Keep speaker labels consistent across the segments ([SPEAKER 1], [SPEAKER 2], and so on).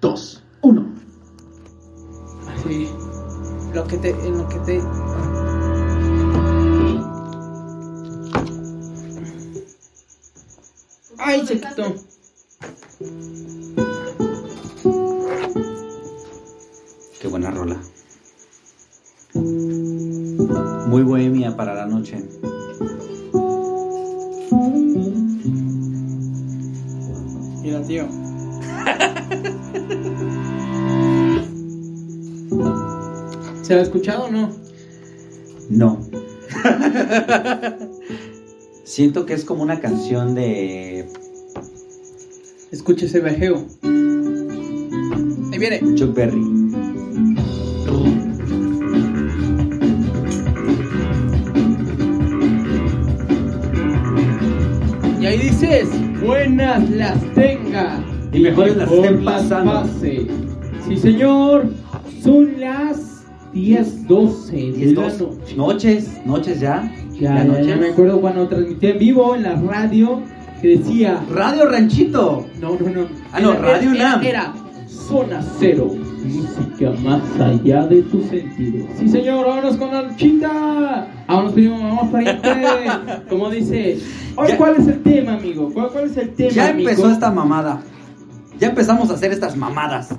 [SPEAKER 1] Dos, uno.
[SPEAKER 2] Sí. Lo que te, en lo que te. ah. Ay, se quitó.
[SPEAKER 1] Qué buena rola. Muy bohemia para la noche.
[SPEAKER 2] Mira, tío. ¿Se la ha escuchado o no?
[SPEAKER 1] No. Siento que es como una canción de
[SPEAKER 2] Escucha ese bajeo. Ahí viene.
[SPEAKER 1] Chuck Berry.
[SPEAKER 2] Y ahí dices, buenas las tenga.
[SPEAKER 1] Y mejores las
[SPEAKER 2] por
[SPEAKER 1] estén
[SPEAKER 2] la
[SPEAKER 1] pasando.
[SPEAKER 2] pase. Sí, señor. Son las 10.12 de
[SPEAKER 1] Y
[SPEAKER 2] la
[SPEAKER 1] dos
[SPEAKER 2] noche.
[SPEAKER 1] noches, noches ya.
[SPEAKER 2] Ya,
[SPEAKER 1] la
[SPEAKER 2] ya,
[SPEAKER 1] noche.
[SPEAKER 2] ya me acuerdo cuando transmití en vivo en la radio que decía...
[SPEAKER 1] Radio Ranchito.
[SPEAKER 2] No, no, no.
[SPEAKER 1] Ah, no,
[SPEAKER 2] Era-
[SPEAKER 1] Radio
[SPEAKER 2] era-
[SPEAKER 1] UNAM.
[SPEAKER 2] Era Zona Cero. Música más allá de tus sentidos. Sí, señor, vámonos con la chita. Vámonos, primo, vamos para irte. Como dice. Hoy,
[SPEAKER 1] Ya-
[SPEAKER 2] ¿cuál es el tema, amigo? ¿Cuál, cuál es el tema?
[SPEAKER 1] Ya
[SPEAKER 2] amigo?
[SPEAKER 1] empezó esta mamada. Ya empezamos a hacer estas mamadas.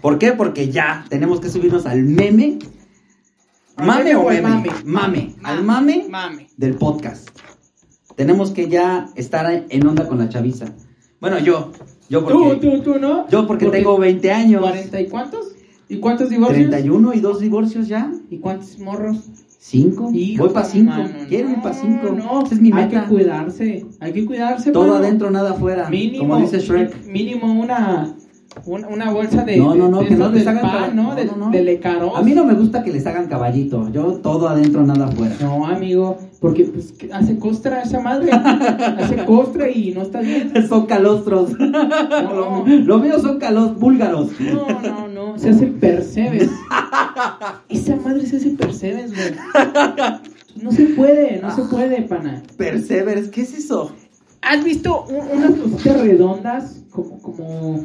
[SPEAKER 1] ¿Por qué? Porque ya tenemos que subirnos al meme.
[SPEAKER 2] ¿Al
[SPEAKER 1] ¿Mame
[SPEAKER 2] meme
[SPEAKER 1] o
[SPEAKER 2] o al
[SPEAKER 1] meme? Mame.
[SPEAKER 2] mame? Ah,
[SPEAKER 1] Al mame
[SPEAKER 2] Mame.
[SPEAKER 1] del podcast. Tenemos que ya estar en onda con la chaviza. Bueno, yo. Yo porque,
[SPEAKER 2] Tú, tú, tú, ¿no?
[SPEAKER 1] Yo porque, tengo 20 años.
[SPEAKER 2] ¿40 y cuántos? ¿Y cuántos divorcios?
[SPEAKER 1] 31 y dos divorcios ya.
[SPEAKER 2] ¿Y cuántos morros?
[SPEAKER 1] Cinco.
[SPEAKER 2] Hijo,
[SPEAKER 1] voy para cinco.
[SPEAKER 2] mano,
[SPEAKER 1] Quiero ir
[SPEAKER 2] no,
[SPEAKER 1] para cinco.
[SPEAKER 2] No,
[SPEAKER 1] Esa es mi
[SPEAKER 2] Hay
[SPEAKER 1] meta.
[SPEAKER 2] que cuidarse. Hay que cuidarse.
[SPEAKER 1] Todo
[SPEAKER 2] mano.
[SPEAKER 1] adentro, nada afuera.
[SPEAKER 2] Mínimo,
[SPEAKER 1] como dice Shrek.
[SPEAKER 2] Mínimo una, una, una bolsa de.
[SPEAKER 1] No, no, no,
[SPEAKER 2] de- de
[SPEAKER 1] que no
[SPEAKER 2] esos
[SPEAKER 1] les
[SPEAKER 2] del
[SPEAKER 1] hagan
[SPEAKER 2] pan, ¿no? De, de Lecaros.
[SPEAKER 1] A mí no me gusta que les hagan caballito. Yo todo adentro, nada afuera.
[SPEAKER 2] No, amigo, porque pues, que hace costra esa madre. hace costra y no está bien.
[SPEAKER 1] Son calostros.
[SPEAKER 2] No,
[SPEAKER 1] Lo mío son calos búlgaros.
[SPEAKER 2] no, no, no. Se hace percebes. esa madre se hace percebes, güey. No se puede, no se puede, pana.
[SPEAKER 1] Perseveres, ¿qué es eso?
[SPEAKER 2] ¿Has visto un- unas cositas redondas como, como,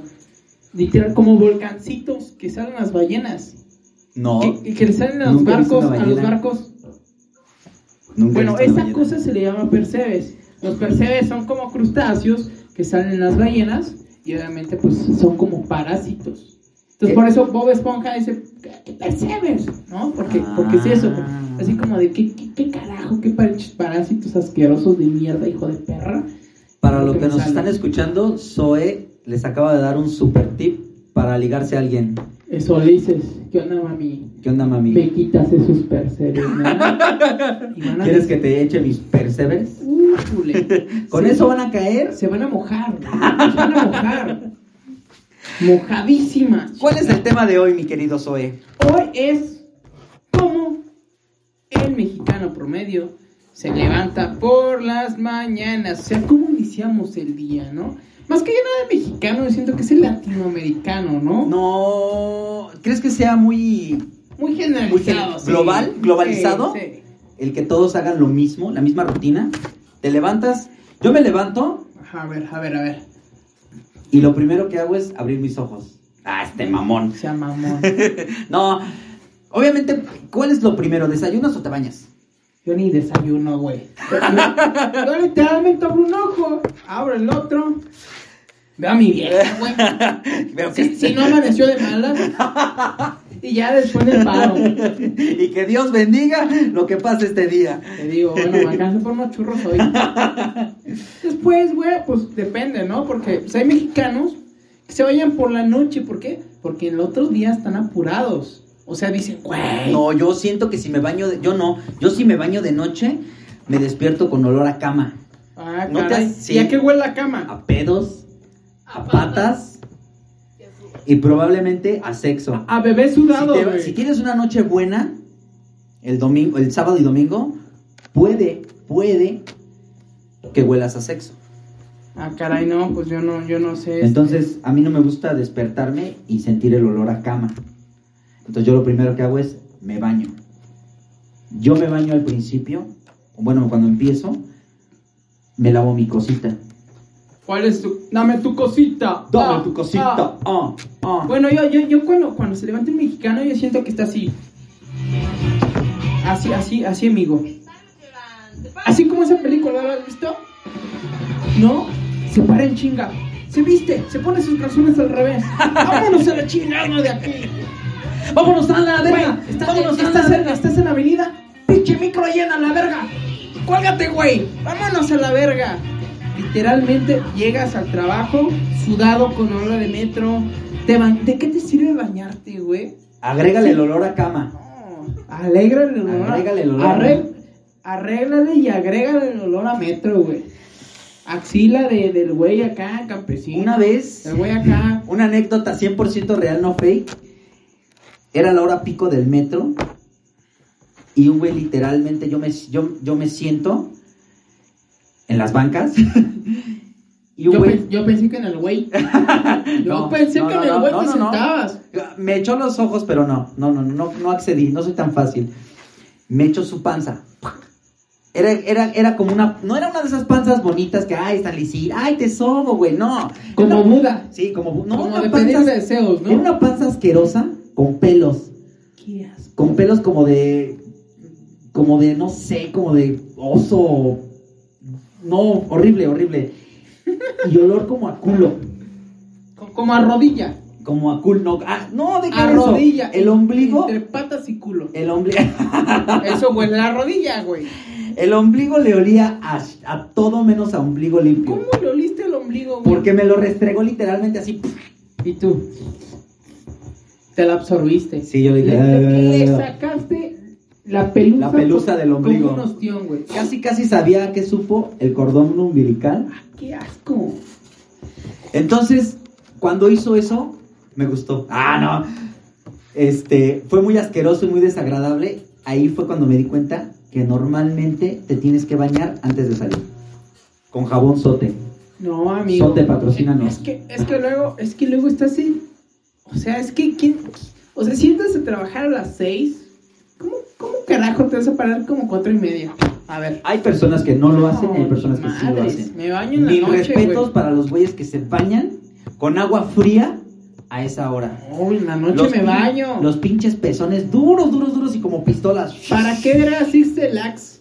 [SPEAKER 2] literal, como volcancitos que salen las ballenas?
[SPEAKER 1] No.
[SPEAKER 2] Que, que- que le salen a los
[SPEAKER 1] Nunca he visto
[SPEAKER 2] barcos,
[SPEAKER 1] una
[SPEAKER 2] a los
[SPEAKER 1] ballena.
[SPEAKER 2] barcos.
[SPEAKER 1] Nunca he
[SPEAKER 2] Bueno,
[SPEAKER 1] visto una
[SPEAKER 2] esa
[SPEAKER 1] ballena.
[SPEAKER 2] cosa se le llama percebes. Los percebes son como crustáceos que salen en las ballenas y obviamente pues son como parásitos. Entonces
[SPEAKER 1] ¿Qué?
[SPEAKER 2] por eso Bob Esponja dice, "¿Qué percebes? ¿No? Porque,
[SPEAKER 1] Ah.
[SPEAKER 2] porque es eso. Así como de, ¿qué, qué, qué carajo? ¿Qué par- parásitos asquerosos de mierda, hijo de perra?
[SPEAKER 1] Para los
[SPEAKER 2] que
[SPEAKER 1] que
[SPEAKER 2] me
[SPEAKER 1] nos
[SPEAKER 2] sale.
[SPEAKER 1] están escuchando, Zoe les acaba de dar un super tip para ligarse a alguien.
[SPEAKER 2] Eso le dices, ¿qué onda, mami?
[SPEAKER 1] ¿Qué onda, mami?
[SPEAKER 2] Me quitas esos percebes, ¿no? Y van a
[SPEAKER 1] ¿Quieres que te eche mis perseveres?
[SPEAKER 2] Újule.
[SPEAKER 1] Con
[SPEAKER 2] Se-
[SPEAKER 1] eso van a caer.
[SPEAKER 2] se van a mojar, se van a mojar. Mojadísimas.
[SPEAKER 1] ¿Cuál es el tema de hoy, mi querido Zoe?
[SPEAKER 2] Hoy es cómo el mexicano promedio se levanta por las mañanas. O sea, cómo iniciamos el día, ¿no? Más que nada el mexicano, yo siento que es el latinoamericano, ¿no?
[SPEAKER 1] No, ¿crees que sea muy
[SPEAKER 2] Muy generalizado.
[SPEAKER 1] Muy gen-
[SPEAKER 2] sí.
[SPEAKER 1] global, globalizado.
[SPEAKER 2] Sí, sí.
[SPEAKER 1] el que todos hagan lo mismo, la misma rutina? Te levantas, yo me levanto
[SPEAKER 2] A ver, a ver, a ver.
[SPEAKER 1] y lo primero que hago es abrir mis ojos. Ah, este mamón.
[SPEAKER 2] Sea mamón.
[SPEAKER 1] No, obviamente, ¿cuál es lo primero? ¿Desayunas o te bañas?
[SPEAKER 2] Yo ni desayuno, güey. Yo, yo literalmente abro un ojo, abro el otro. Veo a mi vieja, güey.
[SPEAKER 1] Veo
[SPEAKER 2] Si, si no amaneció de malas. Y ya después del paro.
[SPEAKER 1] y que Dios bendiga lo que pasa este día.
[SPEAKER 2] Te digo, bueno, me alcanza por unos churros hoy. Después, güey, pues depende, ¿no? Porque pues, hay mexicanos que se vayan por la noche. ¿Por qué? Porque el otro día están apurados. O sea, dicen, güey.
[SPEAKER 1] No, yo siento que si me baño, de- yo no, yo si me baño de noche, me despierto con olor a cama,
[SPEAKER 2] Ah,
[SPEAKER 1] no te
[SPEAKER 2] caray.
[SPEAKER 1] has- sí.
[SPEAKER 2] ¿Y a qué huele la cama?
[SPEAKER 1] a pedos, a patas, y probablemente a sexo.
[SPEAKER 2] A bebé
[SPEAKER 1] Si,
[SPEAKER 2] sudado,
[SPEAKER 1] te-
[SPEAKER 2] güey.
[SPEAKER 1] si tienes una noche buena, el domingo, el sábado y domingo, puede, puede que huelas a sexo.
[SPEAKER 2] Ah, caray, no, pues yo no, yo no sé.
[SPEAKER 1] Entonces, a mí no me gusta despertarme y sentir el olor a cama. Entonces, yo lo primero que hago es me baño. Yo me baño al principio, bueno, cuando empiezo, me lavo mi cosita.
[SPEAKER 2] ¿Cuál es tu...? Dame tu cosita.
[SPEAKER 1] Dame
[SPEAKER 2] Ah,
[SPEAKER 1] tu cosita.
[SPEAKER 2] ah.
[SPEAKER 1] ah, ah.
[SPEAKER 2] Bueno, yo, yo, yo cuando, cuando se levanta un mexicano, yo siento que está así. Así, así, así, amigo. Así como esa película, ¿la has visto? No, se para en chinga. Se viste, se pone sus calzones al revés. Vámonos a la chingada de aquí.
[SPEAKER 1] Vámonos a la verga.
[SPEAKER 2] Güey, estás,
[SPEAKER 1] Vámonos a la
[SPEAKER 2] estás en,
[SPEAKER 1] verga.
[SPEAKER 2] estás en la avenida. Pinche micro llena, la verga. Cuélgate, güey. Vámonos a la verga. Literalmente llegas al trabajo sudado con olor de metro. Te ban- ¿De qué te sirve bañarte, güey?
[SPEAKER 1] Agrégale el olor a cama.
[SPEAKER 2] No. Alégrale el olor. a-
[SPEAKER 1] Agrégale el olor.
[SPEAKER 2] Arreg- arréglale y agrégale el olor a metro, güey. Axila de, del güey acá, campesino.
[SPEAKER 1] Una vez
[SPEAKER 2] El güey acá.
[SPEAKER 1] Una anécdota 100% real, no fake. Era la hora pico del metro. Y un güey, literalmente, yo me, yo, yo me siento en las bancas. y un
[SPEAKER 2] Yo,
[SPEAKER 1] güey.
[SPEAKER 2] pe- yo pensé que en el güey. Yo
[SPEAKER 1] No,
[SPEAKER 2] pensé
[SPEAKER 1] no,
[SPEAKER 2] que
[SPEAKER 1] no,
[SPEAKER 2] en el
[SPEAKER 1] no,
[SPEAKER 2] güey
[SPEAKER 1] no,
[SPEAKER 2] te
[SPEAKER 1] no, no.
[SPEAKER 2] sentabas.
[SPEAKER 1] Me echó los ojos, pero no, no, no, no, no accedí, no soy tan fácil. Me echó su panza. Era, era, era como una. No era una de esas panzas bonitas que, ay, están lisitas, ay, te sobo, güey, no.
[SPEAKER 2] Como
[SPEAKER 1] Era-
[SPEAKER 2] muda.
[SPEAKER 1] Sí, como. No,
[SPEAKER 2] Como
[SPEAKER 1] una
[SPEAKER 2] de
[SPEAKER 1] panza-
[SPEAKER 2] pedir deseos,
[SPEAKER 1] era
[SPEAKER 2] ¿no?
[SPEAKER 1] una panza asquerosa con pelos.
[SPEAKER 2] Qué asco.
[SPEAKER 1] con pelos como de como de no sé como de oso no horrible horrible y olor como a culo
[SPEAKER 2] Co- Como a rodilla.
[SPEAKER 1] como a culo no ah, no de
[SPEAKER 2] A rodilla.
[SPEAKER 1] el ombligo
[SPEAKER 2] Entre patas y culo.
[SPEAKER 1] el ombligo
[SPEAKER 2] Eso, güey, la rodilla, güey.
[SPEAKER 1] el ombligo le olía a, a todo menos a ombligo limpio
[SPEAKER 2] ¿Cómo le oliste el ombligo, güey?
[SPEAKER 1] porque me lo restregó literalmente así
[SPEAKER 2] ¿Y tú? Te la absorbiste.
[SPEAKER 1] sí yo
[SPEAKER 2] Le,
[SPEAKER 1] le dije
[SPEAKER 2] le
[SPEAKER 1] "Ah".
[SPEAKER 2] sacaste la pelusa.
[SPEAKER 1] La pelusa
[SPEAKER 2] con-
[SPEAKER 1] del ombligo.
[SPEAKER 2] Como un ostión, güey.
[SPEAKER 1] casi casi sabía que supo el cordón umbilical
[SPEAKER 2] Ah, Qué asco.
[SPEAKER 1] Entonces, cuando hizo eso, me gustó. Ah, no. Este, fue muy asqueroso y muy desagradable. Ahí fue cuando me di cuenta que normalmente te tienes que bañar antes de salir. Con jabón sote.
[SPEAKER 2] No, amigo.
[SPEAKER 1] Sote, patrocínanos.
[SPEAKER 2] Es que, es que luego, es que luego estás en. O sea, es que quién. O sea, siéntase a trabajar a las 6. ¿Cómo, ¿Cómo carajo te vas a parar como cuatro y media? A ver.
[SPEAKER 1] Hay personas que no lo hacen y hay
[SPEAKER 2] No,
[SPEAKER 1] personas que sí lo
[SPEAKER 2] madres,
[SPEAKER 1] hacen.
[SPEAKER 2] Me baño en la
[SPEAKER 1] Mis
[SPEAKER 2] noche,
[SPEAKER 1] respetos
[SPEAKER 2] güey.
[SPEAKER 1] para los güeyes que se bañan con agua fría a esa hora.
[SPEAKER 2] No, en la noche
[SPEAKER 1] Los
[SPEAKER 2] me
[SPEAKER 1] pin-
[SPEAKER 2] baño.
[SPEAKER 1] Los pinches pezones duros, duros, duros y como pistolas.
[SPEAKER 2] ¿Para qué era asiste lax?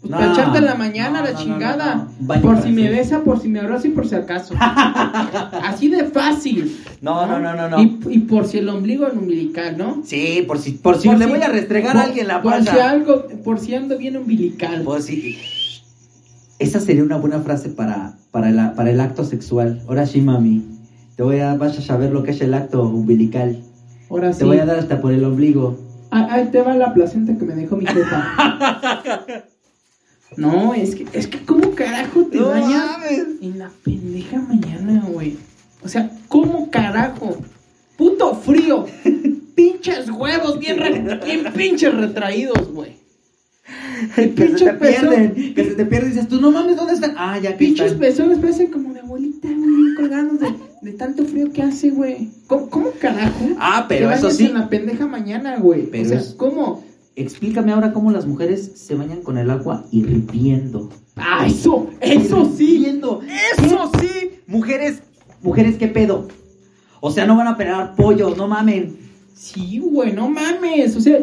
[SPEAKER 2] Pues
[SPEAKER 1] No.
[SPEAKER 2] para echarte en la mañana,
[SPEAKER 1] No, no,
[SPEAKER 2] la
[SPEAKER 1] no,
[SPEAKER 2] chingada.
[SPEAKER 1] no, no. Baño
[SPEAKER 2] Por
[SPEAKER 1] para
[SPEAKER 2] si me
[SPEAKER 1] siempre.
[SPEAKER 2] besa, por si me abraza y por si acaso. Así de fácil.
[SPEAKER 1] No, no, no, no, no.
[SPEAKER 2] Y, y por si el ombligo, el umbilical, ¿no?
[SPEAKER 1] Sí, por si, por si
[SPEAKER 2] Por
[SPEAKER 1] le
[SPEAKER 2] si-
[SPEAKER 1] voy a restregar a
[SPEAKER 2] por-
[SPEAKER 1] alguien la
[SPEAKER 2] Por si
[SPEAKER 1] panza.
[SPEAKER 2] algo, por si ando bien umbilical.
[SPEAKER 1] Pues sí. Esa sería una buena frase para, para, la- para el acto sexual. Ahora sí, mami. Te voy a, vas a saber lo que es el acto umbilical.
[SPEAKER 2] Ahora sí.
[SPEAKER 1] Te voy a dar hasta por el ombligo.
[SPEAKER 2] Ah, Ahí te va la placenta que me dejó mi jefa. no, es que, es que cómo carajo te bañas en la pendeja mañana, güey. O sea, ¿cómo carajo? Puto frío. Pinches huevos bien, re- bien pinches retraídos, güey. Y
[SPEAKER 1] Que se te
[SPEAKER 2] pinches pezones.
[SPEAKER 1] pierden. Que se te pierden. Dices tú, no mames, ¿dónde están? Ah, ya aquí
[SPEAKER 2] Pinches
[SPEAKER 1] están.
[SPEAKER 2] pezones parecen como de abuelita, güey, colgados de, de tanto frío que hace, güey. ¿Cómo, cómo carajo?
[SPEAKER 1] Ah,
[SPEAKER 2] te
[SPEAKER 1] pero eso
[SPEAKER 2] bañas
[SPEAKER 1] sí.
[SPEAKER 2] en la pendeja mañana, güey.
[SPEAKER 1] Pero
[SPEAKER 2] o sea,
[SPEAKER 1] es-
[SPEAKER 2] ¿cómo?
[SPEAKER 1] Explícame ahora cómo las mujeres se bañan con el agua hirviendo.
[SPEAKER 2] Ah, eso, eso sí.
[SPEAKER 1] Hirviendo.
[SPEAKER 2] Eso sí.
[SPEAKER 1] Mujeres, mujeres, ¿qué pedo? O sea, no van a pelar pollos, no mamen.
[SPEAKER 2] Sí, güey, no mames. O sea,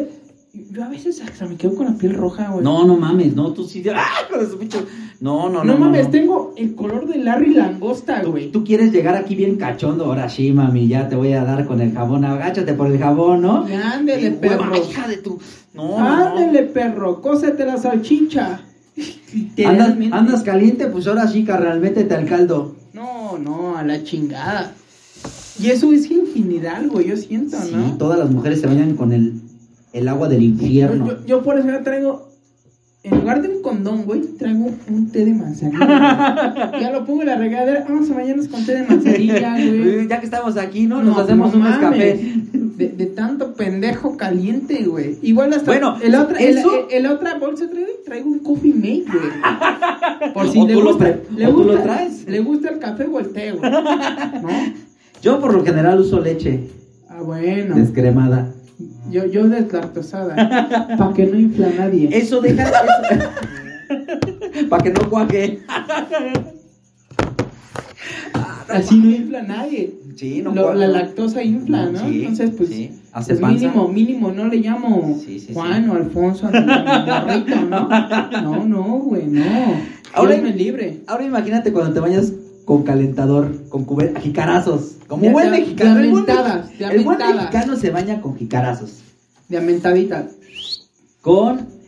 [SPEAKER 2] yo a veces hasta me quedo con la piel roja, güey.
[SPEAKER 1] No, no mames, no, tú sí. ¡Ah, hijo de su pinche- No, no, no.
[SPEAKER 2] No mames, este-
[SPEAKER 1] no.
[SPEAKER 2] tengo el color de Larry Langosta,
[SPEAKER 1] Tú,
[SPEAKER 2] güey.
[SPEAKER 1] tú quieres llegar aquí bien cachondo, ahora sí, mami, ya te voy a dar con el jabón, agáchate por el jabón, ¿no?
[SPEAKER 2] Y ándele,
[SPEAKER 1] Eh, hueva,
[SPEAKER 2] perro.
[SPEAKER 1] hija de tu... No, no, no.
[SPEAKER 2] Ándele, perro, cósete la salchicha.
[SPEAKER 1] Andas,
[SPEAKER 2] Literalmente.
[SPEAKER 1] andas caliente, pues ahora sí, carnal, métete al caldo.
[SPEAKER 2] No, no, a la chingada. Y eso es infinidad, güey, yo siento,
[SPEAKER 1] Sí,
[SPEAKER 2] ¿no?
[SPEAKER 1] todas las mujeres se bañan con el, el agua del infierno.
[SPEAKER 2] Yo, yo por eso ya traigo en lugar de un condón, güey, traigo un té de manzanilla. güey. ya lo pongo en la regadera. Vamos a bañarnos con té de manzanilla, güey.
[SPEAKER 1] Pues, ya que estamos aquí, ¿no? Nos hacemos un
[SPEAKER 2] mames.
[SPEAKER 1] escape.
[SPEAKER 2] De, de tanto pendejo caliente, güey. Igual hasta.
[SPEAKER 1] Bueno,
[SPEAKER 2] el otra, el,
[SPEAKER 1] eso-
[SPEAKER 2] el- el otra bolsa traigo, traigo un coffee mate, güey. Por si
[SPEAKER 1] O
[SPEAKER 2] le
[SPEAKER 1] tú lo
[SPEAKER 2] gusta.
[SPEAKER 1] tra-
[SPEAKER 2] le
[SPEAKER 1] o tú lo
[SPEAKER 2] gusta,
[SPEAKER 1] traes.
[SPEAKER 2] Le gusta el café volteo, güey. ¿No?
[SPEAKER 1] Yo por lo general uso leche
[SPEAKER 2] Ah, bueno.
[SPEAKER 1] descremada.
[SPEAKER 2] Yo, yo deslactosada. Para que no infla a nadie.
[SPEAKER 1] Eso deja. Para que no cuaje. Ah,
[SPEAKER 2] Así no infla a nadie.
[SPEAKER 1] Sí,
[SPEAKER 2] Lo- la lactosa infla, ¿no?
[SPEAKER 1] Sí,
[SPEAKER 2] Entonces, pues,
[SPEAKER 1] sí.
[SPEAKER 2] pues,
[SPEAKER 1] Hace panza.
[SPEAKER 2] mínimo, mínimo, no le llamo
[SPEAKER 1] Sí, sí, sí.
[SPEAKER 2] Juan o Alfonso a mi morrito, ¿no? No, no, güey, no.
[SPEAKER 1] Ahora-
[SPEAKER 2] Ahora me libre.
[SPEAKER 1] Ahora imagínate cuando te bañas con calentador, con cube- jicarazos. Como un
[SPEAKER 2] De-
[SPEAKER 1] buen
[SPEAKER 2] de-
[SPEAKER 1] mexicano.
[SPEAKER 2] de
[SPEAKER 1] el buen me-
[SPEAKER 2] amentadas, de
[SPEAKER 1] el buen
[SPEAKER 2] amentadas.
[SPEAKER 1] mexicano se baña con jicarazos.
[SPEAKER 2] De amentadita.
[SPEAKER 1] Con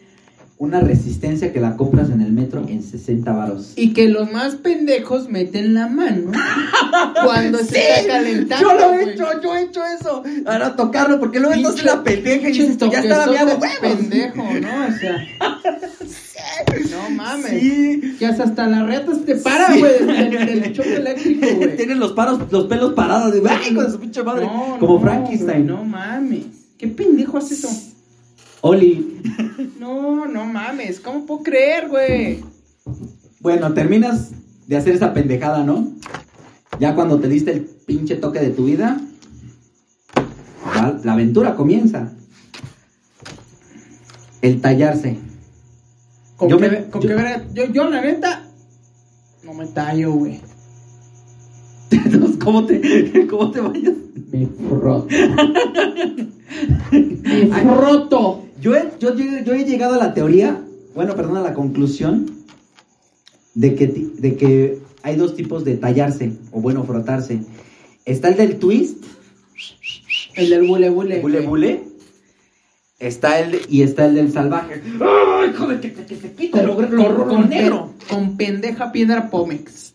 [SPEAKER 1] una resistencia que la compras en el metro en 60 varos.
[SPEAKER 2] Y que los más pendejos meten la mano cuando se está calentando.
[SPEAKER 1] Yo lo he
[SPEAKER 2] güey.
[SPEAKER 1] hecho, yo he hecho eso. Ahora tocarlo, porque luego
[SPEAKER 2] Pinche-
[SPEAKER 1] entonces la pendeja y
[SPEAKER 2] pinche
[SPEAKER 1] dices, "Pues ya estaba mi agua,
[SPEAKER 2] toquezote
[SPEAKER 1] huevos.
[SPEAKER 2] pendejo, ¿no? O sea. No mames.
[SPEAKER 1] Sí.
[SPEAKER 2] Ya hasta- hasta las retas te paran,
[SPEAKER 1] Sí.
[SPEAKER 2] güey, del, del- del choque eléctrico, güey.
[SPEAKER 1] Tienen los, paros, los pelos parados. digo, Ay, con su pinche madre.
[SPEAKER 2] No,
[SPEAKER 1] Como
[SPEAKER 2] no,
[SPEAKER 1] Frankenstein.
[SPEAKER 2] güey, No mames. ¿Qué pendejo hace eso?
[SPEAKER 1] Oli.
[SPEAKER 2] No, no mames. ¿Cómo puedo creer, güey?
[SPEAKER 1] Bueno, terminas de hacer esa pendejada, ¿no? Ya cuando te diste el pinche toque de tu vida, va- la aventura comienza. El tallarse.
[SPEAKER 2] Con
[SPEAKER 1] Yo
[SPEAKER 2] que,
[SPEAKER 1] me-
[SPEAKER 2] ve- con
[SPEAKER 1] yo-
[SPEAKER 2] que verga- yo, yo, la neta, no me tallo, güey.
[SPEAKER 1] Entonces, ¿cómo te, cómo te bañas?
[SPEAKER 2] Me froto. me
[SPEAKER 1] Ay.
[SPEAKER 2] froto.
[SPEAKER 1] Yo he, yo, llegué- yo he llegado a la teoría, bueno, perdón, a la conclusión de que, ti- de que hay dos tipos de tallarse, o bueno, frotarse. Está el del twist,
[SPEAKER 2] El del bule bule.
[SPEAKER 1] bule
[SPEAKER 2] güey.
[SPEAKER 1] bule, está el, y está el del salvaje. ¡Ay, hijo de que, que- que te quito lo, lo- lo- lo
[SPEAKER 2] con
[SPEAKER 1] negro!
[SPEAKER 2] pe- con pendeja piedra Pomex.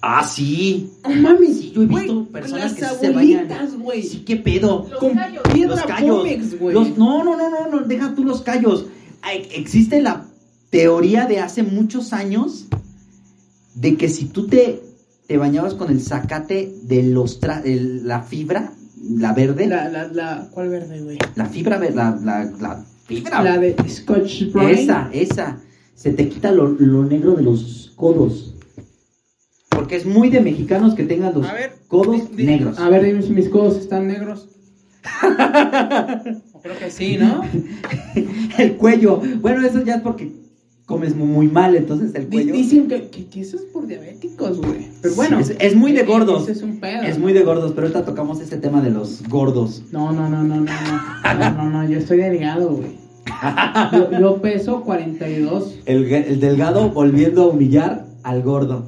[SPEAKER 1] Ah, sí.
[SPEAKER 2] No mames,
[SPEAKER 1] Sí, yo he visto
[SPEAKER 2] güey,
[SPEAKER 1] personas que
[SPEAKER 2] las
[SPEAKER 1] sí se
[SPEAKER 2] abuelitas,
[SPEAKER 1] bañan.
[SPEAKER 2] güey.
[SPEAKER 1] Sí, qué pedo.
[SPEAKER 2] con
[SPEAKER 1] Los
[SPEAKER 2] piedra
[SPEAKER 1] callos.
[SPEAKER 2] Pomex, güey.
[SPEAKER 1] Los- no, no, no, no, no, deja tú los callos. Ay, Existe la teoría de hace muchos años de que si tú te, te bañabas con el zacate de los tra- el- la fibra, la verde, la,
[SPEAKER 2] La, la, la, ¿cuál verde, güey?
[SPEAKER 1] fibra verde, la, la, la fibra.
[SPEAKER 2] La de Scotch Brite.
[SPEAKER 1] esa, esa. Se te quita lo, lo negro de los codos. Porque es muy de mexicanos que tengan los
[SPEAKER 2] A ver,
[SPEAKER 1] codos
[SPEAKER 2] di- di-
[SPEAKER 1] negros.
[SPEAKER 2] A ver, dime si mis codos están negros. Creo que sí, ¿no?
[SPEAKER 1] El cuello. Bueno, eso ya es porque comes mu- muy mal, entonces el
[SPEAKER 2] Di-
[SPEAKER 1] cuello.
[SPEAKER 2] Dicen que, que, que eso es por diabéticos, güey. Pero bueno. eh,
[SPEAKER 1] Sí, es, es muy de gordos.
[SPEAKER 2] Ese es un pedo.
[SPEAKER 1] Es muy de gordos, pero ahorita tocamos este tema de los gordos.
[SPEAKER 2] No, no, no, no, no, no. No, no, no, yo estoy delgado, güey. Yo, yo peso 42.
[SPEAKER 1] El, ge- el delgado volviendo a humillar al gordo.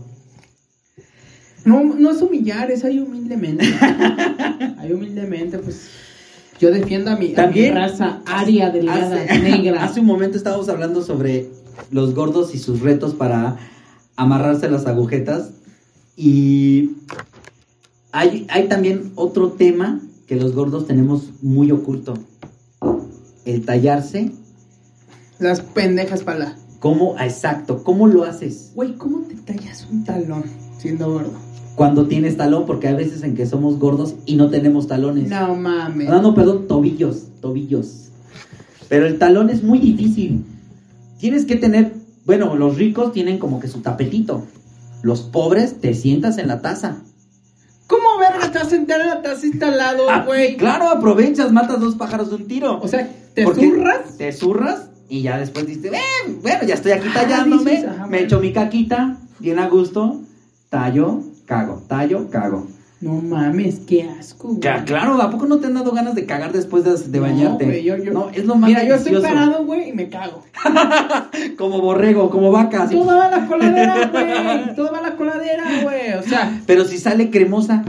[SPEAKER 2] No, no es humillar, es ahí humildemente. Ahí humildemente, pues. Yo defiendo a mi, a mi
[SPEAKER 1] También-
[SPEAKER 2] raza aria, delgada,
[SPEAKER 1] Hace-
[SPEAKER 2] negra.
[SPEAKER 1] Hace un momento estábamos hablando sobre los gordos y sus retos para amarrarse las agujetas. Y hay, hay también otro tema que los gordos tenemos muy oculto. El tallarse.
[SPEAKER 2] Las pendejas para la.
[SPEAKER 1] ¿Cómo? ah, Exacto. ¿Cómo lo haces?
[SPEAKER 2] Güey, ¿cómo te tallas un talón siendo gordo?
[SPEAKER 1] Cuando tienes talón, porque hay veces en que somos gordos y no tenemos talones.
[SPEAKER 2] No mames.
[SPEAKER 1] Ah, No, no, perdón, tobillos, tobillos. Pero el talón es muy difícil. Tienes que tener, bueno, los ricos tienen como que su tapetito. Los pobres te sientas en la taza.
[SPEAKER 2] ¿Cómo verga te vas a sentar en la tacita al lado, güey?
[SPEAKER 1] Ah, claro, aprovechas, matas dos pájaros de un tiro.
[SPEAKER 2] O sea, te
[SPEAKER 1] Porque
[SPEAKER 2] zurras. Ah,
[SPEAKER 1] Te zurras y ya después dices, "Eh, bueno, ya estoy aquí tallándome,
[SPEAKER 2] dices, ajá,
[SPEAKER 1] me
[SPEAKER 2] bueno.
[SPEAKER 1] echo mi caquita, bien a gusto, tallo, cago, tallo, cago.
[SPEAKER 2] No mames, qué asco, güey.
[SPEAKER 1] Ya, claro, ¿a poco no te han dado ganas de cagar después de, de
[SPEAKER 2] No,
[SPEAKER 1] bañarte?
[SPEAKER 2] güey, yo- yo-
[SPEAKER 1] No, es lo más
[SPEAKER 2] Mira, yo estoy
[SPEAKER 1] delicioso.
[SPEAKER 2] parado, güey, y me cago.
[SPEAKER 1] Como borrego, como vaca. así.
[SPEAKER 2] Toda va la coladera, güey. Toda va la coladera, güey. O sea,
[SPEAKER 1] Pero si sale cremosa.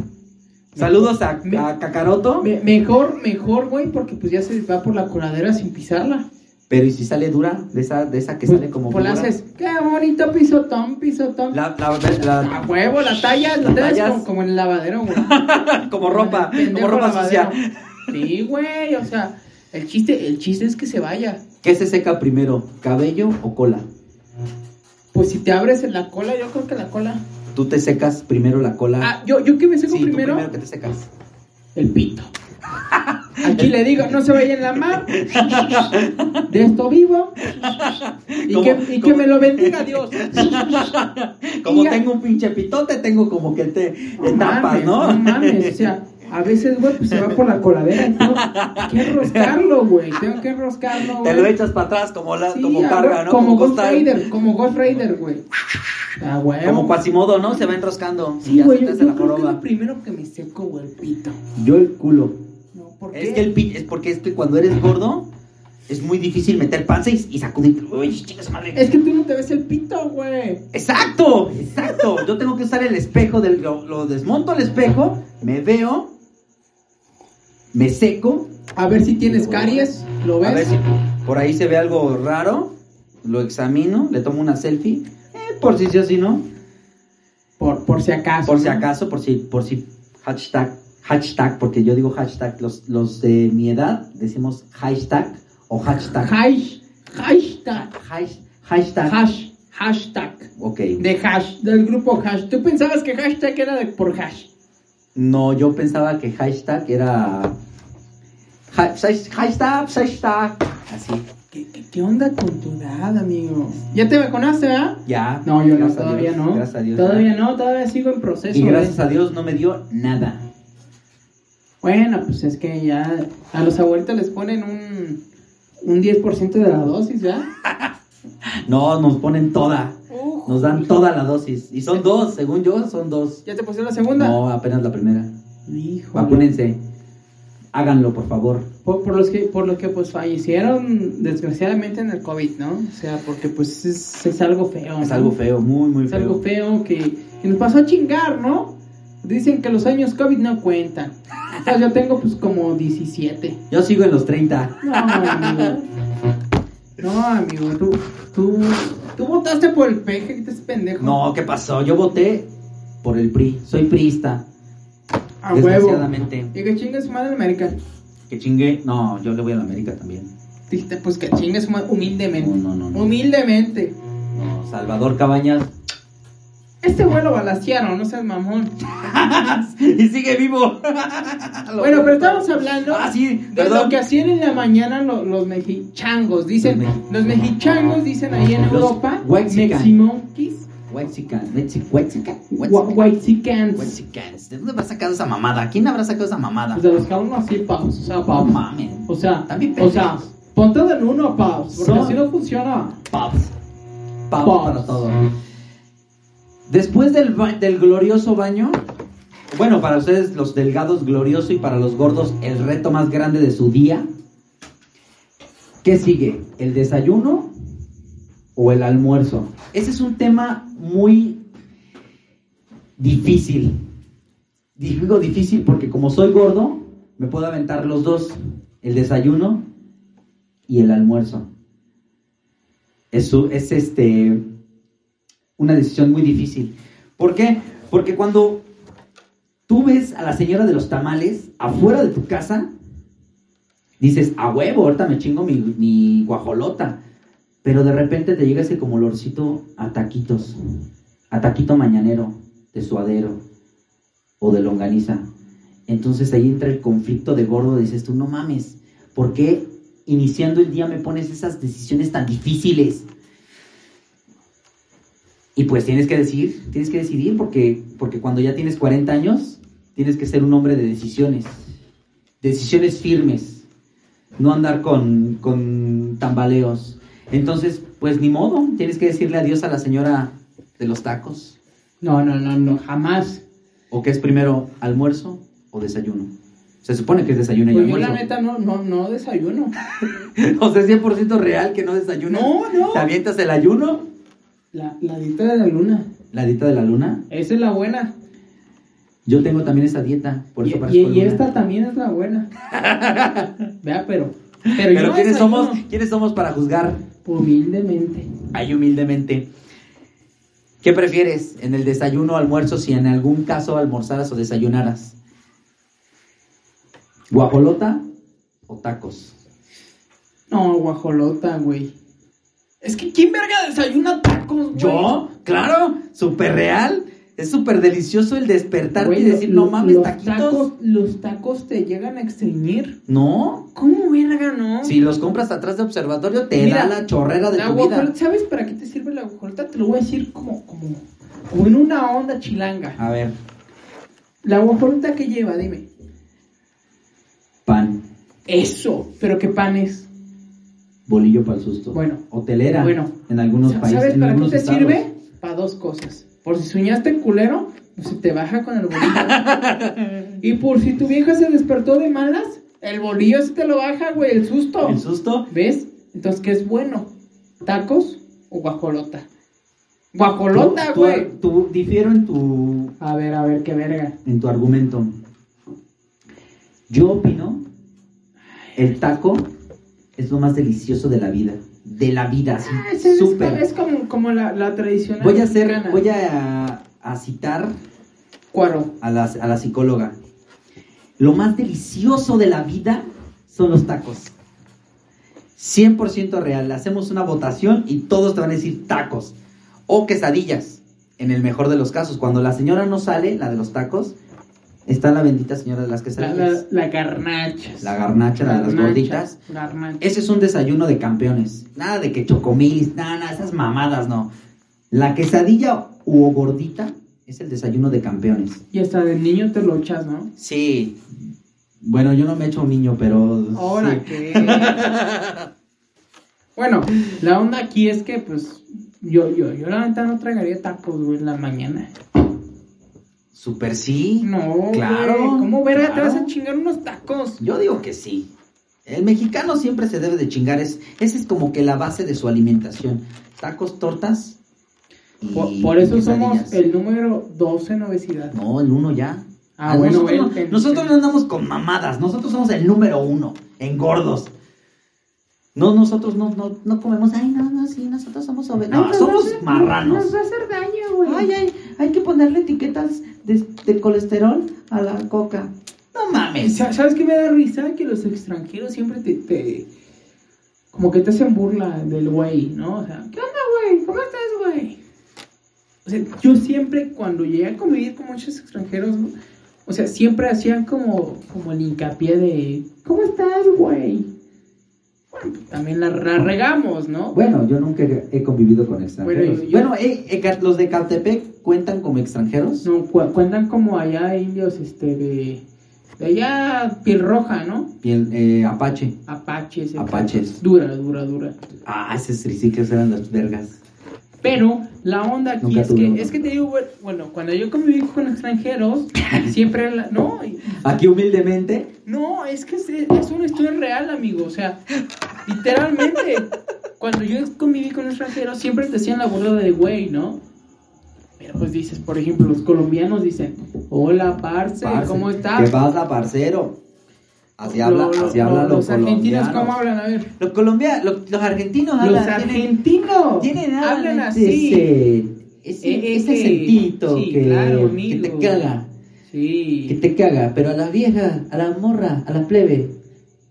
[SPEAKER 1] Saludos a,
[SPEAKER 2] Me-
[SPEAKER 1] a Cacaroto.
[SPEAKER 2] me- mejor, mejor, güey, porque pues ya se va por la coladera sin pisarla.
[SPEAKER 1] Pero ¿y si sale dura? De esa, de esa que
[SPEAKER 2] Pues,
[SPEAKER 1] sale como
[SPEAKER 2] pues la
[SPEAKER 1] dura.
[SPEAKER 2] haces, qué bonito pisotón, pisotón.
[SPEAKER 1] La, la- la-
[SPEAKER 2] A huevo, la talla, la talla
[SPEAKER 1] Tallas.
[SPEAKER 2] como, como en el lavadero, güey.
[SPEAKER 1] como ropa,
[SPEAKER 2] Pendejo
[SPEAKER 1] como ropa
[SPEAKER 2] lavadero.
[SPEAKER 1] sucia.
[SPEAKER 2] Sí, güey, o sea, el chiste, el chiste es que se vaya.
[SPEAKER 1] ¿Qué se seca primero, cabello o cola?
[SPEAKER 2] Pues si te abres en la cola, yo creo que la cola.
[SPEAKER 1] Tú te secas primero la cola.
[SPEAKER 2] Ah, yo, yo que me seco
[SPEAKER 1] sí,
[SPEAKER 2] primero,
[SPEAKER 1] tú primero que te secas.
[SPEAKER 2] el pito. Aquí le digo, no se vaya en la mar. De esto vivo. Y,
[SPEAKER 1] Como-
[SPEAKER 2] que, y que
[SPEAKER 1] como-
[SPEAKER 2] me lo bendiga Dios.
[SPEAKER 1] Como
[SPEAKER 2] Y ya-
[SPEAKER 1] tengo un pinche pitote, tengo como que te te tapas,
[SPEAKER 2] mames,
[SPEAKER 1] ¿no?
[SPEAKER 2] No mames, o sea, a veces, güey, pues se va por la coladera y tengo que enroscarlo, güey. Tengo que enroscarlo, güey.
[SPEAKER 1] Te lo echas para atrás como la,
[SPEAKER 2] Sí,
[SPEAKER 1] como
[SPEAKER 2] a
[SPEAKER 1] carga,
[SPEAKER 2] hue-
[SPEAKER 1] ¿no?
[SPEAKER 2] Como Ghost
[SPEAKER 1] costal.
[SPEAKER 2] Rider, como Ghost Rider, güey. Ah, güey.
[SPEAKER 1] Como cuasimodo, ¿no? Se va enroscando. y
[SPEAKER 2] Sí,
[SPEAKER 1] ya
[SPEAKER 2] güey,
[SPEAKER 1] se
[SPEAKER 2] yo,
[SPEAKER 1] te
[SPEAKER 2] yo
[SPEAKER 1] hace la
[SPEAKER 2] creo que es
[SPEAKER 1] joroba.
[SPEAKER 2] lo primero que me seco, güey, el pito.
[SPEAKER 1] Yo el culo.
[SPEAKER 2] No, ¿por qué?
[SPEAKER 1] Es que el pi- es porque es que cuando eres gordo es muy difícil meter panza y, y sacudir. Uy, chicas madre.
[SPEAKER 2] Es que tú no te ves el pito, güey.
[SPEAKER 1] Exacto, exacto. Yo tengo que usar el espejo del lo, lo desmonto el espejo, me veo, me seco,
[SPEAKER 2] A ver si tienes caries, ¿lo ves?
[SPEAKER 1] a ver si por ahí se ve algo raro, lo examino, le tomo una selfie, eh, por si sí o si no,
[SPEAKER 2] Por, por si acaso.
[SPEAKER 1] por si
[SPEAKER 2] ¿no?
[SPEAKER 1] acaso, por si por si hashtag hashtag porque yo digo hashtag los los de mi edad decimos hashtag o hashtag
[SPEAKER 2] Hash, hashtag.
[SPEAKER 1] hash- hashtag
[SPEAKER 2] Hash, hashtag.
[SPEAKER 1] Ok.
[SPEAKER 2] De hash, del grupo hash. ¿Tú pensabas que hashtag era de por hash?
[SPEAKER 1] No, yo pensaba que hashtag era. ha- hash- Hashtag, hashtag. Así.
[SPEAKER 2] ¿Qué, qué, qué onda con tu edad, amigo? ¿Ya te vacunaste, verdad?
[SPEAKER 1] Ya.
[SPEAKER 2] No, yo no,
[SPEAKER 1] Gracias a
[SPEAKER 2] todavía
[SPEAKER 1] Dios,
[SPEAKER 2] no.
[SPEAKER 1] Gracias a Dios.
[SPEAKER 2] Todavía no, todavía sigo en proceso. ¿eh?
[SPEAKER 1] Y
[SPEAKER 2] güey.
[SPEAKER 1] gracias a Dios no me dio nada.
[SPEAKER 2] Bueno, pues es que ya a los abuelitos les ponen un, un 10% de la dosis, ¿verdad?
[SPEAKER 1] No, nos ponen toda. Nos dan toda la dosis. Y son dos, según yo, son dos.
[SPEAKER 2] ¿Ya te pusieron la segunda?
[SPEAKER 1] No, apenas la primera.
[SPEAKER 2] Hijo.
[SPEAKER 1] Vacúnense. Háganlo, por favor.
[SPEAKER 2] Por, por los que, por lo que pues fallecieron desgraciadamente en el COVID, ¿no? O sea, porque pues es, es algo feo.
[SPEAKER 1] Es
[SPEAKER 2] ¿no?
[SPEAKER 1] algo feo, muy, muy
[SPEAKER 2] Es algo
[SPEAKER 1] feo.
[SPEAKER 2] feo que, que nos pasó a chingar, ¿no? Dicen que los años COVID no cuentan. Entonces yo tengo pues como 17.
[SPEAKER 1] Yo sigo en los 30.
[SPEAKER 2] No, amigo. No, amigo, tú, tú, tú votaste por el peje, que estás pendejo.
[SPEAKER 1] No, ¿qué pasó? Yo voté por el PRI. Soy priista.
[SPEAKER 2] a huevo.
[SPEAKER 1] desgraciadamente.
[SPEAKER 2] Y que chingue su madre América.
[SPEAKER 1] Que chingue. No, yo le voy a la América también.
[SPEAKER 2] Dijiste, pues que chingue su madre humildemente.
[SPEAKER 1] No, no, no, no.
[SPEAKER 2] Humildemente.
[SPEAKER 1] No, Salvador Cabañas.
[SPEAKER 2] Este güey lo balasearon, no seas mamón.
[SPEAKER 1] y sigue vivo.
[SPEAKER 2] Bueno, pero estamos hablando
[SPEAKER 1] Ah, sí,
[SPEAKER 2] de
[SPEAKER 1] perdón.
[SPEAKER 2] lo que hacían en la mañana lo- los mexichangos. Dicen,
[SPEAKER 1] Los meji-
[SPEAKER 2] los mexichangos dicen ahí en
[SPEAKER 1] Los
[SPEAKER 2] Europa,
[SPEAKER 1] huexican.
[SPEAKER 2] meximonquis,
[SPEAKER 1] Wexican, Wexi- Wexican,
[SPEAKER 2] hua-
[SPEAKER 1] Wexican.
[SPEAKER 2] huexicans.
[SPEAKER 1] Wexicans. ¿De este, dónde habrá sacado esa mamada? ¿Quién habrá sacado esa mamada?
[SPEAKER 2] Pues de los que aún así, paus, o sea,
[SPEAKER 1] No
[SPEAKER 2] paus.
[SPEAKER 1] mames.
[SPEAKER 2] O sea,
[SPEAKER 1] También
[SPEAKER 2] o sea,
[SPEAKER 1] pendejos.
[SPEAKER 2] ponte en uno, paus, porque
[SPEAKER 1] Son-
[SPEAKER 2] así no funciona.
[SPEAKER 1] Paps. Paps
[SPEAKER 2] Paps.
[SPEAKER 1] para todo. Después del, ba- del glorioso baño, bueno, para ustedes los delgados glorioso y para los gordos el reto más grande de su día, ¿qué sigue? ¿El desayuno o el almuerzo? Ese es un tema muy difícil. Digo difícil porque como soy gordo, me puedo aventar los dos, el desayuno y el almuerzo. Es, su- es este, una decisión muy difícil. ¿Por qué? Porque cuando tú ves a la señora de los tamales afuera de tu casa, dices, a huevo, ahorita me chingo mi, mi guajolota. Pero de repente te llega ese como olorcito a taquitos, a taquito mañanero, de suadero o de longaniza. Entonces ahí entra el conflicto de gordo, dices tú, no mames, ¿por qué iniciando el día me pones esas decisiones tan difíciles? Y pues tienes que decir, tienes que decidir porque, porque cuando ya tienes 40 años, tienes que ser un hombre de decisiones, decisiones firmes, no andar con, con tambaleos. Entonces, pues ni modo, tienes que decirle adiós a la señora de los tacos.
[SPEAKER 2] No, no, no, no, jamás.
[SPEAKER 1] ¿O qué es primero, almuerzo o desayuno? Se supone que es desayuno y
[SPEAKER 2] Pues yo
[SPEAKER 1] almuerzo.
[SPEAKER 2] la neta no, no, no desayuno.
[SPEAKER 1] O sea, 100% real que no desayuno.
[SPEAKER 2] No, no.
[SPEAKER 1] ¿Te avientas el ayuno?
[SPEAKER 2] La, la dieta de la luna,
[SPEAKER 1] La dieta de la luna.
[SPEAKER 2] esa es la buena.
[SPEAKER 1] Yo tengo también esa dieta, por
[SPEAKER 2] Y,
[SPEAKER 1] eso
[SPEAKER 2] y-
[SPEAKER 1] parezco
[SPEAKER 2] y
[SPEAKER 1] luna.
[SPEAKER 2] esta también es la buena. Vea, pero. Pero, yo
[SPEAKER 1] Pero
[SPEAKER 2] no
[SPEAKER 1] ¿quiénes
[SPEAKER 2] desayuno.
[SPEAKER 1] somos, ¿quiénes somos para juzgar?
[SPEAKER 2] Humildemente.
[SPEAKER 1] Ahí humildemente. ¿Qué prefieres en el desayuno o almuerzo si en algún caso almorzaras o desayunaras? ¿Guajolota o tacos?
[SPEAKER 2] No, guajolota, güey. Es que ¿quién verga desayuna tacos, güey?
[SPEAKER 1] ¿Yo? Claro, súper real. Es súper delicioso el despertarte
[SPEAKER 2] Güey,
[SPEAKER 1] y decir,
[SPEAKER 2] lo-
[SPEAKER 1] no mames,
[SPEAKER 2] los
[SPEAKER 1] taquitos.
[SPEAKER 2] Tacos, los tacos te llegan a extrañir.
[SPEAKER 1] No.
[SPEAKER 2] ¿Cómo verga, no?
[SPEAKER 1] Si los compras atrás de observatorio, te
[SPEAKER 2] Mira,
[SPEAKER 1] da la chorrera de
[SPEAKER 2] La
[SPEAKER 1] tu vida.
[SPEAKER 2] guajolota, ¿sabes para qué te sirve la guajolota? Te lo voy a decir como, como, como en una onda chilanga.
[SPEAKER 1] A ver,
[SPEAKER 2] La guajolota que lleva, dime.
[SPEAKER 1] pan,
[SPEAKER 2] Eso, pero qué pan es.
[SPEAKER 1] bolillo para el susto.
[SPEAKER 2] Bueno.
[SPEAKER 1] Hotelera.
[SPEAKER 2] Bueno.
[SPEAKER 1] En algunos
[SPEAKER 2] Sa-
[SPEAKER 1] países.
[SPEAKER 2] ¿Sabes
[SPEAKER 1] en
[SPEAKER 2] para qué
[SPEAKER 1] algunos
[SPEAKER 2] te
[SPEAKER 1] estados.
[SPEAKER 2] sirve? Para dos cosas. Por si soñaste el culero, pues se te baja con el bolillo. y por si tu vieja se despertó de malas, el bolillo se te lo baja, güey, el susto.
[SPEAKER 1] El susto.
[SPEAKER 2] ¿Ves? Entonces, ¿qué es bueno? ¿Tacos o guajolota? Guajolota,
[SPEAKER 1] Tú- tú-
[SPEAKER 2] güey.
[SPEAKER 1] tú- difiero en tu,
[SPEAKER 2] A ver, a ver, qué verga.
[SPEAKER 1] en tu argumento. Yo opino, el taco es lo más delicioso de la vida. De la vida, así.
[SPEAKER 2] Ah, es, es-
[SPEAKER 1] súper.
[SPEAKER 2] es como, como la, la tradicional.
[SPEAKER 1] Voy a hacer,
[SPEAKER 2] mexicana.
[SPEAKER 1] voy a, a citar
[SPEAKER 2] Cuaro.
[SPEAKER 1] a la, a la psicóloga. Lo más delicioso de la vida son los tacos. 100% real. Hacemos una votación y todos te van a decir tacos o quesadillas. En el mejor de los casos, cuando la señora no sale, la de los tacos, está la bendita señora de las
[SPEAKER 2] La, la,
[SPEAKER 1] quesadillas.
[SPEAKER 2] la garnacha.
[SPEAKER 1] La, garnacha, la de las gorditas.
[SPEAKER 2] Garnacha.
[SPEAKER 1] Ese es un desayuno de campeones. Nada de que chocomilis, nada, nada, esas mamadas, no. La quesadilla u gordita es el desayuno de campeones.
[SPEAKER 2] Y hasta de niño te lo echas, ¿no?
[SPEAKER 1] Sí. Bueno, yo no me echo un niño, pero.
[SPEAKER 2] Ahora
[SPEAKER 1] sí.
[SPEAKER 2] que. bueno, la onda aquí es que, pues, yo, yo, yo la neta no tragaría tacos, güey, en la mañana.
[SPEAKER 1] Super sí.
[SPEAKER 2] No,
[SPEAKER 1] Claro,
[SPEAKER 2] güey, ¿Cómo verga te
[SPEAKER 1] claro.
[SPEAKER 2] vas a chingar unos tacos?
[SPEAKER 1] Yo digo que sí. El mexicano siempre se debe de chingar. Es, esa es como que la base de su alimentación. Tacos, tortas. y
[SPEAKER 2] Por, por eso
[SPEAKER 1] quesadillas.
[SPEAKER 2] somos el número 12 en obesidad.
[SPEAKER 1] No, el uno ya.
[SPEAKER 2] Ah, bueno,
[SPEAKER 1] nosotros, no,
[SPEAKER 2] el- el-
[SPEAKER 1] nosotros no andamos con mamadas. Nosotros somos el número uno en gordos. No, nosotros no, no, no comemos. Ay, no, no, sí, nosotros somos obesos.
[SPEAKER 2] Ay, pues,
[SPEAKER 1] No,
[SPEAKER 2] nos
[SPEAKER 1] somos
[SPEAKER 2] va a hacer-
[SPEAKER 1] marranos.
[SPEAKER 2] Nos va a hacer daño, güey.
[SPEAKER 1] Ay, ay, hay que ponerle etiquetas de, de colesterol a la coca. No mames.
[SPEAKER 2] Sa- ¿Sabes qué me da risa? Que los extranjeros siempre te, te- Como que te hacen burla del güey, ¿no? O sea, ¿qué onda, güey? ¿Cómo estás, güey? O sea, yo siempre, cuando llegué a convivir con muchos extranjeros, ¿no? o sea, siempre hacían como, como el hincapié de... ¿Cómo estás, güey? Bueno, pues, también la, la regamos, ¿no?
[SPEAKER 1] Bueno, yo nunca he he convivido con extranjeros.
[SPEAKER 2] Bueno, yo-
[SPEAKER 1] Bueno,
[SPEAKER 2] yo-
[SPEAKER 1] eh, eh, los de Catepec cuentan como extranjeros.
[SPEAKER 2] No, cu- cuentan como allá indios, este, de... De allá, piel roja, ¿no?
[SPEAKER 1] Piel, eh, Apache.
[SPEAKER 2] Apaches. etc.
[SPEAKER 1] Apaches.
[SPEAKER 2] Dura, dura, dura.
[SPEAKER 1] Ah, esos triciclos eran las vergas.
[SPEAKER 2] Pero la onda aquí
[SPEAKER 1] Nunca
[SPEAKER 2] es
[SPEAKER 1] tuve
[SPEAKER 2] que,
[SPEAKER 1] uno.
[SPEAKER 2] es que te digo, güey, bueno, cuando yo conviví con extranjeros, siempre la- no, y-
[SPEAKER 1] Aquí humildemente.
[SPEAKER 2] no, es que es, es una historia real, amigo, o sea, literalmente, cuando yo conviví con extranjeros, siempre te hacían la burla de güey, ¿no? Pero pues dices, por ejemplo, los colombianos dicen, hola, parce,
[SPEAKER 1] parce,
[SPEAKER 2] ¿cómo
[SPEAKER 1] ¿Qué
[SPEAKER 2] estás?
[SPEAKER 1] pasa, parcero? Así
[SPEAKER 2] Lo-
[SPEAKER 1] habla,
[SPEAKER 2] lo-
[SPEAKER 1] así
[SPEAKER 2] lo-
[SPEAKER 1] habla
[SPEAKER 2] los argentinos, ¿cómo hablan? A ver.
[SPEAKER 1] Los colombianos, los, los argentinos
[SPEAKER 2] Los
[SPEAKER 1] hablan. tienen-
[SPEAKER 2] argentinos
[SPEAKER 1] tienen
[SPEAKER 2] hablan
[SPEAKER 1] algo
[SPEAKER 2] así.
[SPEAKER 1] de Ese,
[SPEAKER 2] E-
[SPEAKER 1] ese, ese
[SPEAKER 2] ese-
[SPEAKER 1] sentito
[SPEAKER 2] sí,
[SPEAKER 1] que,
[SPEAKER 2] claro,
[SPEAKER 1] que te
[SPEAKER 2] amigo.
[SPEAKER 1] caga.
[SPEAKER 2] Sí.
[SPEAKER 1] Que te caga, pero a las viejas, a las morras, a las plebes.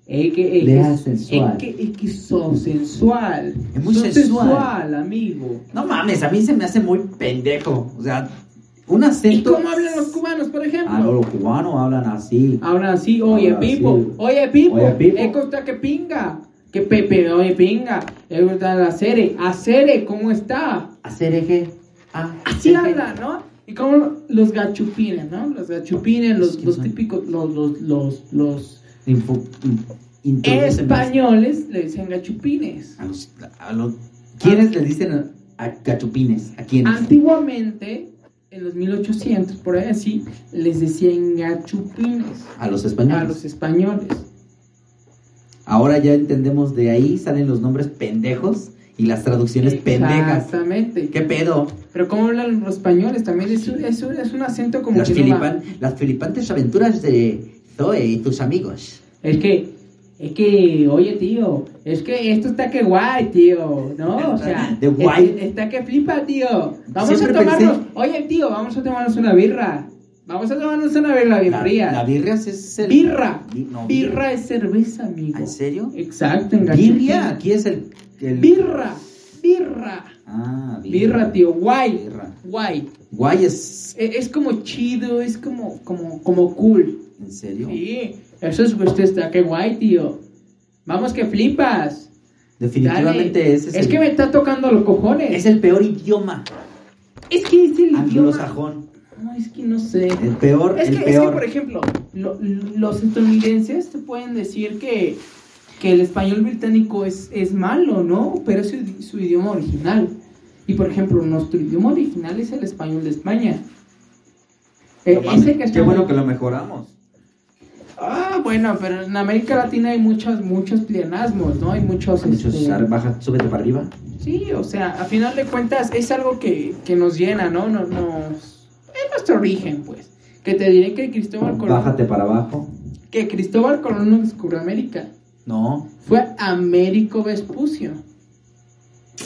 [SPEAKER 2] Es que, es
[SPEAKER 1] Le
[SPEAKER 2] que-
[SPEAKER 1] das sensual.
[SPEAKER 2] Es que, es que son sensual.
[SPEAKER 1] Es muy
[SPEAKER 2] Son
[SPEAKER 1] sensual.
[SPEAKER 2] amigo.
[SPEAKER 1] No mames, a mí se me hace muy pendejo. O sea, un
[SPEAKER 2] ¿Y
[SPEAKER 1] acento.
[SPEAKER 2] cómo hablan los cubanos, por
[SPEAKER 1] Ah, no,
[SPEAKER 2] ejemplo?
[SPEAKER 1] los cubanos hablan así.
[SPEAKER 2] Hablan así, oye
[SPEAKER 1] Hablan así.
[SPEAKER 2] Pipo, oye Pipo,
[SPEAKER 1] Oye, Pipo.
[SPEAKER 2] es costa que pinga, que Pepe, oye pinga, es costa la Cere, a Cere, ¿cómo está?
[SPEAKER 1] Hacer eje. Ah,
[SPEAKER 2] Así
[SPEAKER 1] eje.
[SPEAKER 2] hablan, ¿no? Y como los gachupines, ¿no? Los gachupines, los,
[SPEAKER 1] ¿Quién
[SPEAKER 2] los
[SPEAKER 1] son?
[SPEAKER 2] típicos, los, los, los, los
[SPEAKER 1] Info- in- introdúceme.
[SPEAKER 2] españoles le dicen gachupines.
[SPEAKER 1] A los, a los- ¿Quiénes les dicen a, a cachupines? ¿A quiénes?
[SPEAKER 2] Antiguamente, en los 1800, por ahí así, les decían gachupines
[SPEAKER 1] A los
[SPEAKER 2] a
[SPEAKER 1] españoles.
[SPEAKER 2] los españoles.
[SPEAKER 1] Ahora ya entendemos de ahí salen los nombres pendejos y las traducciones pendejas.
[SPEAKER 2] Exactamente.
[SPEAKER 1] ¿Qué pedo?
[SPEAKER 2] Pero ¿cómo hablan los españoles? También es un, es un, es un acento como
[SPEAKER 1] las,
[SPEAKER 2] que no va.
[SPEAKER 1] filipan- las filipantes aventuras de Zoe y tus amigos.
[SPEAKER 2] Es que, es que, oye, tío, es que esto está que guay, tío, ¿no? O sea,
[SPEAKER 1] De guay.
[SPEAKER 2] es- está que flipa, tío. Vamos
[SPEAKER 1] Siempre
[SPEAKER 2] a tomarnos,
[SPEAKER 1] pensé-
[SPEAKER 2] oye, tío, vamos a tomarnos una birra. Vamos a tomarnos una birra bien
[SPEAKER 1] La,
[SPEAKER 2] fría.
[SPEAKER 1] la birria sí es el-
[SPEAKER 2] Birra.
[SPEAKER 1] Bi- no,
[SPEAKER 2] birra es cerveza, amigo.
[SPEAKER 1] ¿En serio?
[SPEAKER 2] Exacto, en
[SPEAKER 1] Birria,
[SPEAKER 2] Birra.
[SPEAKER 1] aquí es el. el-
[SPEAKER 2] Birra. Birra.
[SPEAKER 1] Ah,
[SPEAKER 2] Birra, tío. Guay.
[SPEAKER 1] Birra.
[SPEAKER 2] Guay.
[SPEAKER 1] Guay es.
[SPEAKER 2] E- Es, como chido, es como, como, como cool.
[SPEAKER 1] ¿En serio?
[SPEAKER 2] Sí. Eso es usted está, qué guay, tío. Vamos que flipas.
[SPEAKER 1] Definitivamente
[SPEAKER 2] Dale.
[SPEAKER 1] ese es.
[SPEAKER 2] Es
[SPEAKER 1] el,
[SPEAKER 2] que me está tocando los cojones.
[SPEAKER 1] es el peor idioma
[SPEAKER 2] Es que es el idioma.
[SPEAKER 1] anglosajón.
[SPEAKER 2] No, es que no sé.
[SPEAKER 1] El peor,
[SPEAKER 2] Es que,
[SPEAKER 1] el
[SPEAKER 2] es que,
[SPEAKER 1] peor.
[SPEAKER 2] por ejemplo, lo- los estadounidenses te pueden decir que, que el español británico es, es malo, ¿no? Pero es su, su idioma original. Y, por ejemplo, nuestro idioma original es el español de España. Eh,
[SPEAKER 1] No mames,
[SPEAKER 2] ese que
[SPEAKER 1] Qué
[SPEAKER 2] está-
[SPEAKER 1] bueno que lo mejoramos.
[SPEAKER 2] Ah, bueno, pero en América Latina hay muchos, muchos pleonasmos, ¿no? Hay muchos...
[SPEAKER 1] Muchos,
[SPEAKER 2] este,
[SPEAKER 1] ar- baja, súbete para arriba.
[SPEAKER 2] Sí, o sea, a final de cuentas es algo que, que nos llena, ¿no? Nos, nos- es nuestro origen, pues. Que te diré que Cristóbal Colón,
[SPEAKER 1] Bájate para abajo.
[SPEAKER 2] que Cristóbal Colón no descubrió América.
[SPEAKER 1] No,
[SPEAKER 2] Fue Américo Vespucio.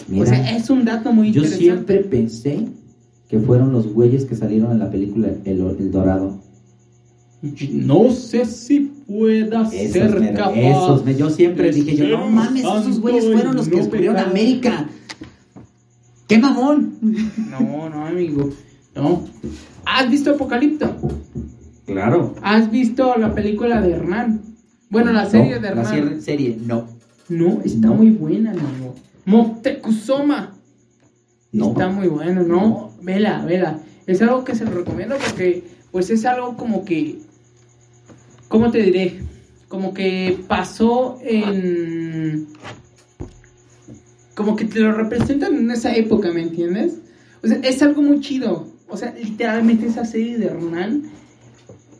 [SPEAKER 1] mira.
[SPEAKER 2] O sea, es un dato muy
[SPEAKER 1] Yo
[SPEAKER 2] interesante.
[SPEAKER 1] siempre pensé que fueron los güeyes que salieron en la película El, El Dorado.
[SPEAKER 2] No sé si pueda
[SPEAKER 1] Esos,
[SPEAKER 2] ser
[SPEAKER 1] mero-
[SPEAKER 2] capaz.
[SPEAKER 1] esos, me- yo siempre
[SPEAKER 2] de
[SPEAKER 1] dije, yo,
[SPEAKER 2] ser
[SPEAKER 1] no mames, esos
[SPEAKER 2] santo
[SPEAKER 1] güeyes fueron
[SPEAKER 2] y
[SPEAKER 1] los que
[SPEAKER 2] no
[SPEAKER 1] descubrieron
[SPEAKER 2] pecar".
[SPEAKER 1] América. ¡Qué mamón!
[SPEAKER 2] No, no, amigo. No. ¿Has visto Apocalipto?
[SPEAKER 1] Claro.
[SPEAKER 2] ¿Has visto la película de Hernán? Bueno, la serie
[SPEAKER 1] No,
[SPEAKER 2] de
[SPEAKER 1] La
[SPEAKER 2] Hernán.
[SPEAKER 1] serie, serie, no.
[SPEAKER 2] No, está
[SPEAKER 1] No.
[SPEAKER 2] muy buena, amigo. Moctezuma.
[SPEAKER 1] No.
[SPEAKER 2] Está muy bueno, ¿no? Vela, vela. Es algo que se lo recomiendo porque, pues, es algo como que. ¿Cómo te diré? Como que pasó en. Como que te lo representan en esa época, ¿me entiendes? O sea, es algo muy chido. O sea, literalmente esa serie de Hernán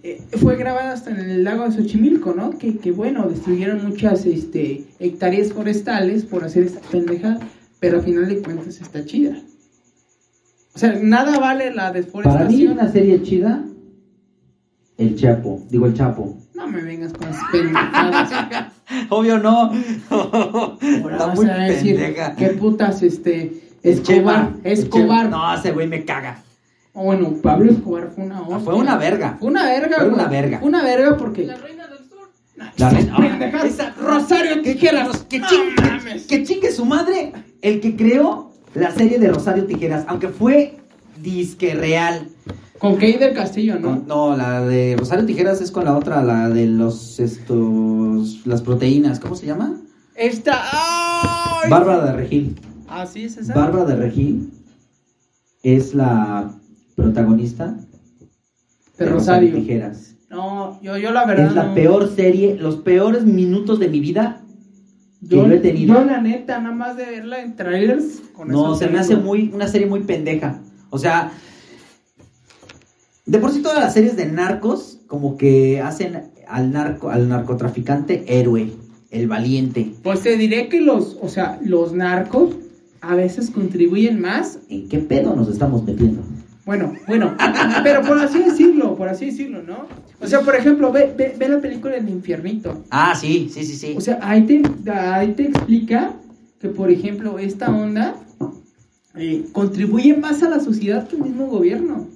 [SPEAKER 2] eh, fue grabada hasta en el lago de Xochimilco, ¿no? Que, que bueno, destruyeron muchas este, hectáreas forestales por hacer esta pendeja, pero al final de cuentas está chida. O sea, nada vale la
[SPEAKER 1] Para mí
[SPEAKER 2] desforestación.
[SPEAKER 1] una serie chida, El Chapo, digo El Chapo.
[SPEAKER 2] No me vengas con esas pendejadas.
[SPEAKER 1] Obvio no.
[SPEAKER 2] Ahora vas a decir, qué putas, este,
[SPEAKER 1] El
[SPEAKER 2] Escobar,
[SPEAKER 1] Chema, el Chema.
[SPEAKER 2] Escobar.
[SPEAKER 1] No, ese güey me caga.
[SPEAKER 2] O bueno, Pablo Escobar fue una hostia.
[SPEAKER 1] Ah, fue una verga.
[SPEAKER 2] Fue una verga,
[SPEAKER 1] Fue
[SPEAKER 2] güey.
[SPEAKER 1] una verga.
[SPEAKER 2] Una verga porque... La reina del sur.
[SPEAKER 1] La
[SPEAKER 2] La
[SPEAKER 1] reina-
[SPEAKER 2] reina
[SPEAKER 1] Esa-
[SPEAKER 2] Rosario
[SPEAKER 1] que,
[SPEAKER 2] Tijeras.
[SPEAKER 1] que,
[SPEAKER 2] No
[SPEAKER 1] chingue,
[SPEAKER 2] mames.
[SPEAKER 1] que chingue su madre el que creó la serie de Rosario Tijeras, aunque fue disque real.
[SPEAKER 2] Con Kay del Castillo, ¿no?
[SPEAKER 1] No, no, la de Rosario Tijeras es con la otra, la de los estos las proteínas, ¿cómo se llama?
[SPEAKER 2] Esta. ¡Ay!
[SPEAKER 1] Bárbara de Regil.
[SPEAKER 2] Así es esa.
[SPEAKER 1] Bárbara de Regil es la protagonista
[SPEAKER 2] de Rosario.
[SPEAKER 1] Tijeras.
[SPEAKER 2] No, yo, yo la verdad.
[SPEAKER 1] Es la
[SPEAKER 2] no.
[SPEAKER 1] peor serie, los peores minutos de mi vida que
[SPEAKER 2] Yo,
[SPEAKER 1] lo he tenido.
[SPEAKER 2] yo, la neta, nada más de verla en trailers. con
[SPEAKER 1] No,
[SPEAKER 2] esa
[SPEAKER 1] se me
[SPEAKER 2] película.
[SPEAKER 1] hace muy una serie muy pendeja. O sea, de por sí todas las series de narcos como que hacen al narco al narcotraficante héroe, el valiente.
[SPEAKER 2] Pues te diré que los. O sea, los narcos a veces contribuyen más.
[SPEAKER 1] ¿En qué pedo nos estamos metiendo?
[SPEAKER 2] Bueno, bueno. pero por así decirlo, por así decirlo, ¿no? O sea, por ejemplo, ve, ve, ve la película El Infiernito.
[SPEAKER 1] Ah, sí, sí, sí, sí.
[SPEAKER 2] O sea, ahí te, ahí te explica que, por ejemplo, esta onda eh, contribuye más a la sociedad que el mismo gobierno.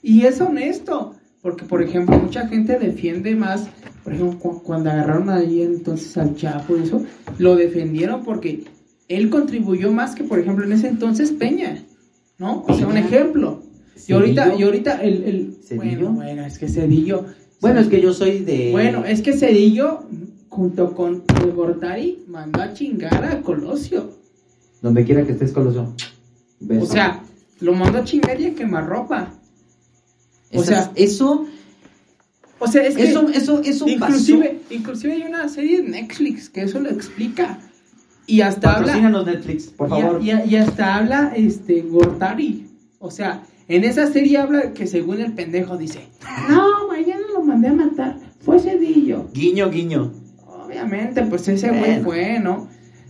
[SPEAKER 2] Y es honesto, porque, por ejemplo, mucha gente defiende más, por ejemplo, cu- cuando agarraron ahí entonces al Chapo y eso, lo defendieron porque él contribuyó más que, por ejemplo, en ese entonces Peña, ¿no? O sea, un
[SPEAKER 1] Peña.
[SPEAKER 2] ejemplo. Y ahorita,
[SPEAKER 1] Cedillo.
[SPEAKER 2] y ahorita el... el
[SPEAKER 1] Cedillo.
[SPEAKER 2] bueno, bueno, es que Cedillo...
[SPEAKER 1] Bueno, es que yo soy de
[SPEAKER 2] Bueno, eh. es que Cedillo, junto con el Gortari, mandó a chingar a Colosio.
[SPEAKER 1] donde quiera que estés Colosio. Beso.
[SPEAKER 2] O sea, lo mandó a chingar y a quemarropa. o
[SPEAKER 1] Esas-
[SPEAKER 2] sea,
[SPEAKER 1] eso
[SPEAKER 2] O sea, es que
[SPEAKER 1] eso eso eso pasó.
[SPEAKER 2] inclusive, inclusive hay una serie de Netflix que eso lo explica. Y hasta habla,
[SPEAKER 1] Patrocínanos Netflix, por
[SPEAKER 2] y a-
[SPEAKER 1] favor.
[SPEAKER 2] y, a- y hasta habla este Gortari. O sea, en esa serie habla que según el pendejo dice, no, mañana lo mandé a matar. Fue Cedillo.
[SPEAKER 1] Guiño, guiño.
[SPEAKER 2] Obviamente, pues ese güey
[SPEAKER 1] Bueno.
[SPEAKER 2] fue, ¿no?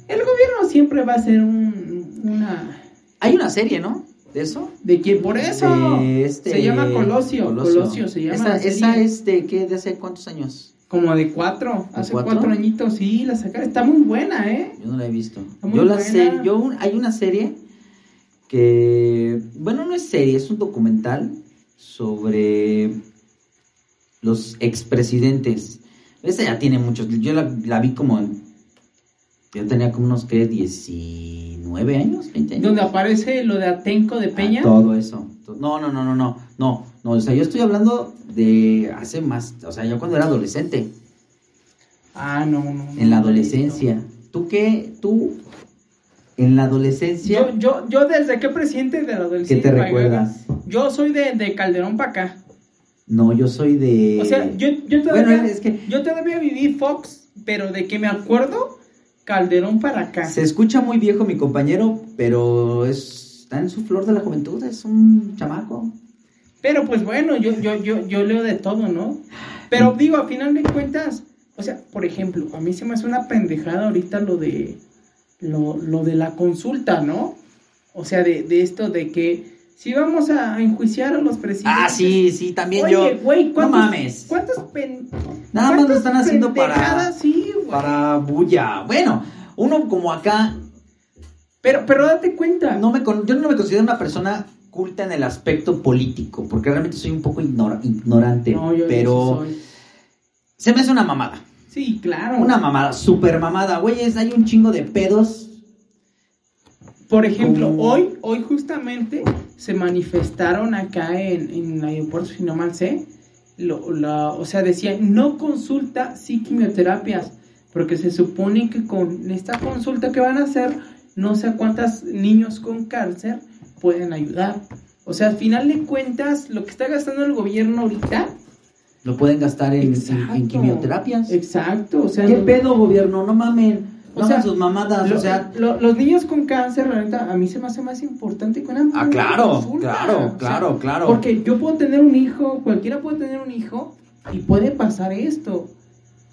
[SPEAKER 2] El gobierno siempre va a ser un, una...
[SPEAKER 1] Hay una serie, ¿no? De eso.
[SPEAKER 2] ¿De quién? Por eso.
[SPEAKER 1] De este-
[SPEAKER 2] Se llama Colosio. Colosio, se llama.
[SPEAKER 1] Esa,
[SPEAKER 2] la serie.
[SPEAKER 1] esa es de qué, de hace cuántos años.
[SPEAKER 2] Como de cuatro.
[SPEAKER 1] ¿De
[SPEAKER 2] Hace
[SPEAKER 1] cuatro?
[SPEAKER 2] cuatro? añitos, sí, la sacaron. Está muy buena, ¿eh?
[SPEAKER 1] Yo no la he visto.
[SPEAKER 2] muy
[SPEAKER 1] Yo la
[SPEAKER 2] buena.
[SPEAKER 1] sé, yo un- hay una serie que bueno no es serie, es un documental sobre los expresidentes. Esa ya tiene muchos. Yo la, la vi como. en- Yo tenía como unos, ¿qué? 19 años, 20 años.
[SPEAKER 2] Donde aparece lo de Atenco de
[SPEAKER 1] Ah,
[SPEAKER 2] Peña.
[SPEAKER 1] todo eso. To- No, no, no, no, no. No, no. O sea, yo estoy hablando de hace más. O sea, yo cuando era adolescente.
[SPEAKER 2] Ah, no, no. no,
[SPEAKER 1] En la
[SPEAKER 2] no lo he visto.
[SPEAKER 1] adolescencia. ¿Tú qué? ¿Tú? En la adolescencia.
[SPEAKER 2] Yo, yo, yo desde qué presidente de la
[SPEAKER 1] ¿Qué
[SPEAKER 2] adolescencia.
[SPEAKER 1] te recuerdas?
[SPEAKER 2] Yo soy de, de Calderón para acá.
[SPEAKER 1] No, yo soy de.
[SPEAKER 2] O sea, yo, yo todavía,
[SPEAKER 1] Bueno, es que-
[SPEAKER 2] yo todavía viví Fox, pero de que me acuerdo, Calderón para acá.
[SPEAKER 1] Se escucha muy viejo mi compañero, pero es, está en su flor de la juventud, es un chamaco.
[SPEAKER 2] Pero pues bueno, yo, yo, yo, yo leo de todo, ¿no? Pero
[SPEAKER 1] Mm.
[SPEAKER 2] digo, a final de cuentas, o sea, por ejemplo, a mí se me hace una pendejada ahorita lo de lo, lo de la consulta, ¿no? O sea, de, de esto de que si vamos a enjuiciar a los presidentes.
[SPEAKER 1] Ah, sí, sí, también
[SPEAKER 2] Oye,
[SPEAKER 1] yo.
[SPEAKER 2] güey, ¿cuántos,
[SPEAKER 1] No mames.
[SPEAKER 2] ¿cuántos pen-
[SPEAKER 1] Nada más lo
[SPEAKER 2] cuántas
[SPEAKER 1] están haciendo para,
[SPEAKER 2] pendejadas? Sí, güey.
[SPEAKER 1] para bulla. Bueno, uno como acá,
[SPEAKER 2] Pero, pero date cuenta.
[SPEAKER 1] no me, con- yo no me considero una persona culta en el aspecto político, porque realmente soy un poco ignora- ignorante,
[SPEAKER 2] No, yo- yo
[SPEAKER 1] pero
[SPEAKER 2] sí soy.
[SPEAKER 1] se me hace una mamada.
[SPEAKER 2] Sí, claro.
[SPEAKER 1] Una mamada, super mamada, güey, es- hay un chingo de pedos.
[SPEAKER 2] Por ejemplo,
[SPEAKER 1] Como-
[SPEAKER 2] hoy, hoy justamente se manifestaron acá en, en el aeropuerto, si no mal sé, lo- la- o sea, decían, no consulta sí quimioterapias, porque se supone que con esta consulta que van a hacer, no sé a cuántos niños con cáncer pueden ayudar. O sea, al final de cuentas, lo que está gastando el gobierno ahorita...
[SPEAKER 1] Lo pueden gastar en, en- en
[SPEAKER 2] Exacto.
[SPEAKER 1] quimioterapias.
[SPEAKER 2] Exacto, o sea...
[SPEAKER 1] ¿Qué
[SPEAKER 2] no-
[SPEAKER 1] pedo, gobierno? No mamen.
[SPEAKER 2] O
[SPEAKER 1] No
[SPEAKER 2] sea,
[SPEAKER 1] hagan sus mamadas,
[SPEAKER 2] Lo-
[SPEAKER 1] o sea.
[SPEAKER 2] lo- los niños con cáncer, la neta, a mí se me hace más importante que una
[SPEAKER 1] Ah, claro, claro, claro, claro.
[SPEAKER 2] Porque yo puedo tener un hijo, cualquiera puede tener un hijo y puede pasar esto.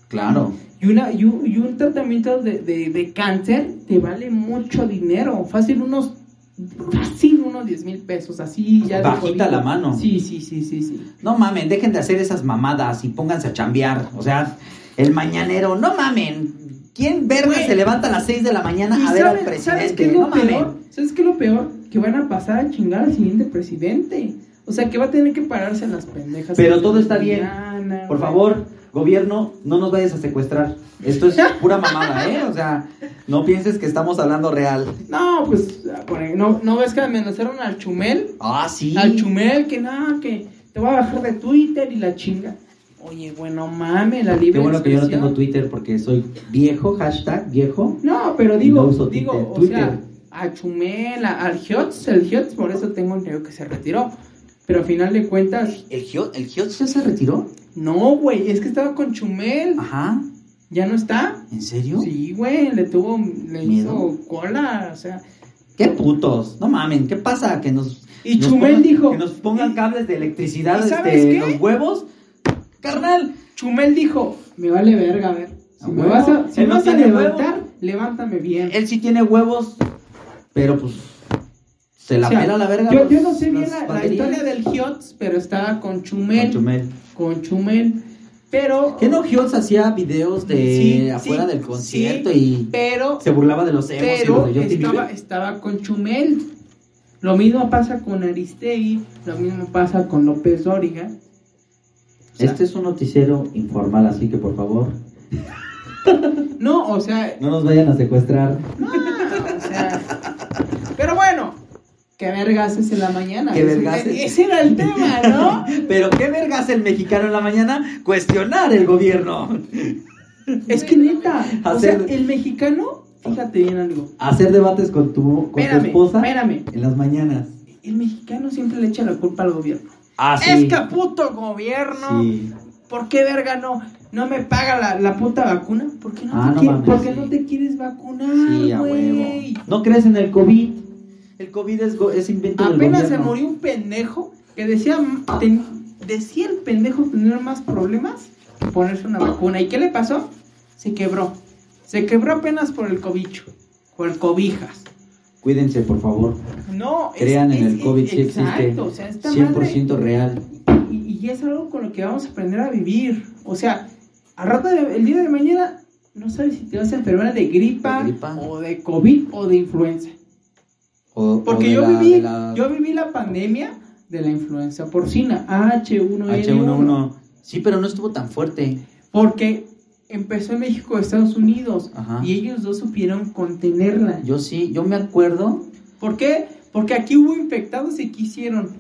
[SPEAKER 1] Claro.
[SPEAKER 2] Y, una, y, un, y un tratamiento de, de- de cáncer te vale mucho dinero, fácil unos, fácil unos 10 mil pesos, así ya. de
[SPEAKER 1] Bajita
[SPEAKER 2] jodido.
[SPEAKER 1] la mano.
[SPEAKER 2] Sí, sí, sí, sí, sí.
[SPEAKER 1] No mamen, dejen de hacer esas mamadas y pónganse a chambear. O sea, el mañanero, no mamen. ¿Quién verga
[SPEAKER 2] Güey.
[SPEAKER 1] se levanta a las 6 de la mañana
[SPEAKER 2] ¿Y
[SPEAKER 1] a ver al
[SPEAKER 2] sabes- ¿Sabes
[SPEAKER 1] presidente?
[SPEAKER 2] qué es
[SPEAKER 1] No
[SPEAKER 2] lo peor?
[SPEAKER 1] mamen.
[SPEAKER 2] ¿Sabes qué es lo peor? Que van a pasar a chingar al siguiente presidente. O sea, que va a tener que pararse en las pendejas.
[SPEAKER 1] Pero todo está bien.
[SPEAKER 2] Mañana,
[SPEAKER 1] Por
[SPEAKER 2] güey.
[SPEAKER 1] favor, gobierno, no nos vayas a secuestrar. Esto es pura mamada, ¿eh? O sea, no pienses que estamos hablando real.
[SPEAKER 2] No, pues, por ahí, no, no ves que amenazaron al Chumel.
[SPEAKER 1] Ah, sí.
[SPEAKER 2] Al Chumel, que nada, que te voy a bajar de Twitter y la chinga. Oye, bueno, mame, la libre
[SPEAKER 1] Qué bueno que yo no
[SPEAKER 2] expresión.
[SPEAKER 1] tengo Twitter porque soy viejo, hashtag viejo.
[SPEAKER 2] No, pero
[SPEAKER 1] No
[SPEAKER 2] digo,
[SPEAKER 1] uso
[SPEAKER 2] digo,
[SPEAKER 1] Twitter,
[SPEAKER 2] o
[SPEAKER 1] Twitter.
[SPEAKER 2] sea, a Chumel, a- al Hiots, el Hiots, por eso tengo un tío que se retiró. Pero al final de cuentas,
[SPEAKER 1] ¿El Gio, el Gio ya se retiró?
[SPEAKER 2] No, güey, es que estaba con Chumel.
[SPEAKER 1] Ajá.
[SPEAKER 2] ¿Ya no está?
[SPEAKER 1] ¿En serio?
[SPEAKER 2] Sí, güey, le tuvo,
[SPEAKER 1] Miedo.
[SPEAKER 2] le hizo cola, o sea.
[SPEAKER 1] ¿Qué putos? No mamen, ¿qué pasa? Que nos.
[SPEAKER 2] Y
[SPEAKER 1] nos
[SPEAKER 2] Chumel
[SPEAKER 1] pongan-
[SPEAKER 2] dijo-
[SPEAKER 1] Que nos pongan
[SPEAKER 2] y-
[SPEAKER 1] cables de electricidad
[SPEAKER 2] ¿y sabes
[SPEAKER 1] este,
[SPEAKER 2] qué?
[SPEAKER 1] en los huevos. Carnal.
[SPEAKER 2] Chumel dijo, me vale verga, a ver. Si
[SPEAKER 1] Ah,
[SPEAKER 2] me
[SPEAKER 1] bueno,
[SPEAKER 2] vas a, si
[SPEAKER 1] él
[SPEAKER 2] me
[SPEAKER 1] no
[SPEAKER 2] vas a
[SPEAKER 1] tiene huevo.
[SPEAKER 2] levantar, levántame bien.
[SPEAKER 1] Él sí tiene huevos, pero pues. Se la
[SPEAKER 2] O sea,
[SPEAKER 1] pela la verga.
[SPEAKER 2] Yo,
[SPEAKER 1] los-
[SPEAKER 2] yo no sé bien
[SPEAKER 1] las
[SPEAKER 2] la, la
[SPEAKER 1] baterías.
[SPEAKER 2] historia del Hiots, pero estaba con
[SPEAKER 1] Con
[SPEAKER 2] Chumel.
[SPEAKER 1] Chumel.
[SPEAKER 2] Con Chumel. Pero.
[SPEAKER 1] ¿Qué no Gios hacía videos de
[SPEAKER 2] Sí,
[SPEAKER 1] afuera
[SPEAKER 2] sí,
[SPEAKER 1] del concierto
[SPEAKER 2] sí,
[SPEAKER 1] y
[SPEAKER 2] Pero.
[SPEAKER 1] se burlaba de los emos y los
[SPEAKER 2] pero
[SPEAKER 1] de Justin
[SPEAKER 2] estaba,
[SPEAKER 1] Bieber?
[SPEAKER 2] estaba con Chumel. Lo mismo pasa con Aristegui, lo mismo pasa con López Dóriga. O sea,
[SPEAKER 1] Este es un noticiero informal, así que por favor,
[SPEAKER 2] No, o sea,
[SPEAKER 1] no nos vayan a secuestrar.
[SPEAKER 2] no, o sea. Pero bueno, qué vergases en la mañana.
[SPEAKER 1] Qué
[SPEAKER 2] Ese-
[SPEAKER 1] vergases.
[SPEAKER 2] Ese era el tema, ¿no?
[SPEAKER 1] Pero qué verga hace el mexicano en la mañana cuestionar el gobierno.
[SPEAKER 2] es que neta, o sea,
[SPEAKER 1] Hacer-
[SPEAKER 2] el mexicano, fíjate bien algo.
[SPEAKER 1] Hacer debates con tu, con tu
[SPEAKER 2] Espérame,
[SPEAKER 1] esposa
[SPEAKER 2] espérame.
[SPEAKER 1] en las mañanas.
[SPEAKER 2] El mexicano siempre le echa la culpa al gobierno.
[SPEAKER 1] Ah,
[SPEAKER 2] Es que puto gobierno.
[SPEAKER 1] Sí.
[SPEAKER 2] ¿Por qué verga no, no me paga la, la puta vacuna? ¿Por qué no,
[SPEAKER 1] Ah,
[SPEAKER 2] te,
[SPEAKER 1] no
[SPEAKER 2] quie-
[SPEAKER 1] mames,
[SPEAKER 2] ¿por qué
[SPEAKER 1] sí.
[SPEAKER 2] no te quieres vacunar,
[SPEAKER 1] Sí, a
[SPEAKER 2] güey?
[SPEAKER 1] huevo. No crees en el COVID. El COVID es, go- es invento del
[SPEAKER 2] Apenas se
[SPEAKER 1] gobierno.
[SPEAKER 2] murió un pendejo que decía, ten- decía el pendejo tener más problemas que ponerse una vacuna. ¿Y qué le pasó? Se quebró. Se quebró apenas por el cobicho, por el cobijas.
[SPEAKER 1] Cuídense, por favor.
[SPEAKER 2] No, es-
[SPEAKER 1] Crean en
[SPEAKER 2] es-
[SPEAKER 1] el COVID, sí
[SPEAKER 2] exacto,
[SPEAKER 1] existe.
[SPEAKER 2] o sea, esta madre-
[SPEAKER 1] 100% real.
[SPEAKER 2] Y, y es algo con lo que vamos a aprender a vivir. O sea, al rato de- el día de mañana no sabes si te vas a enfermar de gripa,
[SPEAKER 1] ¿De gripa?
[SPEAKER 2] o de COVID o de influenza.
[SPEAKER 1] O- o
[SPEAKER 2] Porque
[SPEAKER 1] de
[SPEAKER 2] yo,
[SPEAKER 1] la-
[SPEAKER 2] viví,
[SPEAKER 1] de la
[SPEAKER 2] yo viví la pandemia de la influenza porcina, H1N1.
[SPEAKER 1] H1N1. Sí, pero no estuvo tan fuerte.
[SPEAKER 2] Porque empezó en México, Estados Unidos.
[SPEAKER 1] Ajá.
[SPEAKER 2] Y ellos dos supieron contenerla.
[SPEAKER 1] Yo sí, yo me acuerdo.
[SPEAKER 2] ¿Por qué? Porque aquí hubo infectados y quisieron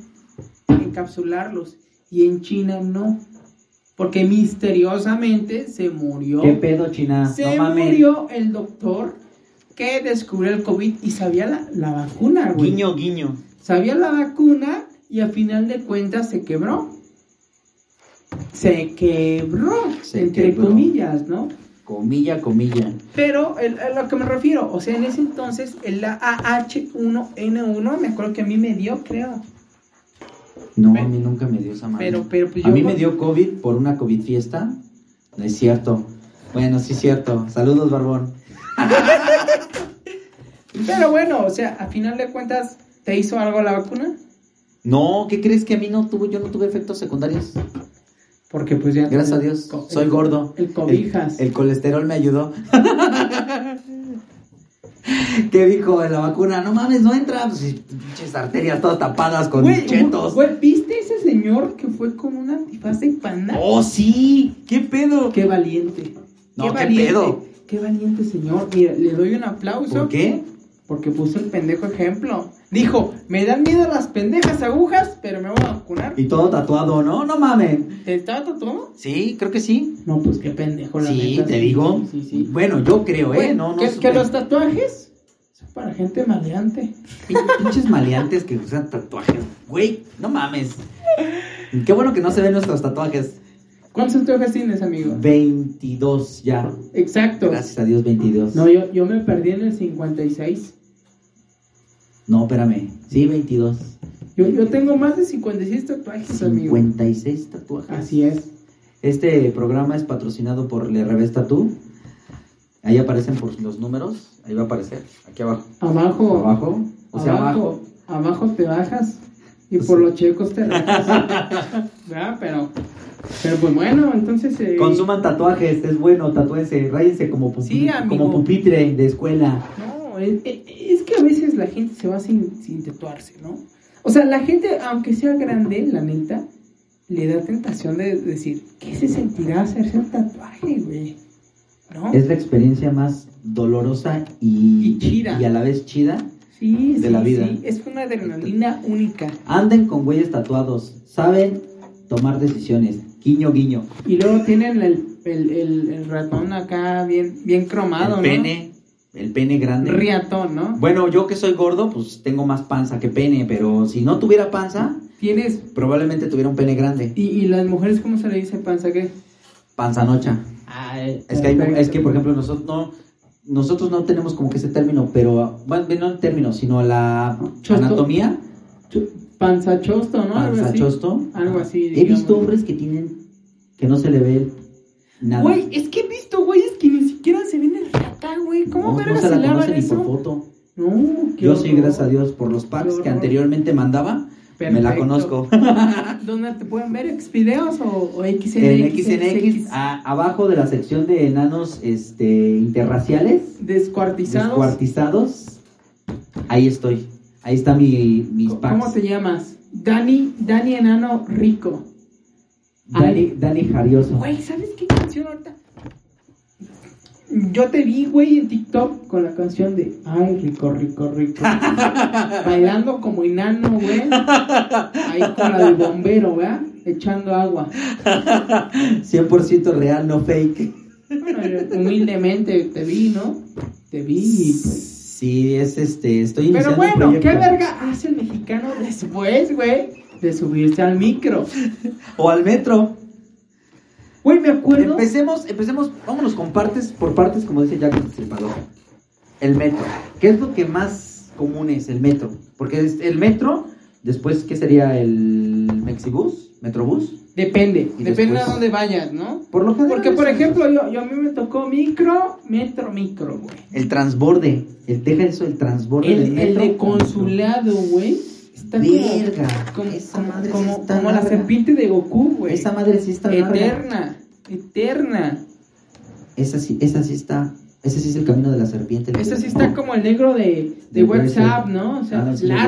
[SPEAKER 2] encapsularlos. Y en China no. Porque misteriosamente se murió.
[SPEAKER 1] ¿Qué pedo, China?
[SPEAKER 2] Se
[SPEAKER 1] no mames.
[SPEAKER 2] murió el doctor que descubrió el COVID y sabía la, la vacuna, güey.
[SPEAKER 1] Guiño, guiño.
[SPEAKER 2] Sabía la vacuna y a final de cuentas se quebró. Se quebró,
[SPEAKER 1] Se
[SPEAKER 2] entre
[SPEAKER 1] quebró.
[SPEAKER 2] comillas, ¿no?
[SPEAKER 1] Comilla, comilla.
[SPEAKER 2] Pero el- a lo que me refiero, o sea, en ese entonces el AH1N1, me acuerdo que a mí me dio, creo.
[SPEAKER 1] No,
[SPEAKER 2] Pe-
[SPEAKER 1] a mí nunca me dio esa madre.
[SPEAKER 2] Pero, pero pues
[SPEAKER 1] a
[SPEAKER 2] yo-
[SPEAKER 1] mí me dio COVID por una COVID fiesta. No es cierto. Bueno, sí es cierto. Saludos, Barbón.
[SPEAKER 2] Pero bueno, o sea, a final de cuentas, ¿te hizo algo la vacuna?
[SPEAKER 1] No, ¿qué crees que a mí no tuvo? Yo no tuve efectos secundarios.
[SPEAKER 2] Porque pues ya...
[SPEAKER 1] Gracias a Dios.
[SPEAKER 2] Co-
[SPEAKER 1] Soy
[SPEAKER 2] el-
[SPEAKER 1] gordo.
[SPEAKER 2] El cobijas.
[SPEAKER 1] El, el colesterol me ayudó. ¿Qué dijo de la vacuna? No mames, no entra. Pues, y pinches arterias todas tapadas con
[SPEAKER 2] Güey,
[SPEAKER 1] chetos.
[SPEAKER 2] güey, ¿viste ese señor que fue con un antifaz de panda?
[SPEAKER 1] ¡Oh, sí! ¡Qué pedo!
[SPEAKER 2] Qué valiente.
[SPEAKER 1] No, qué pedo.
[SPEAKER 2] Qué valiente señor. Mira, le doy un aplauso.
[SPEAKER 1] ¿Por qué?
[SPEAKER 2] Porque puso el pendejo ejemplo. Dijo, me dan miedo las pendejas agujas, pero me voy a vacunar.
[SPEAKER 1] Y todo tatuado, ¿no? No mames.
[SPEAKER 2] ¿Te estaba tatuado?
[SPEAKER 1] Sí, creo que sí.
[SPEAKER 2] No, pues qué pendejo la
[SPEAKER 1] Sí,
[SPEAKER 2] neta,
[SPEAKER 1] te digo.
[SPEAKER 2] Sí, sí.
[SPEAKER 1] Bueno, yo creo, ¿eh?
[SPEAKER 2] Güey,
[SPEAKER 1] No, no.
[SPEAKER 2] que,
[SPEAKER 1] supe.
[SPEAKER 2] que los tatuajes son para gente maleante.
[SPEAKER 1] Pin- Pinches maleantes que usan tatuajes. Güey, no mames. Qué bueno que no se ven nuestros tatuajes.
[SPEAKER 2] ¿Cuántos tatuajes tienes, amigo?
[SPEAKER 1] 22 ya.
[SPEAKER 2] Exacto.
[SPEAKER 1] Gracias a Dios, 22.
[SPEAKER 2] No, yo, yo me perdí en el 56.
[SPEAKER 1] No, espérame. Sí, 22.
[SPEAKER 2] Yo, yo tengo más de 56 tatuajes, amigo.
[SPEAKER 1] 56 tatuajes.
[SPEAKER 2] Así es.
[SPEAKER 1] Este programa es patrocinado por Le Revés Tattoo. Ahí aparecen por los números. Ahí va a aparecer. Aquí abajo.
[SPEAKER 2] Abajo.
[SPEAKER 1] Abajo. O sea, abajo.
[SPEAKER 2] abajo, abajo te bajas y por los checos te bajas. ¿Verdad? Pero, pero pues bueno, entonces. eh,
[SPEAKER 1] Consuman tatuajes, es bueno, tatúense, ráyense como, pupi-
[SPEAKER 2] Sí, amigo.
[SPEAKER 1] como pupitre de escuela.
[SPEAKER 2] No, es, es que a veces la gente se va sin, sin tatuarse, ¿no? O sea, la gente, aunque sea grande, la neta, le da tentación de decir, ¿qué se sentirá hacerse un tatuaje, güey? ¿No?
[SPEAKER 1] Es la experiencia más dolorosa y,
[SPEAKER 2] Y chida.
[SPEAKER 1] y a la vez chida.
[SPEAKER 2] sí,
[SPEAKER 1] de
[SPEAKER 2] sí,
[SPEAKER 1] la vida.
[SPEAKER 2] sí, es una adrenalina única.
[SPEAKER 1] Anden con güeyes tatuados, saben tomar decisiones. Guiño, guiño.
[SPEAKER 2] Y luego tienen el, el, el, el ratón acá bien, bien cromado,
[SPEAKER 1] el
[SPEAKER 2] ¿no?
[SPEAKER 1] pene, el pene grande.
[SPEAKER 2] Riatón, ¿no?
[SPEAKER 1] Bueno, yo que soy gordo, pues tengo más panza que pene, pero si no tuviera panza,
[SPEAKER 2] Tienes.
[SPEAKER 1] probablemente tuviera un pene grande.
[SPEAKER 2] ¿Y, y las mujeres cómo se le dice panza qué?
[SPEAKER 1] Panzanocha. Es que, hay- es que, por ejemplo, nosotros no, nosotros no tenemos como que ese término, pero, bueno, no el término, sino la
[SPEAKER 2] Chosto.
[SPEAKER 1] anatomía,
[SPEAKER 2] Ch- Panzachosto, ¿no? Algo así.
[SPEAKER 1] panzachosto.
[SPEAKER 2] Algo así,
[SPEAKER 1] He visto
[SPEAKER 2] digamos.
[SPEAKER 1] hombres que tienen, que no se le ve nada.
[SPEAKER 2] Güey, es que he visto, güey, es que ni siquiera se ven el rata, güey. ¿Cómo
[SPEAKER 1] no, no se
[SPEAKER 2] verga se
[SPEAKER 1] la conoce
[SPEAKER 2] lavan
[SPEAKER 1] ni por
[SPEAKER 2] eso?
[SPEAKER 1] foto.
[SPEAKER 2] No, qué
[SPEAKER 1] Yo sí,
[SPEAKER 2] horror.
[SPEAKER 1] gracias a Dios, por los packs que
[SPEAKER 2] horror.
[SPEAKER 1] anteriormente mandaba, me la
[SPEAKER 2] Perfecto. Ah,
[SPEAKER 1] conozco.
[SPEAKER 2] ¿Dónde te pueden ver? ¿Xvideos o, o XNX?
[SPEAKER 1] En XNX, a- abajo de la sección de enanos este, interraciales,
[SPEAKER 2] Descuartizados.
[SPEAKER 1] descuartizados, ahí estoy. Ahí está mi, mis
[SPEAKER 2] ¿Cómo-
[SPEAKER 1] packs.
[SPEAKER 2] ¿Cómo te llamas? Dani, Dani Enano Rico.
[SPEAKER 1] Dani, Dani Jarioso.
[SPEAKER 2] Güey, ¿sabes qué canción ahorita? Yo te vi, güey, en TikTok con la canción de Ay, rico, rico, rico. Bailando como enano, güey. Ahí con la del bombero, ¿verdad? Echando agua.
[SPEAKER 1] 100% real, no fake.
[SPEAKER 2] Bueno, humildemente te vi, ¿no? Te vi. y, pues.
[SPEAKER 1] Sí, es este, estoy
[SPEAKER 2] Pero
[SPEAKER 1] iniciando
[SPEAKER 2] bueno,
[SPEAKER 1] un
[SPEAKER 2] ¿qué
[SPEAKER 1] proyecto.
[SPEAKER 2] verga hace el mexicano después, güey? De subirse al micro.
[SPEAKER 1] O al metro.
[SPEAKER 2] Güey, me acuerdo.
[SPEAKER 1] Empecemos, empecemos, vámonos con partes, por partes, como dice Jack el Destripador. El metro. ¿Qué es lo que más común es el metro? Porque es el metro, después, ¿qué sería el Mexibus? ¿Metrobús?
[SPEAKER 2] Depende,
[SPEAKER 1] Y
[SPEAKER 2] depende
[SPEAKER 1] después-
[SPEAKER 2] a dónde vayas, ¿no?
[SPEAKER 1] Por lo general
[SPEAKER 2] Porque,
[SPEAKER 1] es
[SPEAKER 2] por
[SPEAKER 1] el-
[SPEAKER 2] ejemplo, yo, yo a mí me tocó micro, metro, micro, güey.
[SPEAKER 1] El transborde. El, deja eso, el transborde del
[SPEAKER 2] El, el
[SPEAKER 1] metro.
[SPEAKER 2] de consulado, güey. Está como-
[SPEAKER 1] Verga,
[SPEAKER 2] como,
[SPEAKER 1] esa
[SPEAKER 2] como,
[SPEAKER 1] madre sí
[SPEAKER 2] como,
[SPEAKER 1] está
[SPEAKER 2] como la
[SPEAKER 1] larga.
[SPEAKER 2] serpiente de Goku, güey.
[SPEAKER 1] Esa madre sí está larga.
[SPEAKER 2] Pues, Eterna, eterna.
[SPEAKER 1] Esa sí, esa sí está. Ese sí es el camino de la serpiente. el
[SPEAKER 2] Esta
[SPEAKER 1] de-
[SPEAKER 2] sí está como el negro de, de
[SPEAKER 1] del
[SPEAKER 2] WhatsApp,
[SPEAKER 1] Bracer.
[SPEAKER 2] ¿no? O sea,
[SPEAKER 1] Ah, sí,
[SPEAKER 2] larga,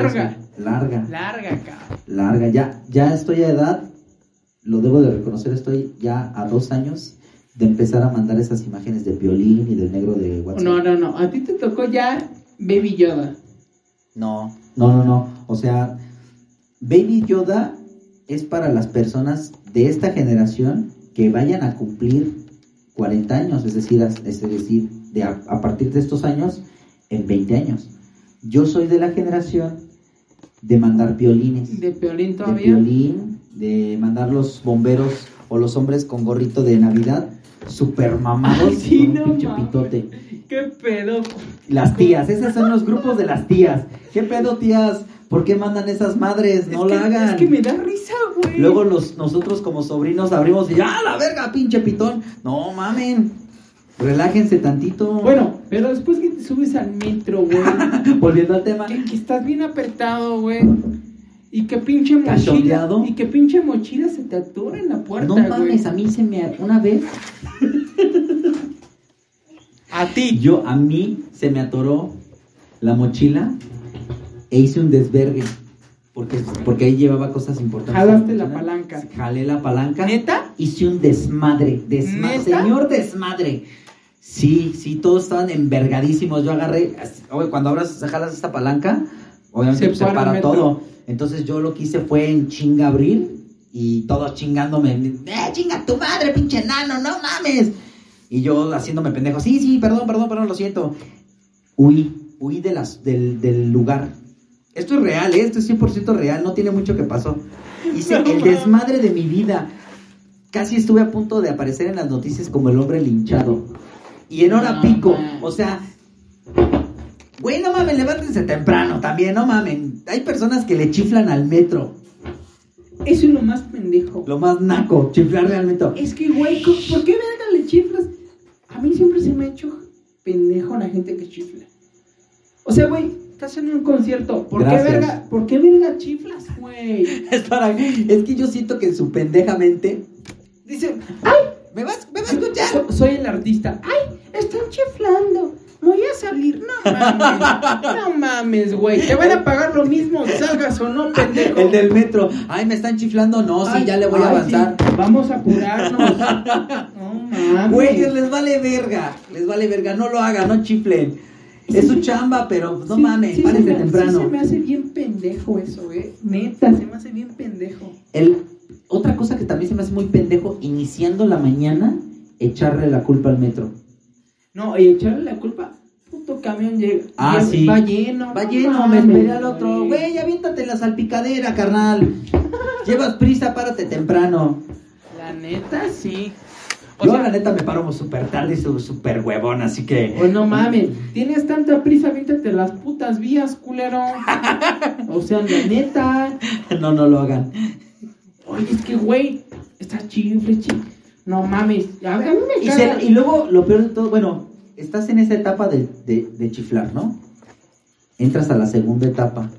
[SPEAKER 1] Bracer. Larga.
[SPEAKER 2] larga, cabrón.
[SPEAKER 1] larga. Ya, ya estoy a edad lo debo de reconocer, estoy ya a dos años de empezar a mandar esas imágenes de violín y del negro de WhatsApp.
[SPEAKER 2] No, no, no. A ti te tocó ya Baby Yoda.
[SPEAKER 1] No, no, no, no. O sea, Baby Yoda es para las personas de esta generación que vayan a cumplir 40 años, es decir, as- es decir, de a, a partir de estos años, en 20 años. Yo soy de la generación de mandar violines,
[SPEAKER 2] De Piolín
[SPEAKER 1] de
[SPEAKER 2] todavía.
[SPEAKER 1] violín, de mandar los bomberos o los hombres con gorrito de Navidad, super mamados,
[SPEAKER 2] Ay, sí,
[SPEAKER 1] con un
[SPEAKER 2] no
[SPEAKER 1] pinche
[SPEAKER 2] mames.
[SPEAKER 1] pitote.
[SPEAKER 2] ¿Qué pedo?
[SPEAKER 1] Las tías, esos son los grupos de las tías. ¿Qué pedo, tías? ¿Por qué mandan esas madres? No
[SPEAKER 2] es
[SPEAKER 1] la
[SPEAKER 2] que,
[SPEAKER 1] hagan.
[SPEAKER 2] Es que me da risa, güey.
[SPEAKER 1] Luego los, nosotros como sobrinos abrimos y ¡ah, la verga, pinche pitón! No mamen. Relájense tantito.
[SPEAKER 2] Bueno, pero después que te subes al metro, güey.
[SPEAKER 1] volviendo al tema.
[SPEAKER 2] que, que estás bien apretado, güey. Y que pinche mochila.
[SPEAKER 1] Cachondeado.
[SPEAKER 2] Y que pinche mochila se te atora en la puerta,
[SPEAKER 1] No
[SPEAKER 2] güey.
[SPEAKER 1] mames, a mí se me una vez
[SPEAKER 2] A ti.
[SPEAKER 1] yo a mí se me atoró la mochila e hice un desvergue porque porque ahí llevaba cosas importantes.
[SPEAKER 2] Jalaste la palanca.
[SPEAKER 1] Jalé la palanca.
[SPEAKER 2] ¿Neta?
[SPEAKER 1] hice un desmadre, desma-
[SPEAKER 2] ¿Neta?
[SPEAKER 1] señor desmadre. Sí, sí, todos estaban envergadísimos. Yo agarré, así, oye, cuando abras, jalas esta palanca, obviamente
[SPEAKER 2] Se
[SPEAKER 1] pues, se
[SPEAKER 2] para el
[SPEAKER 1] para
[SPEAKER 2] metro.
[SPEAKER 1] todo. Entonces yo lo que hice fue en chinga abrir y todos chingándome. ¡Eh, chinga tu madre, pinche nano, no mames! Y yo haciéndome pendejo, sí, sí, perdón, perdón, perdón, lo siento. Huí, huí de las, del, del lugar. Esto es real, ¿eh? esto es 100% real, no tiene mucho que pasó. Hice
[SPEAKER 2] No
[SPEAKER 1] el
[SPEAKER 2] mames.
[SPEAKER 1] desmadre de mi vida. Casi estuve a punto de aparecer en las noticias como el hombre linchado. Y en hora
[SPEAKER 2] No
[SPEAKER 1] pico,
[SPEAKER 2] mames.
[SPEAKER 1] o sea... Güey, no mames, levántense temprano también, no mamen. Hay personas que le chiflan al metro.
[SPEAKER 2] Eso es lo más pendejo.
[SPEAKER 1] Lo más naco, chiflarle al metro.
[SPEAKER 2] Es que, güey, co- ¿por qué verga le chiflas? A mí siempre se me ha hecho pendejo la gente que chifla. O sea, güey, estás en un concierto. ¿Por
[SPEAKER 1] Gracias.
[SPEAKER 2] qué verga? ¿Por qué verga chiflas, güey?
[SPEAKER 1] Es, para, es que yo siento que en su pendejamente...
[SPEAKER 2] Dice, ¡ay!
[SPEAKER 1] Me vas, me vas a escuchar.
[SPEAKER 2] So- Soy el artista. ¡Ay! Están chiflando. Voy a salir. No mames. No mames, güey. Te van a pagar lo mismo, salgas o no, pendejo.
[SPEAKER 1] El del metro. Ay, me están chiflando. No, sí,
[SPEAKER 2] Ay,
[SPEAKER 1] ya le voy a
[SPEAKER 2] ay,
[SPEAKER 1] avanzar.
[SPEAKER 2] sí, Vamos a apurarnos. No mames.
[SPEAKER 1] Güey, les vale verga. Les vale verga. No lo hagan, no chiflen. Es su chamba, pero pues, no
[SPEAKER 2] Sí,
[SPEAKER 1] mames,
[SPEAKER 2] sí se
[SPEAKER 1] párense
[SPEAKER 2] me- Sí
[SPEAKER 1] temprano.
[SPEAKER 2] se me hace bien pendejo eso, eh. Neta, se me hace bien pendejo.
[SPEAKER 1] El, otra cosa que también se me hace muy pendejo, iniciando la mañana, echarle la culpa al metro.
[SPEAKER 2] No, y echarle la culpa. Puto camión llega.
[SPEAKER 1] Ah,
[SPEAKER 2] Ya
[SPEAKER 1] sí.
[SPEAKER 2] Va lleno.
[SPEAKER 1] Va
[SPEAKER 2] no
[SPEAKER 1] lleno, me
[SPEAKER 2] mames,
[SPEAKER 1] esperé al otro. Güey, aviéntate la salpicadera, carnal. Llevas prisa, párate temprano.
[SPEAKER 2] La neta, sí. O
[SPEAKER 1] Yo,
[SPEAKER 2] sea-
[SPEAKER 1] la neta, me paro súper tarde y su- súper huevón, así que.
[SPEAKER 2] Pues no mames, tienes tanta prisa, vítate las putas vías, culero. O sea, la neta.
[SPEAKER 1] No, no lo hagan.
[SPEAKER 2] Oye, es que, güey, está chifle, chi. No mames, a, ver, a mí me
[SPEAKER 1] Y,
[SPEAKER 2] caga.
[SPEAKER 1] se- y luego, lo peor de todo, bueno, estás en esa etapa de, de- de chiflar, ¿no? Entras a la segunda etapa,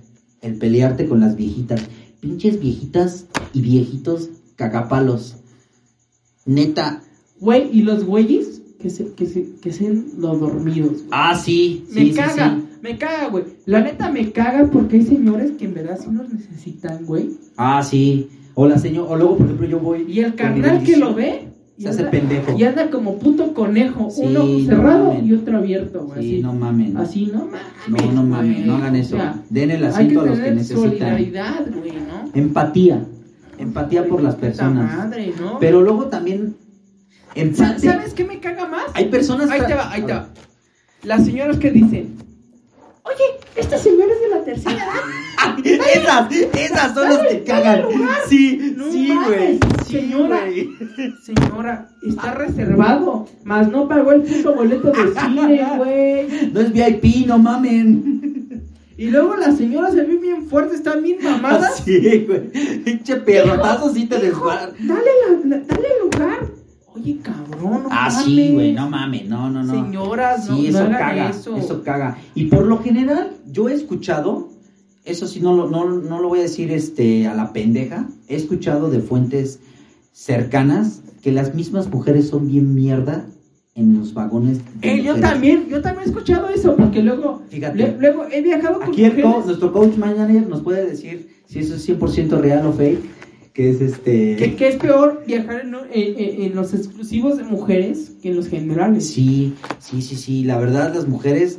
[SPEAKER 1] el pelearte con las viejitas. Pinches viejitas y viejitos cagapalos. Neta.
[SPEAKER 2] Güey, y los güeyes que se, que se, que sean los dormidos. güey.
[SPEAKER 1] Ah, sí.
[SPEAKER 2] Me
[SPEAKER 1] sí, sí,
[SPEAKER 2] caga,
[SPEAKER 1] sí.
[SPEAKER 2] me caga, güey. La neta me caga porque hay señores que en verdad sí nos necesitan, güey.
[SPEAKER 1] Ah, sí. O la señora, o luego, por ejemplo, yo voy.
[SPEAKER 2] Y el
[SPEAKER 1] con mi
[SPEAKER 2] carnal que lo
[SPEAKER 1] bendición.
[SPEAKER 2] ve. y
[SPEAKER 1] Se hace
[SPEAKER 2] anda-
[SPEAKER 1] pendejo.
[SPEAKER 2] Y anda como puto conejo,
[SPEAKER 1] Sí,
[SPEAKER 2] un ojo
[SPEAKER 1] no
[SPEAKER 2] cerrado
[SPEAKER 1] mames.
[SPEAKER 2] y otro abierto, güey.
[SPEAKER 1] Sí,
[SPEAKER 2] así.
[SPEAKER 1] no mamen.
[SPEAKER 2] Así, no mames.
[SPEAKER 1] No, no mamen,
[SPEAKER 2] güey.
[SPEAKER 1] no hagan eso.
[SPEAKER 2] O sea,
[SPEAKER 1] Den el
[SPEAKER 2] Hay que
[SPEAKER 1] asiento a los que
[SPEAKER 2] tener
[SPEAKER 1] necesitan.
[SPEAKER 2] solidaridad, güey, ¿no?
[SPEAKER 1] Empatía. Empatía por las
[SPEAKER 2] Puta
[SPEAKER 1] personas.
[SPEAKER 2] Madre, ¿no?
[SPEAKER 1] Pero luego también. En
[SPEAKER 2] Sa-
[SPEAKER 1] parte-
[SPEAKER 2] ¿Sabes qué me caga más?
[SPEAKER 1] Hay personas.
[SPEAKER 2] Ahí
[SPEAKER 1] tra-
[SPEAKER 2] te va, ahí te
[SPEAKER 1] A
[SPEAKER 2] va. Las señoras que dicen, oye, esta señora es de la tercera edad.
[SPEAKER 1] ver. Ah, Esas, esas son las que cagan. Sí,
[SPEAKER 2] No
[SPEAKER 1] sí,
[SPEAKER 2] mames,
[SPEAKER 1] güey. Sí,
[SPEAKER 2] señora.
[SPEAKER 1] güey.
[SPEAKER 2] Señora, está reservado, más no pagó el puto boleto de cine, güey.
[SPEAKER 1] No es VIP, no mamen.
[SPEAKER 2] Y luego las señoras se ven bien fuertes, están bien mamadas.
[SPEAKER 1] Sí, güey. Pinche perrotazo sí te desbar.
[SPEAKER 2] Dale, la, la- dale lugar. Oye, cabrón, no
[SPEAKER 1] Ah, sí, güey,
[SPEAKER 2] mames.
[SPEAKER 1] no mames, no, no, no.
[SPEAKER 2] Señoras, no,
[SPEAKER 1] sí,
[SPEAKER 2] no
[SPEAKER 1] eso
[SPEAKER 2] hagan
[SPEAKER 1] caga,
[SPEAKER 2] eso.
[SPEAKER 1] caga. Y por lo general, yo he escuchado, eso sí, no lo, no, no lo voy a decir este, a la pendeja, he escuchado de fuentes cercanas que las mismas mujeres son bien mierda en los vagones. de
[SPEAKER 2] Eh, yo
[SPEAKER 1] mujeres.
[SPEAKER 2] también, yo también he escuchado eso, porque luego,
[SPEAKER 1] pues, Fíjate.
[SPEAKER 2] le- luego he viajado con
[SPEAKER 1] Aquí el co-
[SPEAKER 2] mujeres.
[SPEAKER 1] nuestro coach manager nos puede decir si eso es 100% real o fake. que es este...
[SPEAKER 2] Que, que es peor viajar en, en- en- en los exclusivos de mujeres que en los generales.
[SPEAKER 1] Sí, sí, sí, sí. La verdad, las mujeres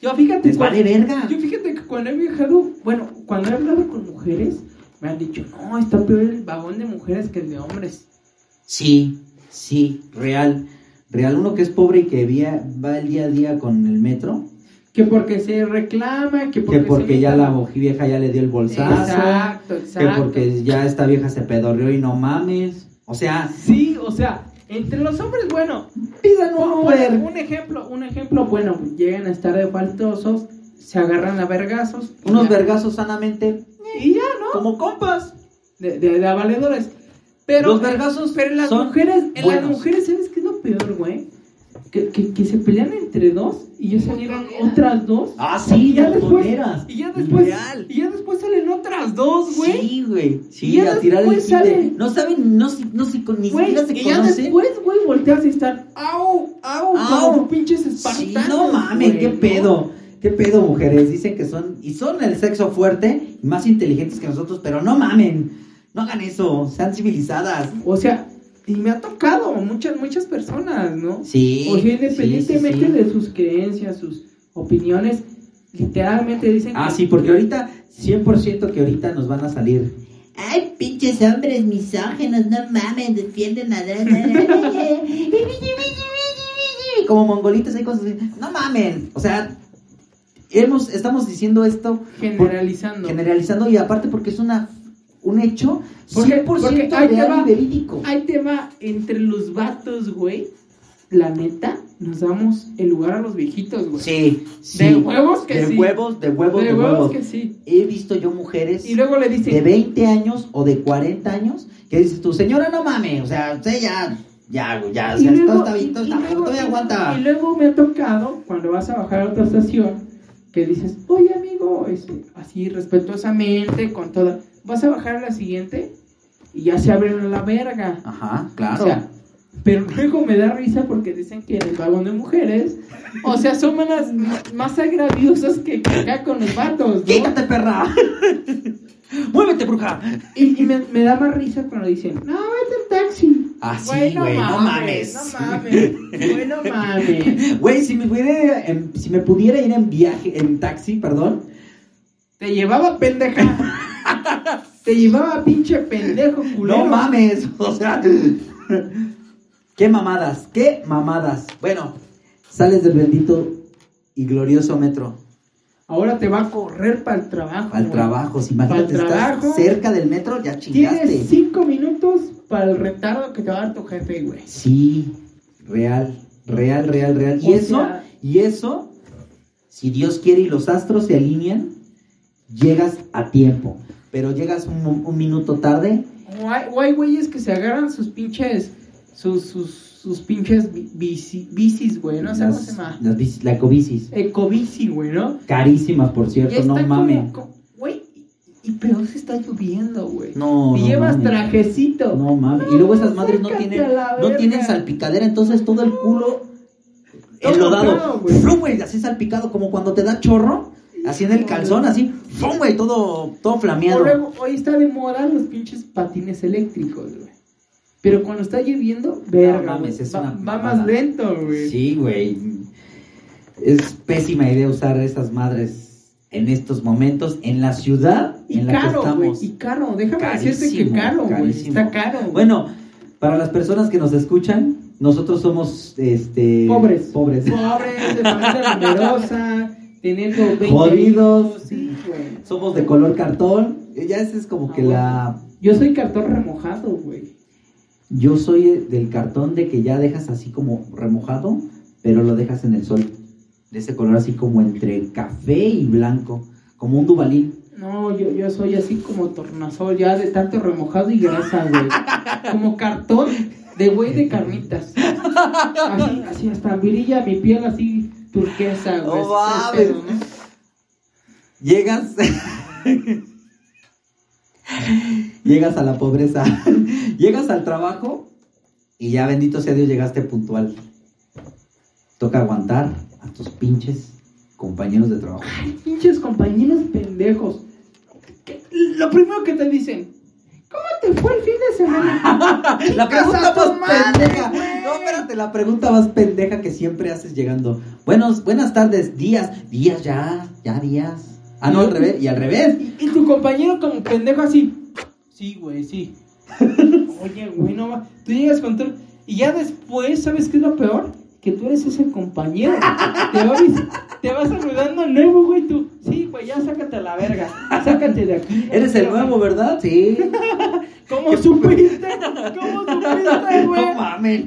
[SPEAKER 2] Yo fíjate,
[SPEAKER 1] les vale verga.
[SPEAKER 2] yo fíjate que cuando he viajado, bueno, cuando he hablado con mujeres, me han dicho, no, está peor el vagón de mujeres que el de hombres.
[SPEAKER 1] Sí, sí, real. Real, uno que es pobre y que vía- va el día a día con el metro,
[SPEAKER 2] Que porque se reclama, que porque,
[SPEAKER 1] que
[SPEAKER 2] se
[SPEAKER 1] porque ya
[SPEAKER 2] meten-
[SPEAKER 1] la vieja ya le dio el bolsazo,
[SPEAKER 2] Exacto,
[SPEAKER 1] que
[SPEAKER 2] exacto.
[SPEAKER 1] porque ya esta vieja se pedorreó y no mames. O sea,
[SPEAKER 2] Sí, o sea, entre los hombres, bueno,
[SPEAKER 1] pidan un
[SPEAKER 2] pon-
[SPEAKER 1] Uber.
[SPEAKER 2] pon un ejemplo, un ejemplo, bueno, llegan a estar de faltosos, se agarran a vergazos. y
[SPEAKER 1] Unos
[SPEAKER 2] ya.
[SPEAKER 1] vergazos sanamente,
[SPEAKER 2] Y ya, ¿no?
[SPEAKER 1] como compas.
[SPEAKER 2] de, de, de valedores. Pero,
[SPEAKER 1] Los vergazos
[SPEAKER 2] pero en las
[SPEAKER 1] son
[SPEAKER 2] mujeres, en las
[SPEAKER 1] buenos.
[SPEAKER 2] mujeres, ¿sabes qué es lo peor, güey? Que, que, que se pelean entre dos y ya salieron otras dos.
[SPEAKER 1] Ah, sí,
[SPEAKER 2] y ya después,
[SPEAKER 1] montoneras.
[SPEAKER 2] y ya después,
[SPEAKER 1] Real.
[SPEAKER 2] y ya después salen otras dos, güey.
[SPEAKER 1] Sí, güey.
[SPEAKER 2] Y
[SPEAKER 1] Sí,
[SPEAKER 2] ya
[SPEAKER 1] a tirar el
[SPEAKER 2] después sale-
[SPEAKER 1] quite. No saben, no, si- no, si con- ni
[SPEAKER 2] Güey,
[SPEAKER 1] siquiera se
[SPEAKER 2] y ya
[SPEAKER 1] conocen.
[SPEAKER 2] después, güey, volteas y están, au, au,
[SPEAKER 1] Au.
[SPEAKER 2] como pinches
[SPEAKER 1] Sí,
[SPEAKER 2] espartanos.
[SPEAKER 1] no mames,
[SPEAKER 2] güey,
[SPEAKER 1] qué
[SPEAKER 2] ¿no?
[SPEAKER 1] pedo. Qué pedo, mujeres. Dicen que son, y son el sexo fuerte, y más inteligentes que nosotros, pero no mamen. No hagan eso, sean civilizadas.
[SPEAKER 2] O sea, y me ha tocado muchas, muchas personas, ¿no?
[SPEAKER 1] Sí.
[SPEAKER 2] O sea,
[SPEAKER 1] sí,
[SPEAKER 2] independientemente
[SPEAKER 1] sí, sí.
[SPEAKER 2] de sus creencias, sus opiniones, literalmente dicen
[SPEAKER 1] Ah,
[SPEAKER 2] que-
[SPEAKER 1] sí, porque ahorita, 100% que ahorita nos van a salir.
[SPEAKER 3] Ay, pinches hombres misógenos, no mames, defienden a la...
[SPEAKER 1] Y como mongolitas hay cosas así. No mamen. O sea, hemos, estamos diciendo esto
[SPEAKER 2] generalizando.
[SPEAKER 1] generalizando y aparte porque es una un hecho
[SPEAKER 2] Porque-
[SPEAKER 1] 100%
[SPEAKER 2] porque ahí te
[SPEAKER 1] real
[SPEAKER 2] va.
[SPEAKER 1] y verídico.
[SPEAKER 2] Ahí te va, entre los vatos, güey, la neta, nos damos el lugar a los viejitos, güey.
[SPEAKER 1] Sí, sí.
[SPEAKER 2] De huevos que
[SPEAKER 1] de
[SPEAKER 2] sí.
[SPEAKER 1] huevos, de
[SPEAKER 2] De
[SPEAKER 1] huevos, de,
[SPEAKER 2] huevos
[SPEAKER 1] huevos.
[SPEAKER 2] que sí.
[SPEAKER 1] He visto yo mujeres
[SPEAKER 2] Y luego le
[SPEAKER 1] de
[SPEAKER 2] dicen,
[SPEAKER 1] 20 años o de 40 años que dices tú, señora, no mames, o sea, usted ya, ya, güey, ya, o
[SPEAKER 2] Y
[SPEAKER 1] sea,
[SPEAKER 2] luego-
[SPEAKER 1] está, está,
[SPEAKER 2] y- y
[SPEAKER 1] está-
[SPEAKER 2] luego-
[SPEAKER 1] todavía aguanta.
[SPEAKER 2] Y luego me ha tocado, cuando vas a bajar a otra estación, que dices, oye amigo, este, así respetuosamente, con toda, vas a bajar a la siguiente y ya se abre la verga.
[SPEAKER 1] Ajá, claro.
[SPEAKER 2] O sea, pero luego me da risa porque dicen que en el vagón de mujeres, o sea, son más, más agraviosas que acá con los vatos, ¿no?
[SPEAKER 1] ¡Quítate, perra! ¡Muévete, bruja!
[SPEAKER 2] Y, y me, me da más risa cuando dicen, no, vete en taxi.
[SPEAKER 1] Ah, sí,
[SPEAKER 2] Güey,
[SPEAKER 1] güey, no mames.
[SPEAKER 2] No mames, güey, no mames.
[SPEAKER 1] Güey, si me pudiera, en- si me pudiera ir en viaje, en taxi, perdón,
[SPEAKER 2] Te llevaba pendeja. Te llevaba pinche pendejo, culero.
[SPEAKER 1] No mames, o sea. qué mamadas, qué mamadas. Bueno, sales del bendito y glorioso metro
[SPEAKER 2] Ahora te va a correr para el trabajo.
[SPEAKER 1] al
[SPEAKER 2] güey.
[SPEAKER 1] trabajo. Si imagínate,
[SPEAKER 2] Pa'l
[SPEAKER 1] estás
[SPEAKER 2] trabajo.
[SPEAKER 1] cerca del metro, ya
[SPEAKER 2] Tienes
[SPEAKER 1] chingaste.
[SPEAKER 2] cinco minutos para el retardo que te va a dar tu jefe, güey.
[SPEAKER 1] Sí, real, real, real, real. Y
[SPEAKER 2] O
[SPEAKER 1] eso,
[SPEAKER 2] sea-
[SPEAKER 1] y eso, si Dios quiere y los astros se alinean, llegas a tiempo. Pero llegas un, un minuto tarde.
[SPEAKER 2] O hay, o hay güeyes que se agarran sus pinches. Sus, sus, sus pinches bi- bici- bicis, güey. No sé cómo se
[SPEAKER 1] las,
[SPEAKER 2] llama.
[SPEAKER 1] las bicis- la ecobicis.
[SPEAKER 2] Ecobici, güey, ¿no?
[SPEAKER 1] Carísimas, por
[SPEAKER 2] Ya
[SPEAKER 1] cierto, no
[SPEAKER 2] está
[SPEAKER 1] mames.
[SPEAKER 2] como- co- Güey, y y peor se está lloviendo, güey.
[SPEAKER 1] No,
[SPEAKER 2] y
[SPEAKER 1] no
[SPEAKER 2] llevas
[SPEAKER 1] mames.
[SPEAKER 2] trajecito.
[SPEAKER 1] No mames. Y luego esas madres no
[SPEAKER 2] sácate
[SPEAKER 1] tienen,
[SPEAKER 2] a la
[SPEAKER 1] no
[SPEAKER 2] verga.
[SPEAKER 1] tienen salpicadera, entonces todo el culo
[SPEAKER 2] Todo
[SPEAKER 1] enlodado.
[SPEAKER 2] mojado, güey.
[SPEAKER 1] Fum, güey, así salpicado, como cuando te da chorro, así en el calzón, así, fum, güey, todo, todo
[SPEAKER 2] O
[SPEAKER 1] flameado.
[SPEAKER 2] luego, hoy está de moda los pinches patines eléctricos, güey. Pero cuando está lloviendo, verga,
[SPEAKER 1] mames,
[SPEAKER 2] güey,
[SPEAKER 1] es
[SPEAKER 2] va,
[SPEAKER 1] una
[SPEAKER 2] va
[SPEAKER 1] mamada.
[SPEAKER 2] más lento, güey.
[SPEAKER 1] Sí, güey. Es pésima idea usar esas madres en estos momentos, en la ciudad
[SPEAKER 2] Y
[SPEAKER 1] en la que
[SPEAKER 2] caro, güey.
[SPEAKER 1] estamos.
[SPEAKER 2] Y caro, déjame
[SPEAKER 1] Carísimo,
[SPEAKER 2] decirte que caro, güey.
[SPEAKER 1] carísimo.
[SPEAKER 2] Está caro. güey.
[SPEAKER 1] Bueno, para las personas que nos escuchan, nosotros somos este
[SPEAKER 2] Pobres.
[SPEAKER 1] Pobres.
[SPEAKER 2] Pobres, de familia numerosa, teniendo 20
[SPEAKER 1] Jodidos.
[SPEAKER 2] hijos, Sí, güey.
[SPEAKER 1] Somos de color cartón. eh, Ya esa es como
[SPEAKER 2] Ah,
[SPEAKER 1] que
[SPEAKER 2] bueno.
[SPEAKER 1] la.
[SPEAKER 2] Yo soy cartón remojado, güey.
[SPEAKER 1] Yo soy del cartón de que ya dejas así como remojado, pero lo dejas en el sol. De ese color así como entre café y blanco. Como un dubalín.
[SPEAKER 2] No, yo, yo soy así como tornasol, ya de tanto remojado y grasa, güey. Como cartón de güey de carnitas. Así, así hasta brilla mi piel así turquesa, güey.
[SPEAKER 1] No
[SPEAKER 2] Ese es el
[SPEAKER 1] mames.
[SPEAKER 2] pedo, ¿no?
[SPEAKER 1] Llegas. Llegas a la pobreza. Llegas al trabajo y ya bendito sea Dios llegaste puntual. Toca aguantar a tus pinches compañeros de trabajo.
[SPEAKER 2] Pinches compañeros pendejos. Que- Lo primero que te dicen, ¿cómo te fue el fin de semana?
[SPEAKER 1] La pregunta
[SPEAKER 2] Chingas a
[SPEAKER 1] más
[SPEAKER 2] tu madre,
[SPEAKER 1] pendeja.
[SPEAKER 2] güey.
[SPEAKER 1] No, espérate, la pregunta más pendeja que siempre haces llegando. Buenos, buenas tardes, días, días ya, ya días. Ah, no, al revés, y al revés.
[SPEAKER 2] Y, y tu compañero como pendejo así. Sí, güey, sí. Oye, güey, no va. Tú llegas con todo. Y ya después, ¿sabes qué es lo peor? Que tú eres ese compañero. Te vas, te vas saludando al nuevo, güey, tú. Sí, güey, ya sácate a la verga. Sácate de aquí. No
[SPEAKER 1] Eres
[SPEAKER 2] te
[SPEAKER 1] el
[SPEAKER 2] quiero
[SPEAKER 1] nuevo, ¿verdad? Sí.
[SPEAKER 2] ¿Cómo supiste? ¿Cómo supiste, güey?
[SPEAKER 1] No mames.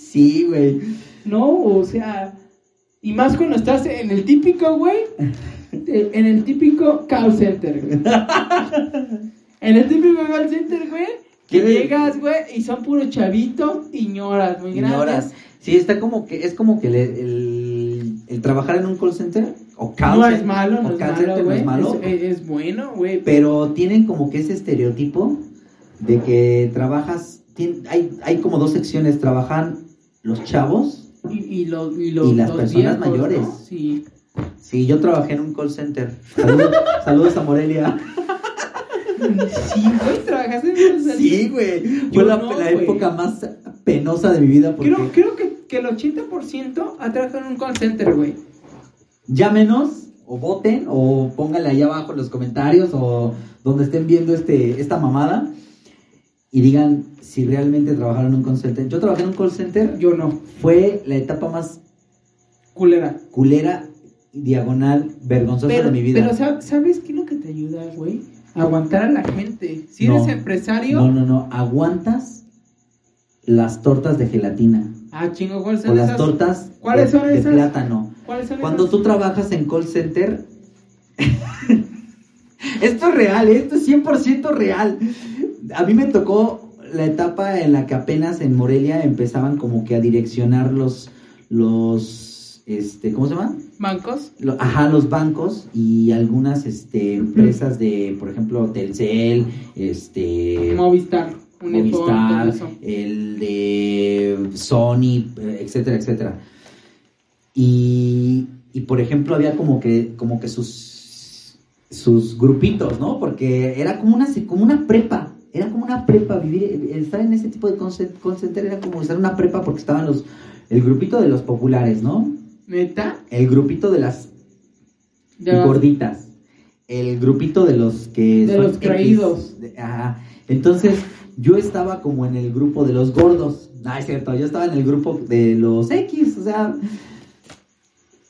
[SPEAKER 1] Sí, güey.
[SPEAKER 2] No, o sea, y más cuando estás en el típico, güey, eh, en el típico call center, güey. En el típico call center, güey, que
[SPEAKER 1] ¿Quién es?
[SPEAKER 2] llegas, güey, y son puro chavito y ñoras, muy grandes.
[SPEAKER 1] Ignoras. Sí, está como que, es como que el, el- el trabajar en un call center o call
[SPEAKER 2] No
[SPEAKER 1] cen-
[SPEAKER 2] es malo, no
[SPEAKER 1] o
[SPEAKER 2] es
[SPEAKER 1] call
[SPEAKER 2] malo,
[SPEAKER 1] center no
[SPEAKER 2] güey.
[SPEAKER 1] es malo.
[SPEAKER 2] Es, eh, es- es bueno, güey.
[SPEAKER 1] pero tienen como que ese estereotipo de que trabajas, tien- hay, hay como dos secciones, trabajan los chavos.
[SPEAKER 2] Y, y, lo- y, lo-
[SPEAKER 1] Y las
[SPEAKER 2] los
[SPEAKER 1] personas
[SPEAKER 2] viejos,
[SPEAKER 1] mayores.
[SPEAKER 2] ¿no? Sí.
[SPEAKER 1] Sí, yo trabajé en un call center. Saludos, saludos a Morelia.
[SPEAKER 2] Sí, güey, trabajaste en un call center.
[SPEAKER 1] Sí, güey. Fue
[SPEAKER 2] Yo
[SPEAKER 1] la,
[SPEAKER 2] no,
[SPEAKER 1] la
[SPEAKER 2] güey.
[SPEAKER 1] época más penosa de mi vida porque
[SPEAKER 2] Creo, creo que, que el 80% ha trabajado en un call center, güey.
[SPEAKER 1] llámenos o voten o pónganle ahí abajo en los comentarios o donde estén viendo este esta mamada y digan si realmente trabajaron en un call center. Yo trabajé en un call center,
[SPEAKER 2] Yo no.
[SPEAKER 1] fue la etapa más
[SPEAKER 2] Culera.
[SPEAKER 1] culera, diagonal, vergonzosa
[SPEAKER 2] pero,
[SPEAKER 1] de mi vida.
[SPEAKER 2] pero sa- ¿sabes qué es lo que te ayuda, güey? Aguantar a la gente. Si
[SPEAKER 1] No.
[SPEAKER 2] eres empresario,
[SPEAKER 1] No, no, no, aguantas las tortas de gelatina
[SPEAKER 2] ah, chingo, ¿cuáles
[SPEAKER 1] o
[SPEAKER 2] son
[SPEAKER 1] las
[SPEAKER 2] esas?
[SPEAKER 1] tortas
[SPEAKER 2] ¿Cuáles
[SPEAKER 1] de,
[SPEAKER 2] son
[SPEAKER 1] de
[SPEAKER 2] esas?
[SPEAKER 1] plátano.
[SPEAKER 2] ¿Cuáles son
[SPEAKER 1] Cuando
[SPEAKER 2] esas?
[SPEAKER 1] tú trabajas en call center, esto es real, ¿eh? esto es 100% real. A mí me tocó la etapa en la que apenas en Morelia empezaban como que a direccionar los, los, este, ¿cómo se llama?
[SPEAKER 2] bancos,
[SPEAKER 1] Lo- ajá, los bancos y algunas este, empresas de, por ejemplo, Telcel, este,
[SPEAKER 2] Movistar, Unifón, todo
[SPEAKER 1] Movistar,
[SPEAKER 2] eso.
[SPEAKER 1] el de Sony, eh, etcétera, etcétera. Y, y, por ejemplo, había como que, como que sus, sus grupitos, ¿no? Porque era como una, sec- como una prepa. Era como una prepa, vivir, estar en ese tipo de conce- call center era como estar en una prepa porque estaban los, el grupito de los populares, ¿no?
[SPEAKER 2] Neta,
[SPEAKER 1] El grupito de las
[SPEAKER 2] ya.
[SPEAKER 1] gorditas. El grupito de los que
[SPEAKER 2] De los
[SPEAKER 1] X.
[SPEAKER 2] creídos.
[SPEAKER 1] De- ajá. Entonces, yo estaba como en el grupo de los gordos. Ah, es cierto, yo estaba en el grupo de los X, o sea,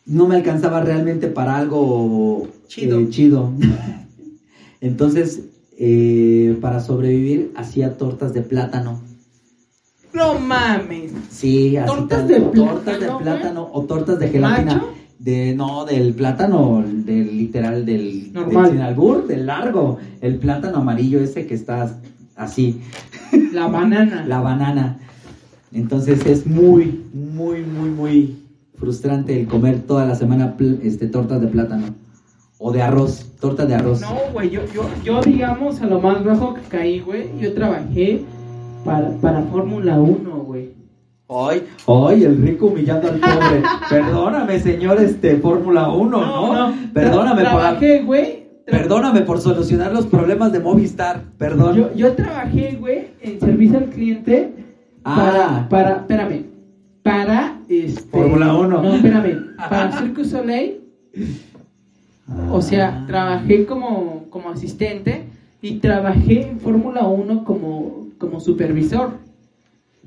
[SPEAKER 1] no me alcanzaba realmente para algo
[SPEAKER 2] Chido.
[SPEAKER 1] eh, chido. Entonces, eh, para sobrevivir, hacía tortas de plátano.
[SPEAKER 2] No mames.
[SPEAKER 1] Sí, así
[SPEAKER 2] ¿Tortas
[SPEAKER 1] tal-
[SPEAKER 2] de
[SPEAKER 1] tortas de
[SPEAKER 2] plátano, güey?
[SPEAKER 1] plátano o tortas de gelatina.
[SPEAKER 2] ¿Macho?
[SPEAKER 1] De, no, del plátano, del literal, del,
[SPEAKER 2] Normal.
[SPEAKER 1] del sin albur, del largo. El plátano amarillo ese que está así,
[SPEAKER 2] La banana.
[SPEAKER 1] la banana. Entonces es muy, muy, muy, muy frustrante el comer toda la semana pl- este, tortas de plátano. O de arroz, torta de arroz.
[SPEAKER 2] No, güey, yo, yo, yo, digamos, a lo más bajo que caí, güey, yo trabajé para, para Fórmula 1, güey.
[SPEAKER 1] Ay, ay, el rico humillando al pobre. Perdóname, señor, este, Fórmula 1, ¿no? Perdóname,
[SPEAKER 2] Tra-
[SPEAKER 1] por la-
[SPEAKER 2] Trabajé, güey. tra-
[SPEAKER 1] Perdóname por solucionar los problemas de Movistar. Perdón.
[SPEAKER 2] Yo, yo trabajé, güey, en servicio al cliente
[SPEAKER 1] Ah.
[SPEAKER 2] para, para, espérame, para este.
[SPEAKER 1] Fórmula Uno.
[SPEAKER 2] No, espérame, para Cirque du Soleil,
[SPEAKER 1] Ah.
[SPEAKER 2] o sea, trabajé como, como asistente y trabajé en Fórmula 1 como, como supervisor.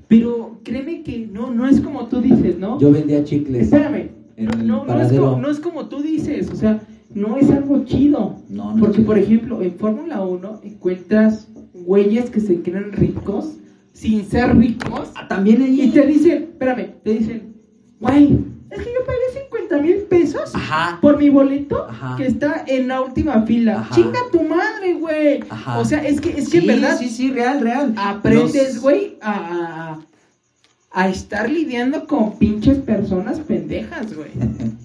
[SPEAKER 2] Pero créeme que no, no es como tú dices, ¿no?
[SPEAKER 1] Yo vendía chicles.
[SPEAKER 2] Espérame.
[SPEAKER 1] En
[SPEAKER 2] No,
[SPEAKER 1] el
[SPEAKER 2] no, no, es
[SPEAKER 1] paradero.
[SPEAKER 2] como, no es como tú dices, o sea, no es algo chido.
[SPEAKER 1] No, no.
[SPEAKER 2] Porque, por ejemplo, en Fórmula 1 encuentras güeyes que se creen ricos sin ser ricos
[SPEAKER 1] Ah, También
[SPEAKER 2] y te
[SPEAKER 1] ahí.
[SPEAKER 2] dicen, espérame, te dicen, güey, es que yo pagué 50 mil pesos
[SPEAKER 1] Ajá.
[SPEAKER 2] por mi boleto
[SPEAKER 1] Ajá.
[SPEAKER 2] que está en la última fila.
[SPEAKER 1] Ajá.
[SPEAKER 2] Chinga tu madre, güey.
[SPEAKER 1] Ajá.
[SPEAKER 2] O sea, es que, es que en
[SPEAKER 1] Sí,
[SPEAKER 2] verdad
[SPEAKER 1] Sí, sí, real, real.
[SPEAKER 2] aprendes,
[SPEAKER 1] Los-
[SPEAKER 2] güey, a, a- a- a estar lidiando con pinches personas pendejas, güey.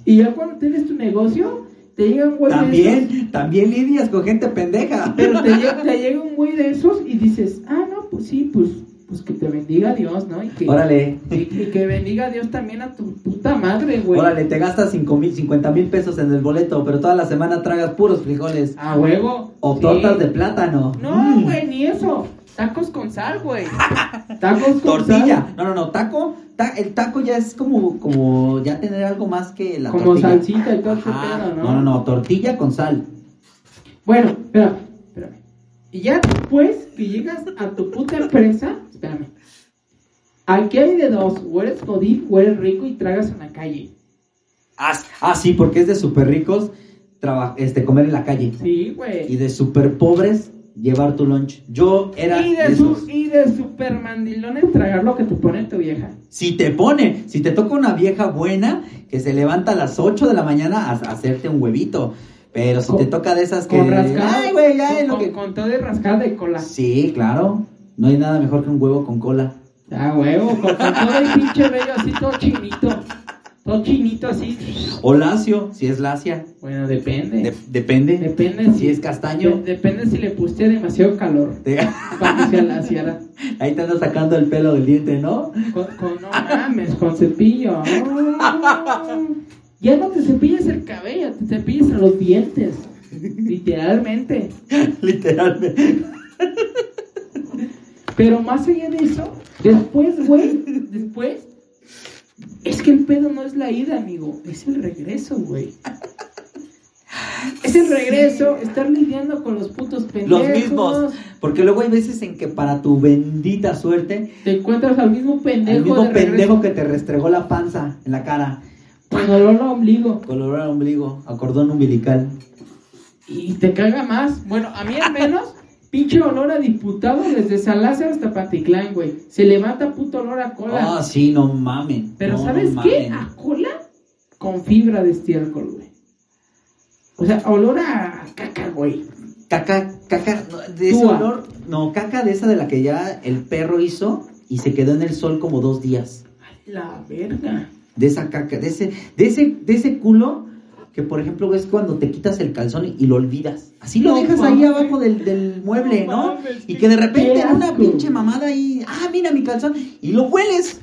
[SPEAKER 2] y ya cuando tienes tu negocio, te llegan güeyes.
[SPEAKER 1] También, también lidias con gente pendeja.
[SPEAKER 2] Pero te llega, te llega un güey de esos y dices, ah, no, pues sí, pues pues que te bendiga Dios, ¿no? Y que,
[SPEAKER 1] Órale.
[SPEAKER 2] y, y que bendiga Dios también a tu puta madre, güey.
[SPEAKER 1] Órale, te gastas 5 mil, 50 mil pesos en el boleto, pero toda la semana tragas puros frijoles.
[SPEAKER 2] A huevo.
[SPEAKER 1] O
[SPEAKER 2] Sí.
[SPEAKER 1] tortas de plátano.
[SPEAKER 2] No,
[SPEAKER 1] Mm.
[SPEAKER 2] güey, ni eso. Tacos con sal, güey. Tacos con
[SPEAKER 1] Tortilla.
[SPEAKER 2] sal.
[SPEAKER 1] No, no, no. Taco. ta- el taco ya es como, como ya tener algo más que la
[SPEAKER 2] Como
[SPEAKER 1] tortilla.
[SPEAKER 2] salsita y todo ese
[SPEAKER 1] Ajá.
[SPEAKER 2] pedo, ¿no?
[SPEAKER 1] No, no, no. Tortilla con sal.
[SPEAKER 2] Bueno, espérame, espérame. Y ya después que llegas a tu puta empresa, espérame. Aquí hay de dos, o eres jodido o eres rico y tragas en la calle.
[SPEAKER 1] Ah, s- ah, sí, porque es de súper ricos traba- este, comer en la calle.
[SPEAKER 2] Sí,
[SPEAKER 1] Y
[SPEAKER 2] güey.
[SPEAKER 1] de súper pobres llevar tu lunch. Yo era
[SPEAKER 2] Y
[SPEAKER 1] de
[SPEAKER 2] de, su,
[SPEAKER 1] esos.
[SPEAKER 2] y de supermandilones tragar lo que te pone tu vieja.
[SPEAKER 1] Si te pone, si te toca una vieja buena que se levanta a las 8 de la mañana a, a hacerte un huevito. Pero si
[SPEAKER 2] Con-
[SPEAKER 1] te toca de esas que.
[SPEAKER 2] Con rascada.
[SPEAKER 1] Ay, güey, ya es lo
[SPEAKER 2] con,
[SPEAKER 1] que.
[SPEAKER 2] con todo de rascada de cola.
[SPEAKER 1] Sí, claro. No hay nada mejor que un huevo con cola.
[SPEAKER 2] Ah, huevo, con, con todo el pinche bello así, todo chinito. Todo chinito así.
[SPEAKER 1] O lacio, si es lacia.
[SPEAKER 2] Bueno, depende.
[SPEAKER 1] De- depende.
[SPEAKER 2] depende
[SPEAKER 1] Si es castaño.
[SPEAKER 2] de- depende si le pusiste demasiado calor.
[SPEAKER 1] te-
[SPEAKER 2] Para que se alaciara.
[SPEAKER 1] Ahí te anda sacando el pelo del diente, ¿no?
[SPEAKER 2] Con, con- no mames, con cepillo. Ya no te cepillas el cabello, te cepillas a los dientes. Literalmente.
[SPEAKER 1] Literalmente.
[SPEAKER 2] Pero más allá de eso, después, güey, después. Es que el pedo no es la ida, amigo, es el regreso, güey. Es el regreso, estar lidiando con los putos pendejos.
[SPEAKER 1] Los mismos. Porque luego hay veces en que para tu bendita suerte,
[SPEAKER 2] Te encuentras al mismo pendejo.
[SPEAKER 1] el mismo
[SPEAKER 2] de regreso,
[SPEAKER 1] pendejo que te restregó la panza en la cara,
[SPEAKER 2] Con olor a ombligo.
[SPEAKER 1] color al ombligo, a cordón umbilical.
[SPEAKER 2] Y te caga más. Bueno, a mí al menos, pinche olor a diputado desde San Lázaro hasta Patitlán, güey. Se levanta puto olor a cola.
[SPEAKER 1] Ah, sí, no mamen.
[SPEAKER 2] Pero
[SPEAKER 1] no
[SPEAKER 2] ¿sabes qué? Ah.
[SPEAKER 1] mamen.
[SPEAKER 2] A cola con fibra de estiércol, güey. O sea, olor a caca, güey.
[SPEAKER 1] Caca, caca, no, de ese
[SPEAKER 2] Tua.
[SPEAKER 1] olor. No, caca de esa de la que ya el perro hizo y se quedó en el sol como dos días.
[SPEAKER 2] Ay, la verga.
[SPEAKER 1] De esa caca, de ese, de ese, de ese culo que por ejemplo es cuando te quitas el calzón y, y lo olvidas. Así lo
[SPEAKER 2] No
[SPEAKER 1] dejas ahí
[SPEAKER 2] mames.
[SPEAKER 1] abajo del, del mueble, ¿no?
[SPEAKER 2] No mames,
[SPEAKER 1] y que de
[SPEAKER 2] qué
[SPEAKER 1] repente
[SPEAKER 2] asco.
[SPEAKER 1] una pinche mamada ahí, ah, mira mi calzón, y lo hueles.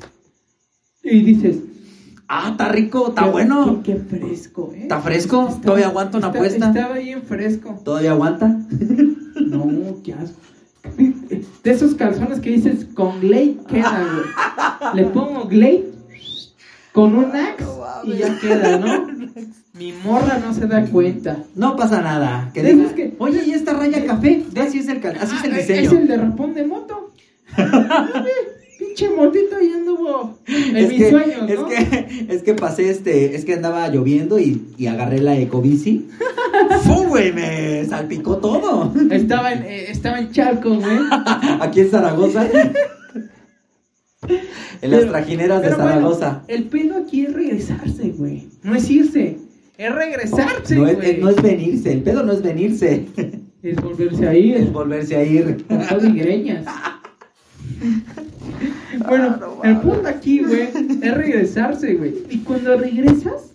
[SPEAKER 2] Y dices,
[SPEAKER 1] Ah, está rico, está
[SPEAKER 2] qué-
[SPEAKER 1] bueno,
[SPEAKER 2] Qué, qué fresco, ¿eh?
[SPEAKER 1] está fresco,
[SPEAKER 2] Está-
[SPEAKER 1] todavía aguanta una
[SPEAKER 2] está-
[SPEAKER 1] apuesta,
[SPEAKER 2] Estaba bien fresco.
[SPEAKER 1] todavía aguanta.
[SPEAKER 2] No, qué asco. De esos calzones que dices con Glade queda, güey. Le pongo Glade con un Axe y ya queda, ¿no? Mi morra no se da cuenta.
[SPEAKER 1] No pasa nada. Que
[SPEAKER 2] Dices
[SPEAKER 1] digas,
[SPEAKER 2] que-
[SPEAKER 1] oye, ¿y esta raya café? Así es el, cal- así es el
[SPEAKER 2] Ah,
[SPEAKER 1] diseño.
[SPEAKER 2] Es el derrapón de moto. Pinche motito ya anduvo en
[SPEAKER 1] es
[SPEAKER 2] mis
[SPEAKER 1] que,
[SPEAKER 2] sueños,
[SPEAKER 1] es
[SPEAKER 2] ¿no?
[SPEAKER 1] que, es que pasé este, es que andaba lloviendo y, y agarré la ecobici. ¡Fu, güey! Me salpicó todo.
[SPEAKER 2] Estaba en, eh, estaba en charco, güey.
[SPEAKER 1] Aquí en Zaragoza. En las
[SPEAKER 2] Pero-
[SPEAKER 1] trajineras de
[SPEAKER 2] pero bueno,
[SPEAKER 1] Zaragoza.
[SPEAKER 2] el pedo aquí es regresarse, güey. No es irse. Es regresarse,
[SPEAKER 1] no,
[SPEAKER 2] güey.
[SPEAKER 1] es, eh, no es venirse, el pedo no es venirse.
[SPEAKER 2] Es volverse a ir.
[SPEAKER 1] Es volverse a ir.
[SPEAKER 2] Con todo y greñas. bueno, el punto aquí, güey, es regresarse, güey. Y cuando regresas,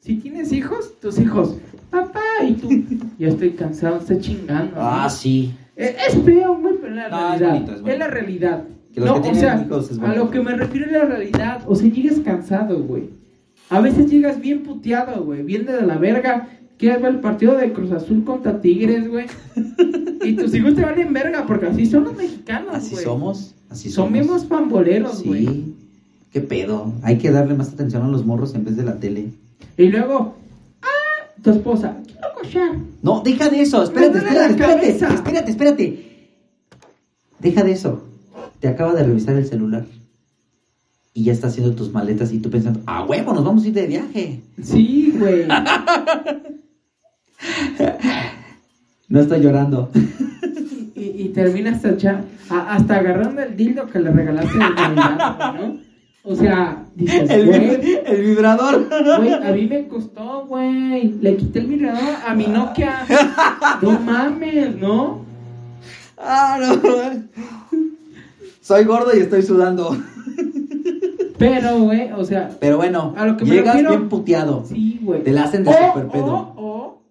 [SPEAKER 2] si tienes hijos, tus hijos, papá, y tú, ya estoy cansado, estoy chingando. ¿no?
[SPEAKER 1] Ah, sí.
[SPEAKER 2] Eh, Es feo, güey, pero es la
[SPEAKER 1] No, es
[SPEAKER 2] realidad.
[SPEAKER 1] bonito, es
[SPEAKER 2] es,
[SPEAKER 1] bonito.
[SPEAKER 2] la realidad.
[SPEAKER 1] Que los
[SPEAKER 2] no,
[SPEAKER 1] que
[SPEAKER 2] o
[SPEAKER 1] tienen
[SPEAKER 2] sea,
[SPEAKER 1] hijos es
[SPEAKER 2] a
[SPEAKER 1] bonito.
[SPEAKER 2] lo que me refiero es la realidad. O sea, llegas cansado, güey. A veces llegas bien puteado, güey. Bien de la verga. Quieres ver el partido de Cruz Azul contra Tigres, güey. y tus hijos te van en verga, porque así son los mexicanos, güey.
[SPEAKER 1] Así somos. Así
[SPEAKER 2] Son
[SPEAKER 1] somos.
[SPEAKER 2] mismos pamboleros, güey.
[SPEAKER 1] Sí. ¿Qué pedo? Hay que darle más atención a los morros en vez de la tele.
[SPEAKER 2] Y luego, ah, tu esposa, quiero cochar.
[SPEAKER 1] No, deja de eso. Espérate,
[SPEAKER 2] Me duele la
[SPEAKER 1] espérate, espérate,
[SPEAKER 2] cabeza.
[SPEAKER 1] espérate, espérate. Deja de eso. Te acaba de revisar el celular. Y ya está haciendo tus maletas y tú pensando, ah, huevo, nos vamos a ir de viaje.
[SPEAKER 2] Sí, güey.
[SPEAKER 1] No estoy llorando.
[SPEAKER 2] Y, y termina hasta, echa- a- hasta agarrando el dildo que le regalaste de Navidad, güey, ¿no? O sea, dices,
[SPEAKER 1] El,
[SPEAKER 2] güey,
[SPEAKER 1] vi- el vibrador.
[SPEAKER 2] güey, a mí me costó, güey. Le quité el mirador a mi Nokia. No mames, ¿no?
[SPEAKER 1] Ah, no. Soy gordo y estoy sudando.
[SPEAKER 2] Pero, güey, o sea,
[SPEAKER 1] Pero bueno,
[SPEAKER 2] A lo que me
[SPEAKER 1] llegas
[SPEAKER 2] refiero- Oh,
[SPEAKER 1] bien puteado.
[SPEAKER 2] sí, güey.
[SPEAKER 1] Te la hacen de
[SPEAKER 2] O-
[SPEAKER 1] super pedo.
[SPEAKER 2] O, o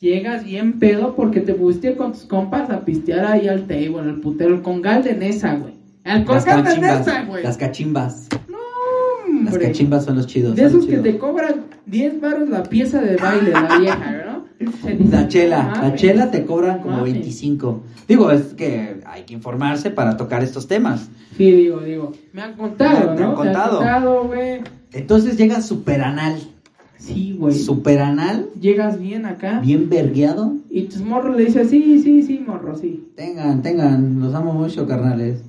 [SPEAKER 2] llegas bien pedo porque te fuiste con tus compas a pistear ahí al table, al putero, con gal de Nesa, güey. Alcohol
[SPEAKER 1] Las cachimbas.
[SPEAKER 2] canadiense, güey.
[SPEAKER 1] Las cachimbas.
[SPEAKER 2] No,
[SPEAKER 1] Las
[SPEAKER 2] hombre.
[SPEAKER 1] cachimbas son los chidos.
[SPEAKER 2] De
[SPEAKER 1] son
[SPEAKER 2] esos
[SPEAKER 1] los
[SPEAKER 2] que
[SPEAKER 1] chidos.
[SPEAKER 2] te cobran 10 baros la pieza de baile, la vieja, ¿no?
[SPEAKER 1] La chela, la
[SPEAKER 2] Mames.
[SPEAKER 1] chela te cobran como
[SPEAKER 2] Ah, Mames.
[SPEAKER 1] 25. Digo, es que hay que informarse para tocar estos temas.
[SPEAKER 2] Sí, digo, digo. Me han contado,
[SPEAKER 1] Me- me
[SPEAKER 2] ¿no?
[SPEAKER 1] han contado.
[SPEAKER 2] Me han contado, güey.
[SPEAKER 1] Entonces llega superanal,
[SPEAKER 2] Pues Sí, güey.
[SPEAKER 1] superanal,
[SPEAKER 2] Llegas bien acá.
[SPEAKER 1] bien vergueado.
[SPEAKER 2] Y tus morros le dicen, sí, sí, sí, morro, sí.
[SPEAKER 1] Tengan, tengan, los amo mucho, carnales.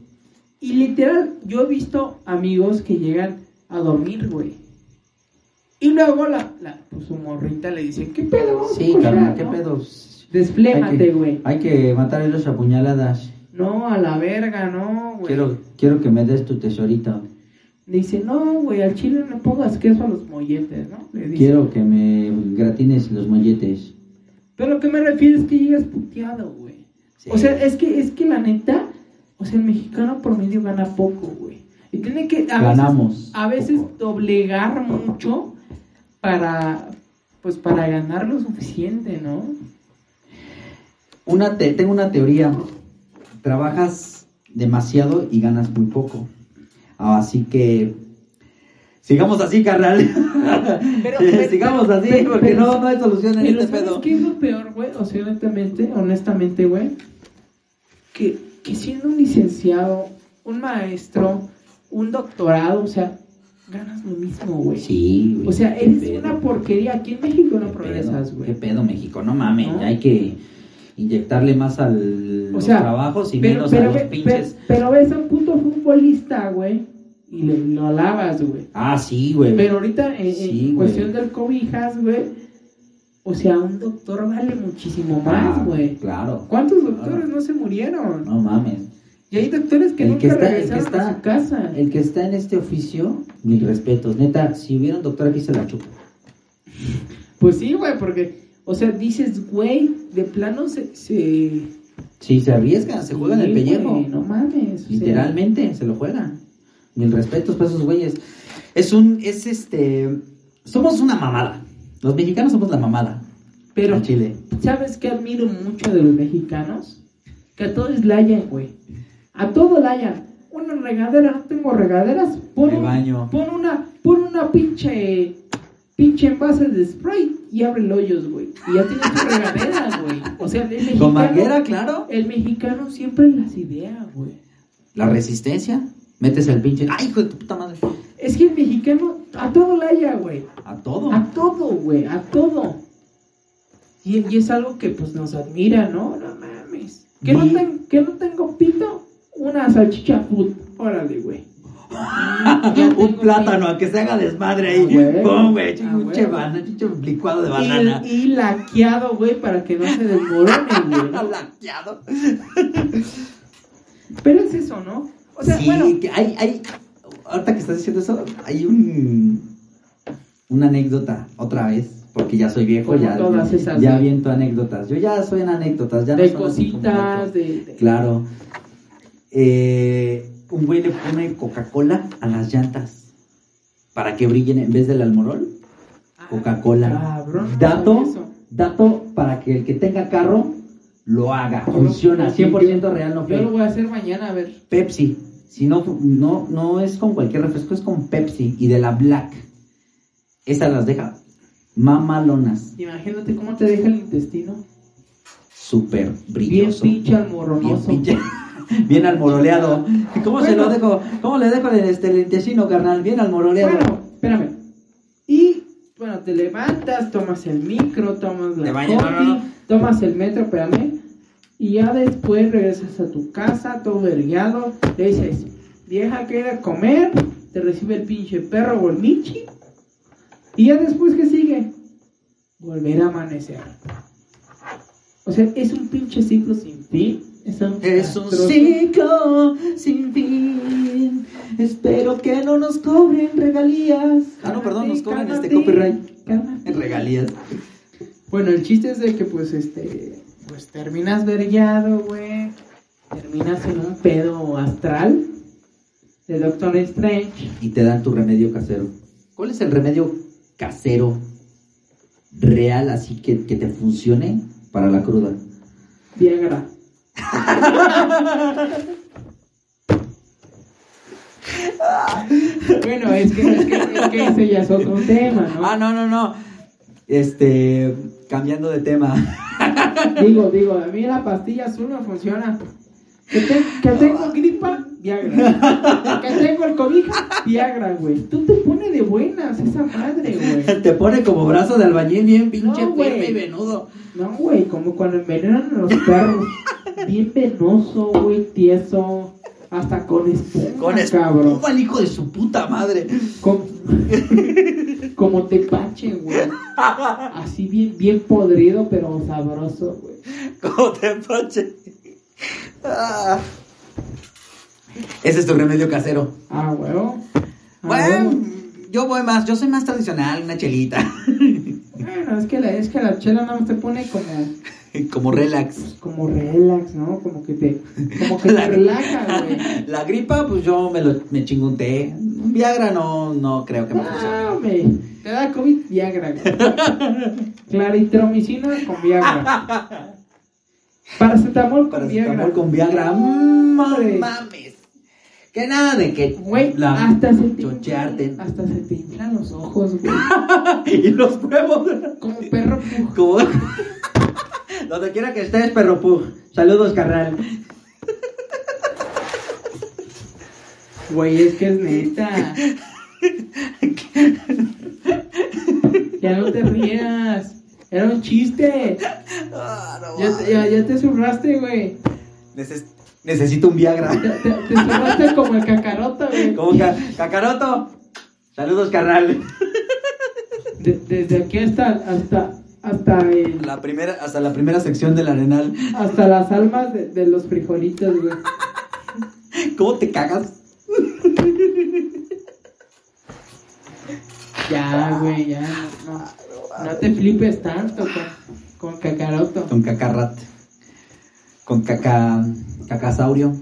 [SPEAKER 2] Y literal, yo he visto amigos que llegan a dormir, güey. Y luego la, la pues, su morrita le dice, ¿qué pedo? Vamos a
[SPEAKER 1] Sí,
[SPEAKER 2] cochar,
[SPEAKER 1] carnal, qué
[SPEAKER 2] ¿no?
[SPEAKER 1] pedo. Hay
[SPEAKER 2] Desplémate,
[SPEAKER 1] que-
[SPEAKER 2] güey.
[SPEAKER 1] Hay que matar a los apuñaladas.
[SPEAKER 2] No, a la verga, no, güey.
[SPEAKER 1] Quiero, quiero que me des tu tesorito.
[SPEAKER 2] Le dice, no, güey, al chile no pongas queso a los molletes, ¿no? Le dice.
[SPEAKER 1] Quiero que me gratines los molletes.
[SPEAKER 2] Pero lo que me refiero es que llegas puteado, güey.
[SPEAKER 1] Sí.
[SPEAKER 2] O sea, es que, es que la neta, o sea, el mexicano promedio gana poco, güey. Y tiene que a
[SPEAKER 1] Ganamos
[SPEAKER 2] veces, a veces
[SPEAKER 1] poco.
[SPEAKER 2] doblegar mucho para pues para ganar lo suficiente, ¿no?
[SPEAKER 1] Una te- tengo una teoría. Trabajas demasiado y ganas muy poco. Así que sigamos así, carnal.
[SPEAKER 2] Pero- pero-
[SPEAKER 1] sigamos así
[SPEAKER 2] pero-
[SPEAKER 1] porque
[SPEAKER 2] pero-
[SPEAKER 1] no, no hay solución en
[SPEAKER 2] Pero
[SPEAKER 1] este
[SPEAKER 2] ¿sabes
[SPEAKER 1] pedo.
[SPEAKER 2] qué es lo peor, güey? O sea, honestamente, honestamente, güey, que, que siendo un licenciado, un maestro, un doctorado, o sea, ganas lo mismo, güey.
[SPEAKER 1] Sí, güey,
[SPEAKER 2] O sea,
[SPEAKER 1] qué
[SPEAKER 2] eres
[SPEAKER 1] pedo,
[SPEAKER 2] una porquería. Aquí en México no
[SPEAKER 1] qué
[SPEAKER 2] progresas,
[SPEAKER 1] pedo, Qué
[SPEAKER 2] güey.
[SPEAKER 1] pedo, México, no mames,
[SPEAKER 2] ¿No?
[SPEAKER 1] ya hay que inyectarle más al
[SPEAKER 2] O sea,
[SPEAKER 1] los trabajos y
[SPEAKER 2] Pero,
[SPEAKER 1] menos
[SPEAKER 2] pero,
[SPEAKER 1] a los
[SPEAKER 2] ve-
[SPEAKER 1] pinches.
[SPEAKER 2] pe- pero ves a un puto futbolista, güey, y le, lo alabas, güey.
[SPEAKER 1] ah, sí, güey.
[SPEAKER 2] Pero ahorita, eh, en, en
[SPEAKER 1] Sí, güey.
[SPEAKER 2] cuestión del cobijas, güey, o sea, un doctor vale muchísimo
[SPEAKER 1] Ah,
[SPEAKER 2] más, güey.
[SPEAKER 1] Claro.
[SPEAKER 2] ¿Cuántos doctores no se murieron?
[SPEAKER 1] No mames.
[SPEAKER 2] Y hay doctores que
[SPEAKER 1] el
[SPEAKER 2] nunca
[SPEAKER 1] que está, el que
[SPEAKER 2] regresaron
[SPEAKER 1] está,
[SPEAKER 2] a su casa.
[SPEAKER 1] el que está en este oficio, mis respetos, neta, si hubiera un doctor aquí se la chupa.
[SPEAKER 2] Pues sí, güey, porque, o sea, dices, güey, de plano se... se
[SPEAKER 1] Si se arriesgan, se juegan
[SPEAKER 2] Sí,
[SPEAKER 1] el pellejo.
[SPEAKER 2] güey, no mames. o sea,
[SPEAKER 1] Literalmente, se lo juegan. Mil respetos para esos güeyes. Es un, es este, somos una mamada. Los mexicanos somos la mamada.
[SPEAKER 2] pero,
[SPEAKER 1] Al Chile.
[SPEAKER 2] ¿sabes qué admiro mucho de los mexicanos? Que a todos la hayan, güey. A todos la hayan. Una regadera, no tengo regaderas. Pon,
[SPEAKER 1] Me
[SPEAKER 2] un-
[SPEAKER 1] baño.
[SPEAKER 2] pon una, pon una pinche, pinche envase de spray y abre hoyos, güey. Y ya tienes tu regadera, güey. O sea, el mexicano...
[SPEAKER 1] Con manguera, claro.
[SPEAKER 2] El mexicano siempre las idea, güey.
[SPEAKER 1] La resistencia. Metes el pinche. ¡Ay, hijo de tu puta madre!
[SPEAKER 2] Es que el mexicano a todo la haya, güey.
[SPEAKER 1] A todo.
[SPEAKER 2] A todo, güey, a todo. Y, y es algo que pues nos admira, ¿no? No mames. Que no,
[SPEAKER 1] Sí.
[SPEAKER 2] ten- que no tengo pito, una salchicha food. Órale, güey. Ya tengo
[SPEAKER 1] Ah, un
[SPEAKER 2] pito.
[SPEAKER 1] plátano, a que se haga desmadre
[SPEAKER 2] Ah,
[SPEAKER 1] ahí.
[SPEAKER 2] güey.
[SPEAKER 1] ¡Pum, güey!
[SPEAKER 2] Ah,
[SPEAKER 1] un
[SPEAKER 2] güey.
[SPEAKER 1] che banana, un licuado de banana.
[SPEAKER 2] Y, y laqueado, güey, para que no se desmorone, güey.
[SPEAKER 1] Laqueado.
[SPEAKER 2] Pero es eso, ¿no? O sea,
[SPEAKER 1] sí,
[SPEAKER 2] bueno,
[SPEAKER 1] que hay, hay, ahorita que estás diciendo eso, hay un, una anécdota otra vez, porque ya soy viejo,
[SPEAKER 2] Como
[SPEAKER 1] ya,
[SPEAKER 2] todas
[SPEAKER 1] ya,
[SPEAKER 2] esas,
[SPEAKER 1] ya
[SPEAKER 2] ¿no?
[SPEAKER 1] aviento anécdotas. Yo ya soy en anécdotas, ya no
[SPEAKER 2] de
[SPEAKER 1] son así como
[SPEAKER 2] cositas,
[SPEAKER 1] datos.
[SPEAKER 2] de... de-
[SPEAKER 1] Claro. Eh, un güey le pone Coca-Cola a las llantas para que brillen en vez del almorol.
[SPEAKER 2] Ah,
[SPEAKER 1] Coca-Cola.
[SPEAKER 2] cabrón, no
[SPEAKER 1] Dato,
[SPEAKER 2] sabía eso.
[SPEAKER 1] dato para que el que tenga carro lo haga. Funciona, 100% real, no
[SPEAKER 2] Yo
[SPEAKER 1] fake.
[SPEAKER 2] lo voy a hacer mañana, a ver.
[SPEAKER 1] Pepsi. Si no, no, no es con cualquier refresco, es con Pepsi y de la Black. Esas las deja mamalonas.
[SPEAKER 2] Imagínate cómo te deja el intestino.
[SPEAKER 1] Súper
[SPEAKER 2] Bien
[SPEAKER 1] brilloso.
[SPEAKER 2] pinche
[SPEAKER 1] Bien
[SPEAKER 2] almoronoso.
[SPEAKER 1] pinche. Bien almoroleado. ¿Cómo se
[SPEAKER 2] Bueno.
[SPEAKER 1] lo dejo? ¿Cómo le dejo el, este, el intestino, carnal? Bien almoroleado.
[SPEAKER 2] Bueno, espérame. Y bueno, te levantas, tomas el micro, tomas
[SPEAKER 1] Te
[SPEAKER 2] la
[SPEAKER 1] bañas, no,
[SPEAKER 2] combi,
[SPEAKER 1] no, no.
[SPEAKER 2] tomas el metro, espérame. Y ya después regresas a tu casa, todo vergueado. Le dices, vieja, que ir a comer. Te recibe el pinche perro o el michi. Y ya después, ¿qué sigue? Volver a amanecer. O sea, es un pinche ciclo sin fin. Es un,
[SPEAKER 1] Es un
[SPEAKER 2] castroso.
[SPEAKER 1] ciclo sin fin. Espero que no nos cobren regalías. Ah, no, perdón, nos cobran
[SPEAKER 2] Cálmate,
[SPEAKER 1] este copyright.
[SPEAKER 2] cálmate.
[SPEAKER 1] Regalías.
[SPEAKER 2] Bueno, el chiste es de que pues este, pues terminas vergueado, güey. Terminas en un pedo astral de Doctor Strange.
[SPEAKER 1] y te dan tu remedio casero. ¿Cuál es el remedio casero real así que, que te funcione para la cruda?
[SPEAKER 2] Viagra. Bueno, es que, es que, es que ese ya es otro tema, ¿no?
[SPEAKER 1] Ah, no, no, no. Este, cambiando de tema.
[SPEAKER 2] Digo, digo, a mí la pastilla azul no funciona. Que, te- que tengo gripa, Viagra. Que tengo el COVID, Viagra, güey. Tú te pones de buenas esa madre, güey.
[SPEAKER 1] Te pone como brazo de albañil bien pinche
[SPEAKER 2] No, güey.
[SPEAKER 1] fuerte y venudo.
[SPEAKER 2] No, güey, como cuando envenenan a los perros. Bien penoso, güey, tieso. Hasta con espuma,
[SPEAKER 1] Con
[SPEAKER 2] cabrón.
[SPEAKER 1] espuma, el hijo de su puta madre.
[SPEAKER 2] Como, como tepache, güey. Así bien, bien podrido, pero sabroso, güey.
[SPEAKER 1] Como te poche. Ah. Ese es tu remedio casero.
[SPEAKER 2] Ah, huevo. Ah,
[SPEAKER 1] Bueno,
[SPEAKER 2] huevo.
[SPEAKER 1] yo voy más, yo soy más tradicional, una chelita.
[SPEAKER 2] Bueno, es que la, es que la chela nada más te pone como,
[SPEAKER 1] Como relax.
[SPEAKER 2] como relax, ¿no? Como que te, como que te relaja, güey.
[SPEAKER 1] La gripa, pues yo me, lo, me chingo un té. Un Viagra no, no creo que me funcione.
[SPEAKER 2] Ah, hombre, te da COVID Viagra, güey. Claritromicina con Viagra. Paracetamol con Viagra.
[SPEAKER 1] Paracetamol con Viagra. Mm,
[SPEAKER 2] Güey.
[SPEAKER 1] mames. Que nada de que
[SPEAKER 2] Güey,
[SPEAKER 1] la-
[SPEAKER 2] hasta se te
[SPEAKER 1] chochearte.
[SPEAKER 2] hasta se te inflan los ojos, güey.
[SPEAKER 1] y los huevos.
[SPEAKER 2] Como perro pug.
[SPEAKER 1] Como... Donde quiera que estés, perro pug. Saludos, carnal.
[SPEAKER 2] Güey, es que es neta. ya no te rías. Era un chiste. Ya, te- ya, ya te zurraste, güey.
[SPEAKER 1] Neces- necesito un Viagra.
[SPEAKER 2] Te, te, te zurraste como el cacarota, güey.
[SPEAKER 1] Como ca- cacaroto. Saludos, carnal.
[SPEAKER 2] De- desde aquí hasta, hasta, hasta, el-
[SPEAKER 1] La primera, hasta la primera sección del arenal.
[SPEAKER 2] hasta las almas de, de los frijolitos, güey.
[SPEAKER 1] ¿Cómo te cagas?
[SPEAKER 2] Ya, güey, ya. No, no te flipes tanto con, con cacaroto.
[SPEAKER 1] Con cacarrat. Con caca. cacasaurio.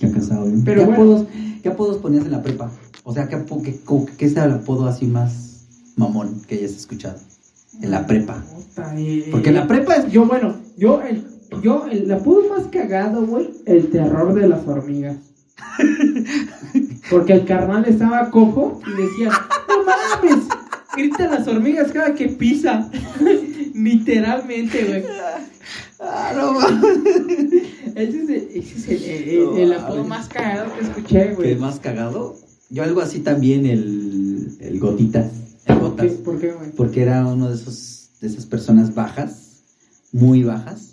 [SPEAKER 1] Cacasaurio.
[SPEAKER 2] Pero
[SPEAKER 1] ¿Qué,
[SPEAKER 2] bueno.
[SPEAKER 1] apodos, ¿Qué apodos ponías en la prepa? O sea, ¿qué, apo- qué, co- qué es el apodo así más mamón que hayas escuchado? En la prepa.
[SPEAKER 2] Puta, eh,
[SPEAKER 1] Porque en la prepa es.
[SPEAKER 2] Yo, bueno, yo, el, yo, el, la pude más cagado, güey, el terror de las hormigas. Porque el carnal estaba cojo y decía, no mames, grita las hormigas cada que pisa. Literalmente, güey. Ah, Ese es, el, ese es el, el- el- el apodo más cagado que escuché,
[SPEAKER 1] ¿Qué
[SPEAKER 2] güey.
[SPEAKER 1] más cagado? Yo algo así también, el. el gotitas. El
[SPEAKER 2] ¿Por qué,
[SPEAKER 1] gotas.
[SPEAKER 2] ¿Por qué, güey?
[SPEAKER 1] porque era uno de esos de esas personas bajas, muy bajas,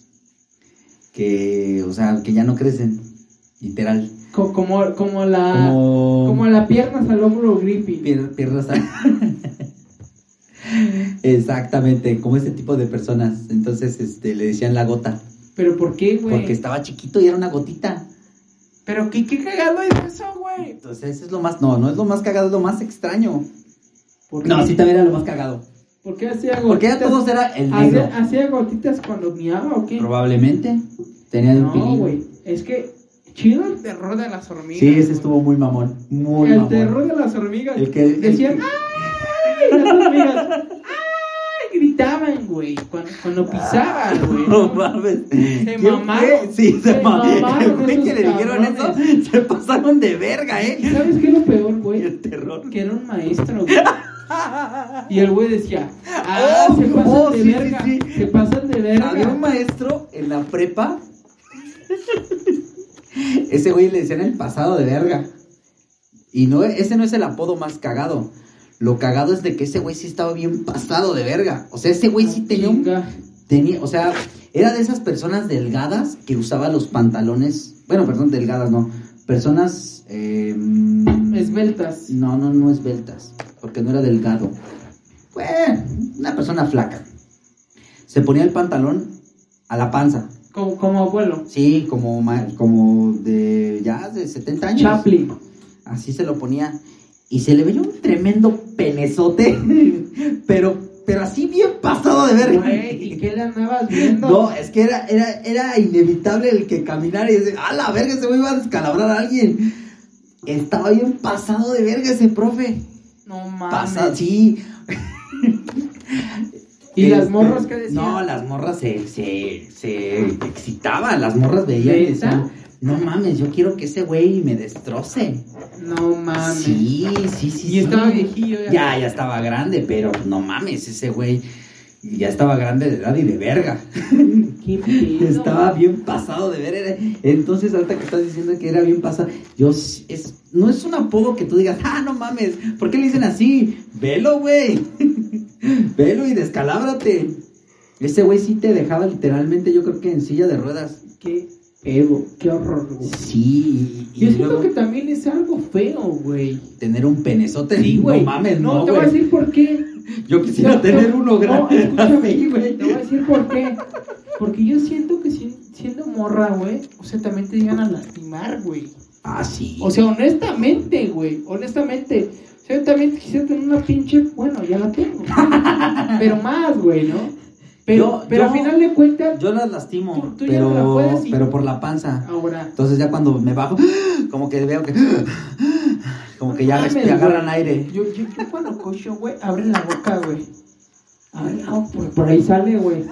[SPEAKER 1] que, o sea, que ya no crecen, literal,
[SPEAKER 2] Co- Como, como la... Ah, Como...
[SPEAKER 1] como,
[SPEAKER 2] la piernas al hombro grippy.
[SPEAKER 1] pier- piernas. Exactamente, como ese tipo de personas. Entonces, este, le decían la gota,
[SPEAKER 2] ¿Pero por qué, güey?
[SPEAKER 1] porque estaba chiquito y era una gotita.
[SPEAKER 2] ¿Pero qué, qué cagado es eso, güey?
[SPEAKER 1] Entonces, eso es lo más, no, no es lo más cagado, es lo más extraño.
[SPEAKER 2] ¿Por
[SPEAKER 1] No,
[SPEAKER 2] qué?
[SPEAKER 1] sí también era lo más cagado.
[SPEAKER 2] ¿Por qué hacía
[SPEAKER 1] Porque ya
[SPEAKER 2] gotitas?
[SPEAKER 1] todos era el negro.
[SPEAKER 2] ¿Hacía, hacía gotitas cuando miaba o qué?
[SPEAKER 1] Probablemente. Tenía un
[SPEAKER 2] No,
[SPEAKER 1] pilín.
[SPEAKER 2] güey. Es que chido el terror de las hormigas.
[SPEAKER 1] Sí, ese
[SPEAKER 2] güey.
[SPEAKER 1] estuvo muy mamón. Muy
[SPEAKER 2] El
[SPEAKER 1] mamón.
[SPEAKER 2] terror de las hormigas.
[SPEAKER 1] El que- el
[SPEAKER 2] Decían,
[SPEAKER 1] que-
[SPEAKER 2] ¡ay! Las hormigas. ¡ay! Gritaban, güey. Cuando, cuando
[SPEAKER 1] Ah.
[SPEAKER 2] pisaban, güey.
[SPEAKER 1] No mames. ¿Qué
[SPEAKER 2] mamaron.
[SPEAKER 1] fue? Sí, se,
[SPEAKER 2] Se
[SPEAKER 1] mamaron. El
[SPEAKER 2] mamaron
[SPEAKER 1] güey que
[SPEAKER 2] esos
[SPEAKER 1] le dijeron eso
[SPEAKER 2] cabrones.
[SPEAKER 1] se pasaron de verga,
[SPEAKER 2] ¿Y
[SPEAKER 1] ¿eh?
[SPEAKER 2] sabes qué es lo peor, güey?
[SPEAKER 1] El terror.
[SPEAKER 2] Que era un maestro, güey. Y el güey decía, ¡ah!
[SPEAKER 1] Oh,
[SPEAKER 2] se pasan
[SPEAKER 1] oh,
[SPEAKER 2] de
[SPEAKER 1] sí, sí,
[SPEAKER 2] verga.
[SPEAKER 1] sí.
[SPEAKER 2] Se pasan de verga.
[SPEAKER 1] Había un maestro en la prepa. Ese güey le decían el pasado de verga. Y no, ese no es el apodo más cagado. Lo cagado es de que ese güey sí estaba bien pasado de verga. O sea, ese güey sí tenía un
[SPEAKER 2] Ah, Chinga.
[SPEAKER 1] Tenía, o sea, era de esas personas delgadas que usaba los pantalones. Bueno, perdón, delgadas no. Personas. eh,
[SPEAKER 2] Esbeltas.
[SPEAKER 1] No, no, no esbeltas. Porque no era delgado. Fue una persona flaca. Se ponía el pantalón a la panza.
[SPEAKER 2] Como, como abuelo.
[SPEAKER 1] Sí, como, ma- como de ya de 70 años.
[SPEAKER 2] Chaplin.
[SPEAKER 1] Así se lo ponía. Y se le veía un tremendo penezote. pero, pero así bien pasado de verga.
[SPEAKER 2] Güey, ¿y qué le andabas viendo?
[SPEAKER 1] No, es que era, era, era inevitable el que caminara y decir, a la verga, ese güey va a descalabrar a alguien. Estaba bien pasado de verga ese profe.
[SPEAKER 2] No
[SPEAKER 1] Pasado,
[SPEAKER 2] mames.
[SPEAKER 1] sí.
[SPEAKER 2] ¿Y las
[SPEAKER 1] Este,
[SPEAKER 2] morras que decían?
[SPEAKER 1] No, las morras se, se, se excitaban, las morras veían y
[SPEAKER 2] ¿Neta?
[SPEAKER 1] decían, no mames, yo quiero que ese güey me destroce.
[SPEAKER 2] Ah, No mames.
[SPEAKER 1] Sí, sí, sí.
[SPEAKER 2] Y
[SPEAKER 1] sí.
[SPEAKER 2] estaba viejillo ya.
[SPEAKER 1] Ya, ya estaba grande, pero no mames, ese güey ya estaba grande de edad y de verga.
[SPEAKER 2] Qué pedo.
[SPEAKER 1] Estaba bien pasado de ver. era- Entonces, ahorita que estás diciendo que era bien pasado, yo s- es, no es un apodo que tú digas, ah, no mames, ¿por qué le dicen así? Velo, güey. Velo y descalábrate. Ese güey sí te dejaba literalmente, yo creo que en silla de ruedas.
[SPEAKER 2] Qué pedo. Qué horror, güey.
[SPEAKER 1] Sí, y,
[SPEAKER 2] Yo
[SPEAKER 1] y
[SPEAKER 2] siento
[SPEAKER 1] luego
[SPEAKER 2] que también es algo feo, güey.
[SPEAKER 1] tener un penezote, no mames, no,
[SPEAKER 2] te voy a
[SPEAKER 1] güey.
[SPEAKER 2] decir por qué.
[SPEAKER 1] Yo quisiera
[SPEAKER 2] No,
[SPEAKER 1] tener
[SPEAKER 2] no,
[SPEAKER 1] uno grande.
[SPEAKER 2] No, escúchame,
[SPEAKER 1] güey.
[SPEAKER 2] Te voy a decir por qué. Porque yo siento que si- siendo morra, güey, o sea, también te llegan a lastimar, güey.
[SPEAKER 1] Ah, sí.
[SPEAKER 2] O sea, honestamente, güey, honestamente. O sea, yo también quisiera tener una pinche, bueno, ya la tengo. pero más, güey, ¿no? Pero,
[SPEAKER 1] Yo-
[SPEAKER 2] pero
[SPEAKER 1] yo-
[SPEAKER 2] al final de cuentas,
[SPEAKER 1] yo las lastimo,
[SPEAKER 2] Tú- tú ya
[SPEAKER 1] pero,
[SPEAKER 2] no la puedes y-
[SPEAKER 1] pero por la panza.
[SPEAKER 2] ahora,
[SPEAKER 1] Entonces ya cuando me bajo, como que veo que... Como que ya
[SPEAKER 2] Mames,
[SPEAKER 1] respi- agarran
[SPEAKER 2] güey.
[SPEAKER 1] aire.
[SPEAKER 2] yo, yo, yo cuando cocho, güey, abre la boca, güey. Abre la boca, por, por ahí sale, güey.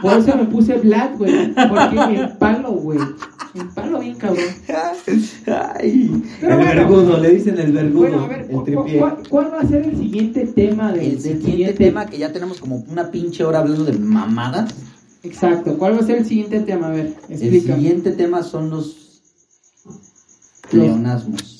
[SPEAKER 2] Por eso me puse black, güey. Porque me empalo, güey. Me empalo bien, cabrón.
[SPEAKER 1] Ay,
[SPEAKER 2] Pero
[SPEAKER 1] el
[SPEAKER 2] bueno.
[SPEAKER 1] vergudo, le dicen el vergudo,
[SPEAKER 2] Bueno, a ver,
[SPEAKER 1] el
[SPEAKER 2] ¿cu- cu-
[SPEAKER 1] tripié.
[SPEAKER 2] cuál, cuál va a ser el siguiente tema del,
[SPEAKER 1] El
[SPEAKER 2] del
[SPEAKER 1] siguiente tema que ya tenemos como una pinche hora hablando de mamadas.
[SPEAKER 2] Exacto, ¿cuál va a ser el siguiente tema? A ver,
[SPEAKER 1] El
[SPEAKER 2] explica.
[SPEAKER 1] siguiente tema son los pleonasmos.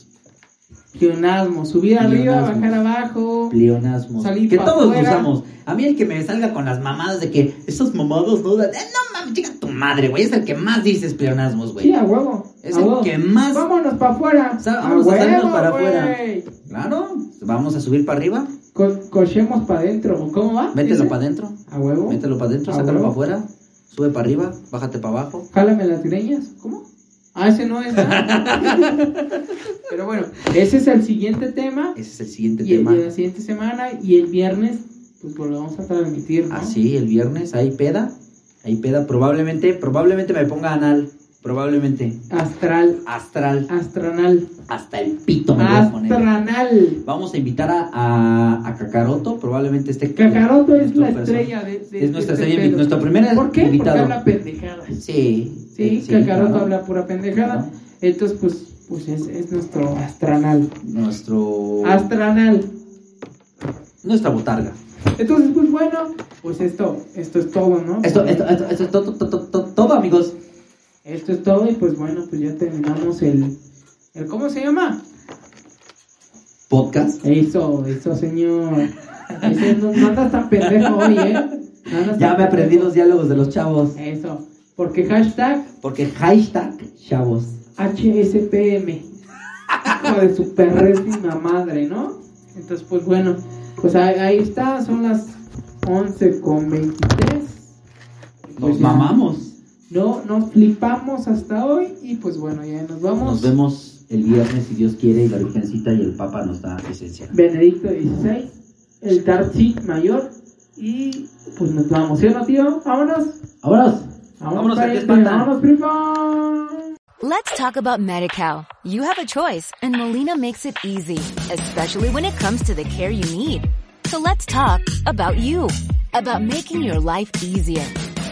[SPEAKER 2] Pleonasmo, subir arriba,
[SPEAKER 1] Pleonasmo.
[SPEAKER 2] bajar abajo.
[SPEAKER 1] Pleonasmos.
[SPEAKER 2] Salir
[SPEAKER 1] que
[SPEAKER 2] pa'
[SPEAKER 1] todos
[SPEAKER 2] afuera.
[SPEAKER 1] usamos. A mí el que me salga con las mamadas de que estos mamados no dan- eh, no mames, chica tu madre, güey. Es el que más dices pleonasmos, güey.
[SPEAKER 2] Sí, a huevo.
[SPEAKER 1] es
[SPEAKER 2] a
[SPEAKER 1] el
[SPEAKER 2] huevo.
[SPEAKER 1] que más.
[SPEAKER 2] Vámonos para afuera.
[SPEAKER 1] Sa- vamos a salirnos para
[SPEAKER 2] güey.
[SPEAKER 1] afuera. Claro, vamos a subir para arriba.
[SPEAKER 2] Co- cochemos para adentro. ¿Cómo va?
[SPEAKER 1] Mételo
[SPEAKER 2] ¿Ese?
[SPEAKER 1] para adentro.
[SPEAKER 2] A huevo.
[SPEAKER 1] Mételo para adentro,
[SPEAKER 2] Ah,
[SPEAKER 1] sácalo para
[SPEAKER 2] bueno.
[SPEAKER 1] afuera, sube para arriba, bájate para abajo.
[SPEAKER 2] Jálame las greñas. ¿Cómo? Ah, ese no es. ¿ah? Pero bueno, ese es el siguiente tema.
[SPEAKER 1] Ese es el siguiente
[SPEAKER 2] Y,
[SPEAKER 1] tema.
[SPEAKER 2] y la siguiente semana y el viernes, pues volvemos a transmitir. ¿no?
[SPEAKER 1] Así, el viernes, hay peda. Hay peda, probablemente, probablemente me ponga anal. Probablemente.
[SPEAKER 2] Astral.
[SPEAKER 1] Astral.
[SPEAKER 2] Astranal.
[SPEAKER 1] Hasta el pito me voy a poner.
[SPEAKER 2] Astranal.
[SPEAKER 1] Vamos a invitar a, a, a Kakaroto, probablemente esté.
[SPEAKER 2] Cacaroto es la
[SPEAKER 1] nuestra persona.
[SPEAKER 2] estrella de, de-
[SPEAKER 1] Es nuestra
[SPEAKER 2] de este
[SPEAKER 1] estrella, invi-
[SPEAKER 2] pedo.
[SPEAKER 1] nuestra primera
[SPEAKER 2] ¿Por qué?
[SPEAKER 1] invitado.
[SPEAKER 2] Porque habla pendejadas.
[SPEAKER 1] Sí.
[SPEAKER 2] Sí, Cacaroto
[SPEAKER 1] claro.
[SPEAKER 2] habla pura pendejada. Entonces, pues, pues es, es nuestro astranal.
[SPEAKER 1] Nuestro.
[SPEAKER 2] Oh. Astranal.
[SPEAKER 1] Nuestra botarga.
[SPEAKER 2] Entonces, pues bueno, pues esto, esto es todo, ¿no?
[SPEAKER 1] Esto, esto, esto, esto es todo, todo, todo, todo, todo, amigos.
[SPEAKER 2] Esto es todo y pues bueno, pues ya terminamos el, el ¿cómo se llama?
[SPEAKER 1] Podcast.
[SPEAKER 2] Eso, eso señor. Ese no, no andas tan pendejo hoy, ¿eh? No andas
[SPEAKER 1] Ya
[SPEAKER 2] tan
[SPEAKER 1] me aprendí
[SPEAKER 2] pendejo.
[SPEAKER 1] los diálogos de los chavos.
[SPEAKER 2] Eso, porque hashtag
[SPEAKER 1] Porque hashtag chavos.
[SPEAKER 2] HSPM. Hijo de su perrísima madre, ¿no? Entonces, pues bueno, pues ahí, ahí está, son las 11 con
[SPEAKER 1] Nos
[SPEAKER 2] 23.
[SPEAKER 1] Pues,
[SPEAKER 2] ya.
[SPEAKER 1] mamamos.
[SPEAKER 2] No, nos flipamos hasta hoy y pues bueno, ya nos vamos.
[SPEAKER 1] Nos vemos el viernes si Dios quiere y la Virgencita y el Papa nos da presencia.
[SPEAKER 2] Benedicto XVI, el Darcy mayor y pues nos vamos, ¿cierto, tío? Vámonos.
[SPEAKER 1] ¡Vámonos! Vámonos,
[SPEAKER 2] pariente,
[SPEAKER 1] aquí espantan.
[SPEAKER 2] vámonos, primo.
[SPEAKER 4] Let's talk about MediCal. You have a choice and Molina makes it easy, especially when it comes to the care you need. So let's talk about you, about making your life easier,